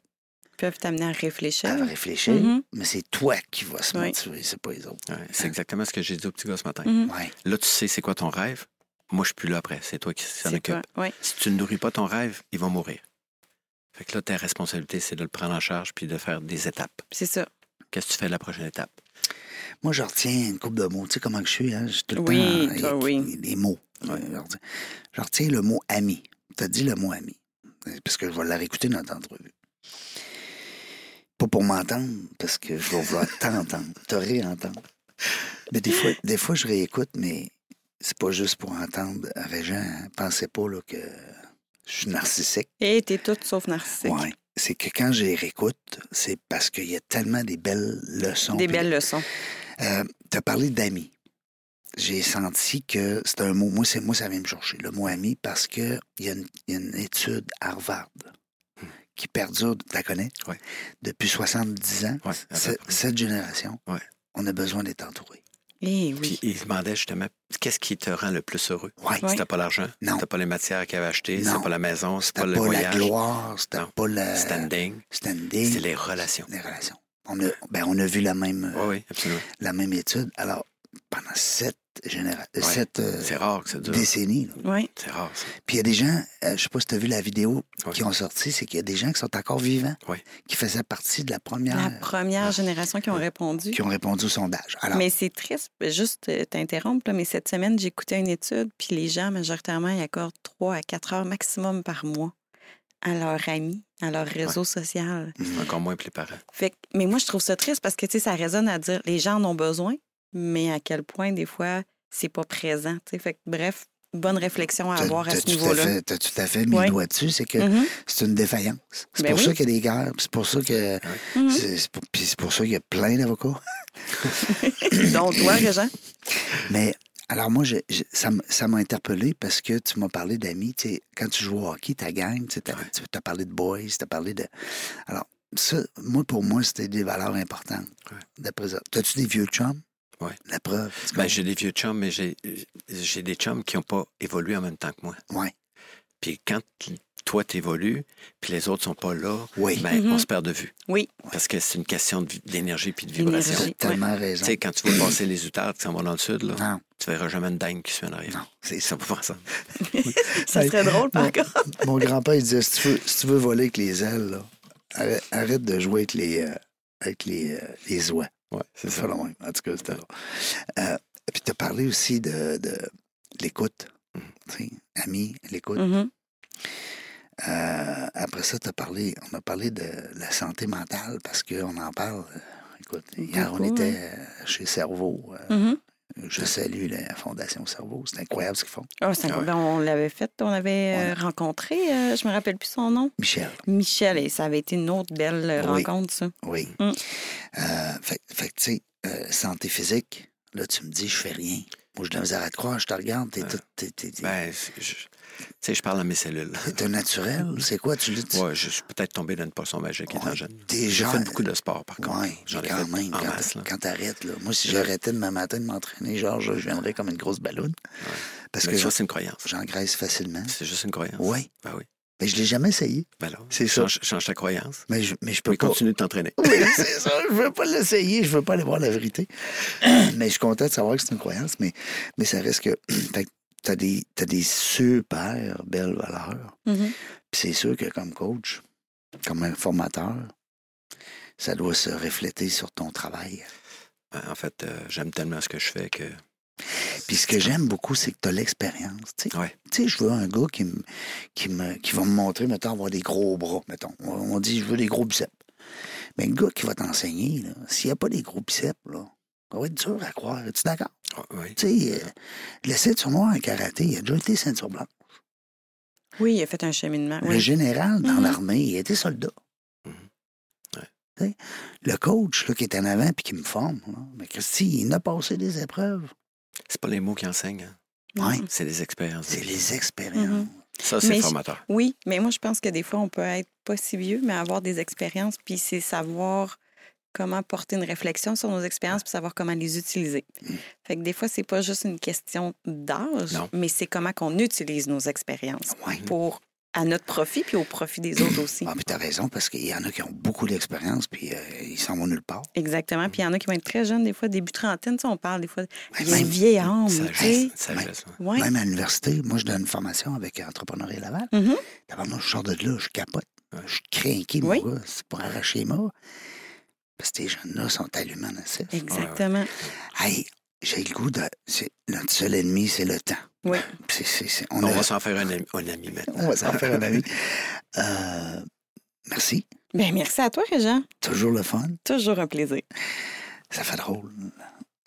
Speaker 2: Ils peuvent t'amener à réfléchir.
Speaker 1: à réfléchir,
Speaker 2: Mhm.
Speaker 1: mais c'est toi qui vas se
Speaker 2: Oui.
Speaker 1: motiver, c'est pas les autres. Hein?
Speaker 3: Ouais, c'est exactement ce que j'ai dit au petit gars ce matin.
Speaker 2: Mhm.
Speaker 1: Ouais.
Speaker 3: Là, tu sais c'est quoi ton rêve. Moi, je suis plus là après. C'est toi qui s'en
Speaker 2: C'est
Speaker 3: occupe.
Speaker 2: toi. Oui.
Speaker 3: Si tu ne nourris pas ton rêve, il va mourir. Fait que là, ta responsabilité, c'est de le prendre en charge puis de faire des étapes.
Speaker 2: C'est ça.
Speaker 3: Qu'est-ce que tu fais à la prochaine étape?
Speaker 1: Moi, je retiens une coupe de mots. Tu sais comment que je suis, hein? Je suis tout le
Speaker 2: Oui,
Speaker 1: temps.
Speaker 2: toi,
Speaker 1: euh,
Speaker 2: oui.
Speaker 1: Des mots. Je, retiens, je retiens le mot ami. Tu as dit le mot ami. Euh, Parce que je vais la réécouter, notre entrevue. Pas pour m'entendre, parce que je vais vouloir t'entendre, te réentendre. Mais des fois, des fois, je réécoute, mais c'est pas juste pour entendre. Régent, hein, pensez pas là, que je suis narcissique.
Speaker 2: Et t'es toute sauf narcissique.
Speaker 1: Ouais. C'est que quand je les réécoute, c'est parce qu'il y a tellement des belles leçons.
Speaker 2: Des
Speaker 1: puis-
Speaker 2: belles leçons.
Speaker 1: euh, tu as parlé d'amis. J'ai senti que c'est un mot. Moi, c'est moi, ça vient me chercher, le mot ami, parce qu'il y, a une- il y a une étude Harvard qui perdure, tu la connais?
Speaker 3: Hmm. Ouais.
Speaker 1: Depuis 70 ans,
Speaker 3: Ouais, à peu
Speaker 1: ce-
Speaker 3: près.
Speaker 1: cette génération,
Speaker 3: Ouais.
Speaker 1: on a besoin d'être entouré.
Speaker 2: Eh oui.
Speaker 3: Puis il demandait justement qu'est-ce qui te rend le plus heureux?
Speaker 1: Ouais.
Speaker 2: Ouais.
Speaker 3: C'était pas l'argent,
Speaker 1: Non.
Speaker 3: c'était pas les matières qu'il avait achetées,
Speaker 1: Non.
Speaker 3: c'était pas la maison, c'était
Speaker 1: C'était
Speaker 3: pas
Speaker 1: pas,
Speaker 3: le
Speaker 1: la
Speaker 3: voyage.
Speaker 1: gloire, euh, c'était
Speaker 3: Non.
Speaker 1: pas le
Speaker 3: Standing,
Speaker 1: standing.
Speaker 3: c'est les relations.
Speaker 1: les relations. On a, ben, on a vu la même,
Speaker 3: Oui, oui, absolument.
Speaker 1: la même étude. Alors, pendant cette, généra- euh,
Speaker 3: Ouais.
Speaker 1: cette euh,
Speaker 3: C'est rare que ça dure.
Speaker 1: décennie, là,
Speaker 2: Oui.
Speaker 3: C'est rare, ça.
Speaker 1: Puis il y a des gens, euh, je sais pas si tu as vu la vidéo
Speaker 3: Ouais.
Speaker 1: qui ont sorti, c'est qu'il y a des gens qui sont encore vivants,
Speaker 3: Ouais.
Speaker 1: qui faisaient partie de la première,
Speaker 2: La première génération qui ont répondu.
Speaker 1: qui ont répondu au sondage. Alors,
Speaker 2: Mais c'est triste, juste euh, t'interrompre, là, mais cette semaine, j'écoutais une étude, puis les gens, majoritairement, ils accordent 3 à 4 heures maximum par mois à leur ami, à leur réseau social.
Speaker 3: Encore moins que les parents.
Speaker 2: Fait que- mais moi, je trouve ça triste parce que, tu sais, ça résonne à dire les gens en ont besoin, mais à quel point, des fois, c'est pas présent. tu sais. Fait que, bref, bonne réflexion à
Speaker 1: t'as-
Speaker 2: avoir à
Speaker 1: t'as
Speaker 2: ce
Speaker 1: tout à
Speaker 2: niveau-là.
Speaker 1: fait- T'as tout à fait mis
Speaker 2: Ouais.
Speaker 1: le doigt dessus, c'est que
Speaker 2: Mhm,
Speaker 1: c'est une défaillance. C'est
Speaker 2: Ben
Speaker 1: pour
Speaker 2: oui.
Speaker 1: ça qu'il y a des guerres, puis c'est pour ça que
Speaker 2: mhm.
Speaker 1: c'est c'est pour, puis c'est pour ça qu'il y a plein d'avocats.
Speaker 2: Donc, toi, Réjean,
Speaker 1: Mais alors moi, je- je- ça m- ça m'a interpellé parce que tu m'as parlé d'amis. Tu sais, Quand tu joues au hockey, ta gang, tu as parlé de boys, tu as parlé de... Alors, ça, moi, pour moi, c'était des valeurs importantes.
Speaker 3: Ouais.
Speaker 1: D'après ça. T'as-tu des vieux chums?
Speaker 3: Ouais.
Speaker 1: La preuve. tu
Speaker 3: Ben,
Speaker 1: comprends?
Speaker 3: j'ai des vieux chums, mais j'ai j'ai des chums qui n'ont pas évolué en même temps que moi.
Speaker 1: Ouais.
Speaker 3: Puis quand t- toi, t'évolues, puis les autres sont pas là,
Speaker 1: Oui.
Speaker 3: ben,
Speaker 2: Mhm.
Speaker 3: on se perd de vue.
Speaker 2: Oui.
Speaker 3: Parce que c'est une question de vi- d'énergie puis de vibration.
Speaker 2: D'énergie.
Speaker 1: T'as
Speaker 3: Tu
Speaker 1: tellement raison.
Speaker 3: sais, quand tu vas passer les outards qui s'en vont dans le sud, là,
Speaker 1: Non,
Speaker 3: tu verras jamais une dingue qui se met en arrière.
Speaker 1: non, c'est
Speaker 3: Ça
Speaker 1: ça.
Speaker 3: va pas ensemble.
Speaker 2: ça serait drôle, par
Speaker 1: Mon-
Speaker 2: contre.
Speaker 1: Mon grand-père, il disait, si tu veux, si tu veux voler avec les ailes, là, arrête, arrête de jouer avec les, euh, avec les, euh, les oies.
Speaker 3: Ouais, c'est
Speaker 1: C'est pas le même. En tout cas, c'était là. Euh, puis tu as parlé aussi de, de l'écoute. Tu sais, Ami, l'écoute.
Speaker 2: Mhm.
Speaker 1: Euh, après ça, tu parlé, on a parlé de la santé mentale parce qu'on en parle. euh, Écoute, hier, on
Speaker 2: Beaucoup,
Speaker 1: était euh, chez Cerveau. euh,
Speaker 2: Mhm.
Speaker 1: Je salue la Fondation Cerveau. C'est incroyable ce qu'ils font.
Speaker 2: Ah, c'est incroyable. On l'avait fait, on l'avait euh, rencontré, euh, je me rappelle plus son nom.
Speaker 1: Michel,
Speaker 2: Michel, et ça avait été une autre belle euh,
Speaker 1: Oui.
Speaker 2: rencontre, ça.
Speaker 1: oui.
Speaker 2: Mm.
Speaker 1: Euh, fait fait que, tu sais, euh, santé physique, là, tu me dis, je fais rien. Moi, je de la misère à te croire, je te regarde, t'es tout. T'es, t'es- t'es-
Speaker 3: Ben, je- je- tu sais, je parle à mes cellules.
Speaker 1: t'es un naturel. C'est quoi, tu le dis?
Speaker 3: Ouais, je suis peut-être tombé dans une poisson magique étant
Speaker 1: Ouais,
Speaker 3: jeune.
Speaker 1: t'es
Speaker 3: J'ai
Speaker 1: jeune.
Speaker 3: fait beaucoup de sport, par contre.
Speaker 1: Oui,
Speaker 3: J'en ai
Speaker 1: quand
Speaker 3: fait
Speaker 1: même,
Speaker 3: en
Speaker 1: quand,
Speaker 3: masse. là.
Speaker 1: quand t'arrêtes, là. Moi, si j'arrêtais demain matin de m'entraîner, genre, je, je viendrais comme une grosse ballonne. Parce
Speaker 3: Mais
Speaker 1: que
Speaker 3: ça,
Speaker 1: j'en-
Speaker 3: c'est une croyance.
Speaker 1: j'engraisse facilement.
Speaker 3: C'est juste une croyance.
Speaker 1: Oui.
Speaker 3: Ben oui.
Speaker 1: Mais je l'ai jamais essayé.
Speaker 3: Ben là,
Speaker 1: C'est ça.
Speaker 3: change, change ta croyance.
Speaker 1: Mais je, mais je peux
Speaker 3: Mais
Speaker 1: pas.
Speaker 3: continue de t'entraîner.
Speaker 1: Oui, c'est ça. Je veux pas l'essayer. Je veux pas aller voir la vérité. mais je suis content de savoir que c'est une croyance. Mais, mais ça reste que. fait que t'as des, t'as des super belles valeurs.
Speaker 2: Mhm.
Speaker 1: Puis c'est sûr que comme coach, comme un formateur, ça doit se refléter sur ton travail.
Speaker 3: Ben, En fait, euh, j'aime tellement ce que je fais que.
Speaker 1: Puis ce que j'aime beaucoup, c'est que tu as l'expérience. Tu sais.
Speaker 3: Ouais.
Speaker 1: Tu sais, je veux un gars qui, me, qui, me, qui va me montrer, mettons, avoir des gros bras. Mettons. On on dit, je veux des gros biceps. Mais le gars qui va t'enseigner, là, s'il n'y a pas des gros biceps, là, ça va être dur à croire. Es-tu d'accord?
Speaker 3: Ah, oui.
Speaker 1: Tu sais, euh, le ceinture noire en karaté, il a déjà été ceinture blanche.
Speaker 2: Oui, il a fait un cheminement.
Speaker 1: Le
Speaker 2: Oui.
Speaker 1: général dans
Speaker 2: Mhm.
Speaker 1: l'armée, il a été soldat.
Speaker 3: Mhm. Ouais.
Speaker 1: T'sais, Le coach là, qui est en avant puis qui me forme, là, mais Christy, il en a passé des épreuves.
Speaker 3: C'est pas les mots qui enseignent, hein.
Speaker 2: Mm-hmm.
Speaker 1: Ouais.
Speaker 3: c'est les expériences.
Speaker 1: C'est les expériences.
Speaker 3: Ça,
Speaker 2: Mm.
Speaker 3: c'est
Speaker 2: Mais-
Speaker 3: formateur.
Speaker 2: Oui, mais moi, je pense que des fois, on peut être pas si vieux, mais avoir des expériences, puis c'est savoir comment porter une réflexion sur nos expériences, puis savoir comment les utiliser.
Speaker 1: Mmh.
Speaker 2: Fait que des fois, c'est pas juste une question d'âge,
Speaker 3: Non.
Speaker 2: mais c'est comment qu'on utilise nos expériences
Speaker 1: Ah Ouais.
Speaker 2: pour à notre profit, puis au profit des autres aussi.
Speaker 1: Ah, mais t'as raison, parce qu'il y en a qui ont beaucoup d'expérience, puis euh, ils s'en vont nulle part.
Speaker 2: Exactement. Puis il y en a qui vont être très jeunes, des fois, début trentaine, tu sais, on parle des fois. Il y a
Speaker 1: même-
Speaker 2: une vieille âme, tu sais.
Speaker 3: Sagesse, sagesse, ouais.
Speaker 2: Ouais.
Speaker 1: Même à l'université, moi, je donne une formation avec Entrepreneuriat Laval.
Speaker 2: Mhm.
Speaker 1: D'abord, moi, je sors de là, je capote. hein, Je suis craqué,
Speaker 2: Oui.
Speaker 1: mon gars. C'est pour arracher les morts. Parce que ces jeunes-là sont allumés en assif.
Speaker 2: Exactement.
Speaker 1: Hey, j'ai le goût de. c'est- Notre seul ennemi, c'est le temps.
Speaker 2: Oui.
Speaker 1: C'est- c'est- c'est-
Speaker 3: On
Speaker 1: a-
Speaker 3: va s'en faire un ami, un ami maintenant.
Speaker 1: on va s'en faire un ami. Euh, merci.
Speaker 2: Ben, merci à toi, Régent.
Speaker 1: Toujours le fun.
Speaker 2: Toujours un plaisir.
Speaker 1: Ça fait drôle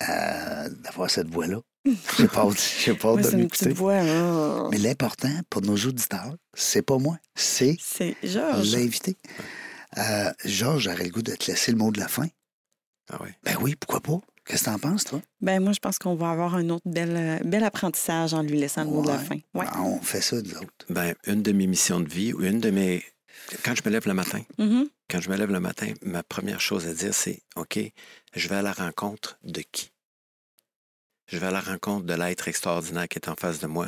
Speaker 1: euh, d'avoir cette voix-là. J'ai pas hâte, j'ai pas hâte
Speaker 2: Moi,
Speaker 1: de
Speaker 2: c'est une
Speaker 1: m'écouter.
Speaker 2: petite voix. hein. là.
Speaker 1: Mais l'important pour nos auditeurs, c'est pas moi, c'est
Speaker 2: C'est Georges.
Speaker 1: l'invité. Euh, Georges, j'aurais le goût de te laisser le mot de la fin.
Speaker 3: Ah oui.
Speaker 1: Ben oui, pourquoi pas? Qu'est-ce que t'en penses, toi?
Speaker 2: Ben moi, je pense qu'on va avoir un autre bel, euh, bel apprentissage en lui laissant le mot de la
Speaker 1: Ouais.
Speaker 2: fin. Ouais.
Speaker 1: Ah, on fait ça, nous autres.
Speaker 3: Ben, une de mes missions de vie ou une de mes. Quand je me lève le matin,
Speaker 2: Mhm.
Speaker 3: quand je me lève le matin, ma première chose à dire, c'est OK, je vais à la rencontre de qui? Je vais à la rencontre de l'être extraordinaire qui est en face de moi.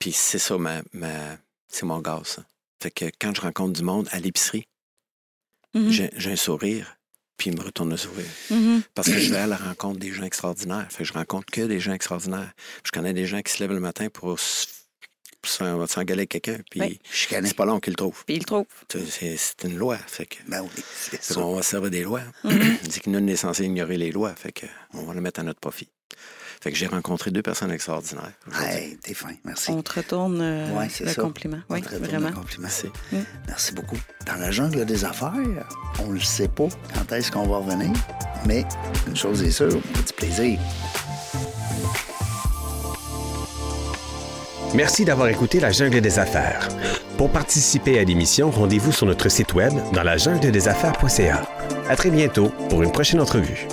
Speaker 3: Puis c'est ça, ma, ma- c'est mon gaz. ça. Fait que quand je rencontre du monde à l'épicerie,
Speaker 2: Mhm.
Speaker 3: j'ai j'ai un sourire, puis il me retourne le sourire.
Speaker 2: Mhm.
Speaker 3: Parce que je vais à la rencontre des gens extraordinaires. Fait que je rencontre que des gens extraordinaires. Je connais des gens qui se lèvent le matin pour s- pour s'en- s'engueuler avec quelqu'un, puis
Speaker 2: Oui.
Speaker 1: Je connais.
Speaker 3: c'est pas long qu'ils le trouvent.
Speaker 2: Puis il le trouve.
Speaker 3: C'est- C'est c'est une loi. Fait que
Speaker 1: Ben oui, c'est
Speaker 3: Fait
Speaker 1: ça. Mm.
Speaker 3: qu'on va se servir des lois. Il dit que nul n'est censé ignorer les lois. Fait que on va le mettre à notre profit. Fait que j'ai rencontré deux personnes extraordinaires. aujourd'hui.
Speaker 1: Hey, t'es fin, merci.
Speaker 2: On te retourne euh,
Speaker 1: Ouais, c'est
Speaker 2: le
Speaker 1: ça.
Speaker 2: compliment.
Speaker 1: On
Speaker 2: Oui,
Speaker 1: te retourne
Speaker 2: vraiment.
Speaker 1: le compliment. Mm.
Speaker 3: Merci.
Speaker 1: Merci beaucoup. Dans la jungle des affaires, on ne le sait pas quand est-ce qu'on va revenir, mais une chose est sûre, petit plaisir.
Speaker 4: Merci d'avoir écouté La Jungle des Affaires. Pour participer à l'émission, rendez-vous sur notre site web dans la jungle des affaires.ca. À très bientôt pour une prochaine entrevue.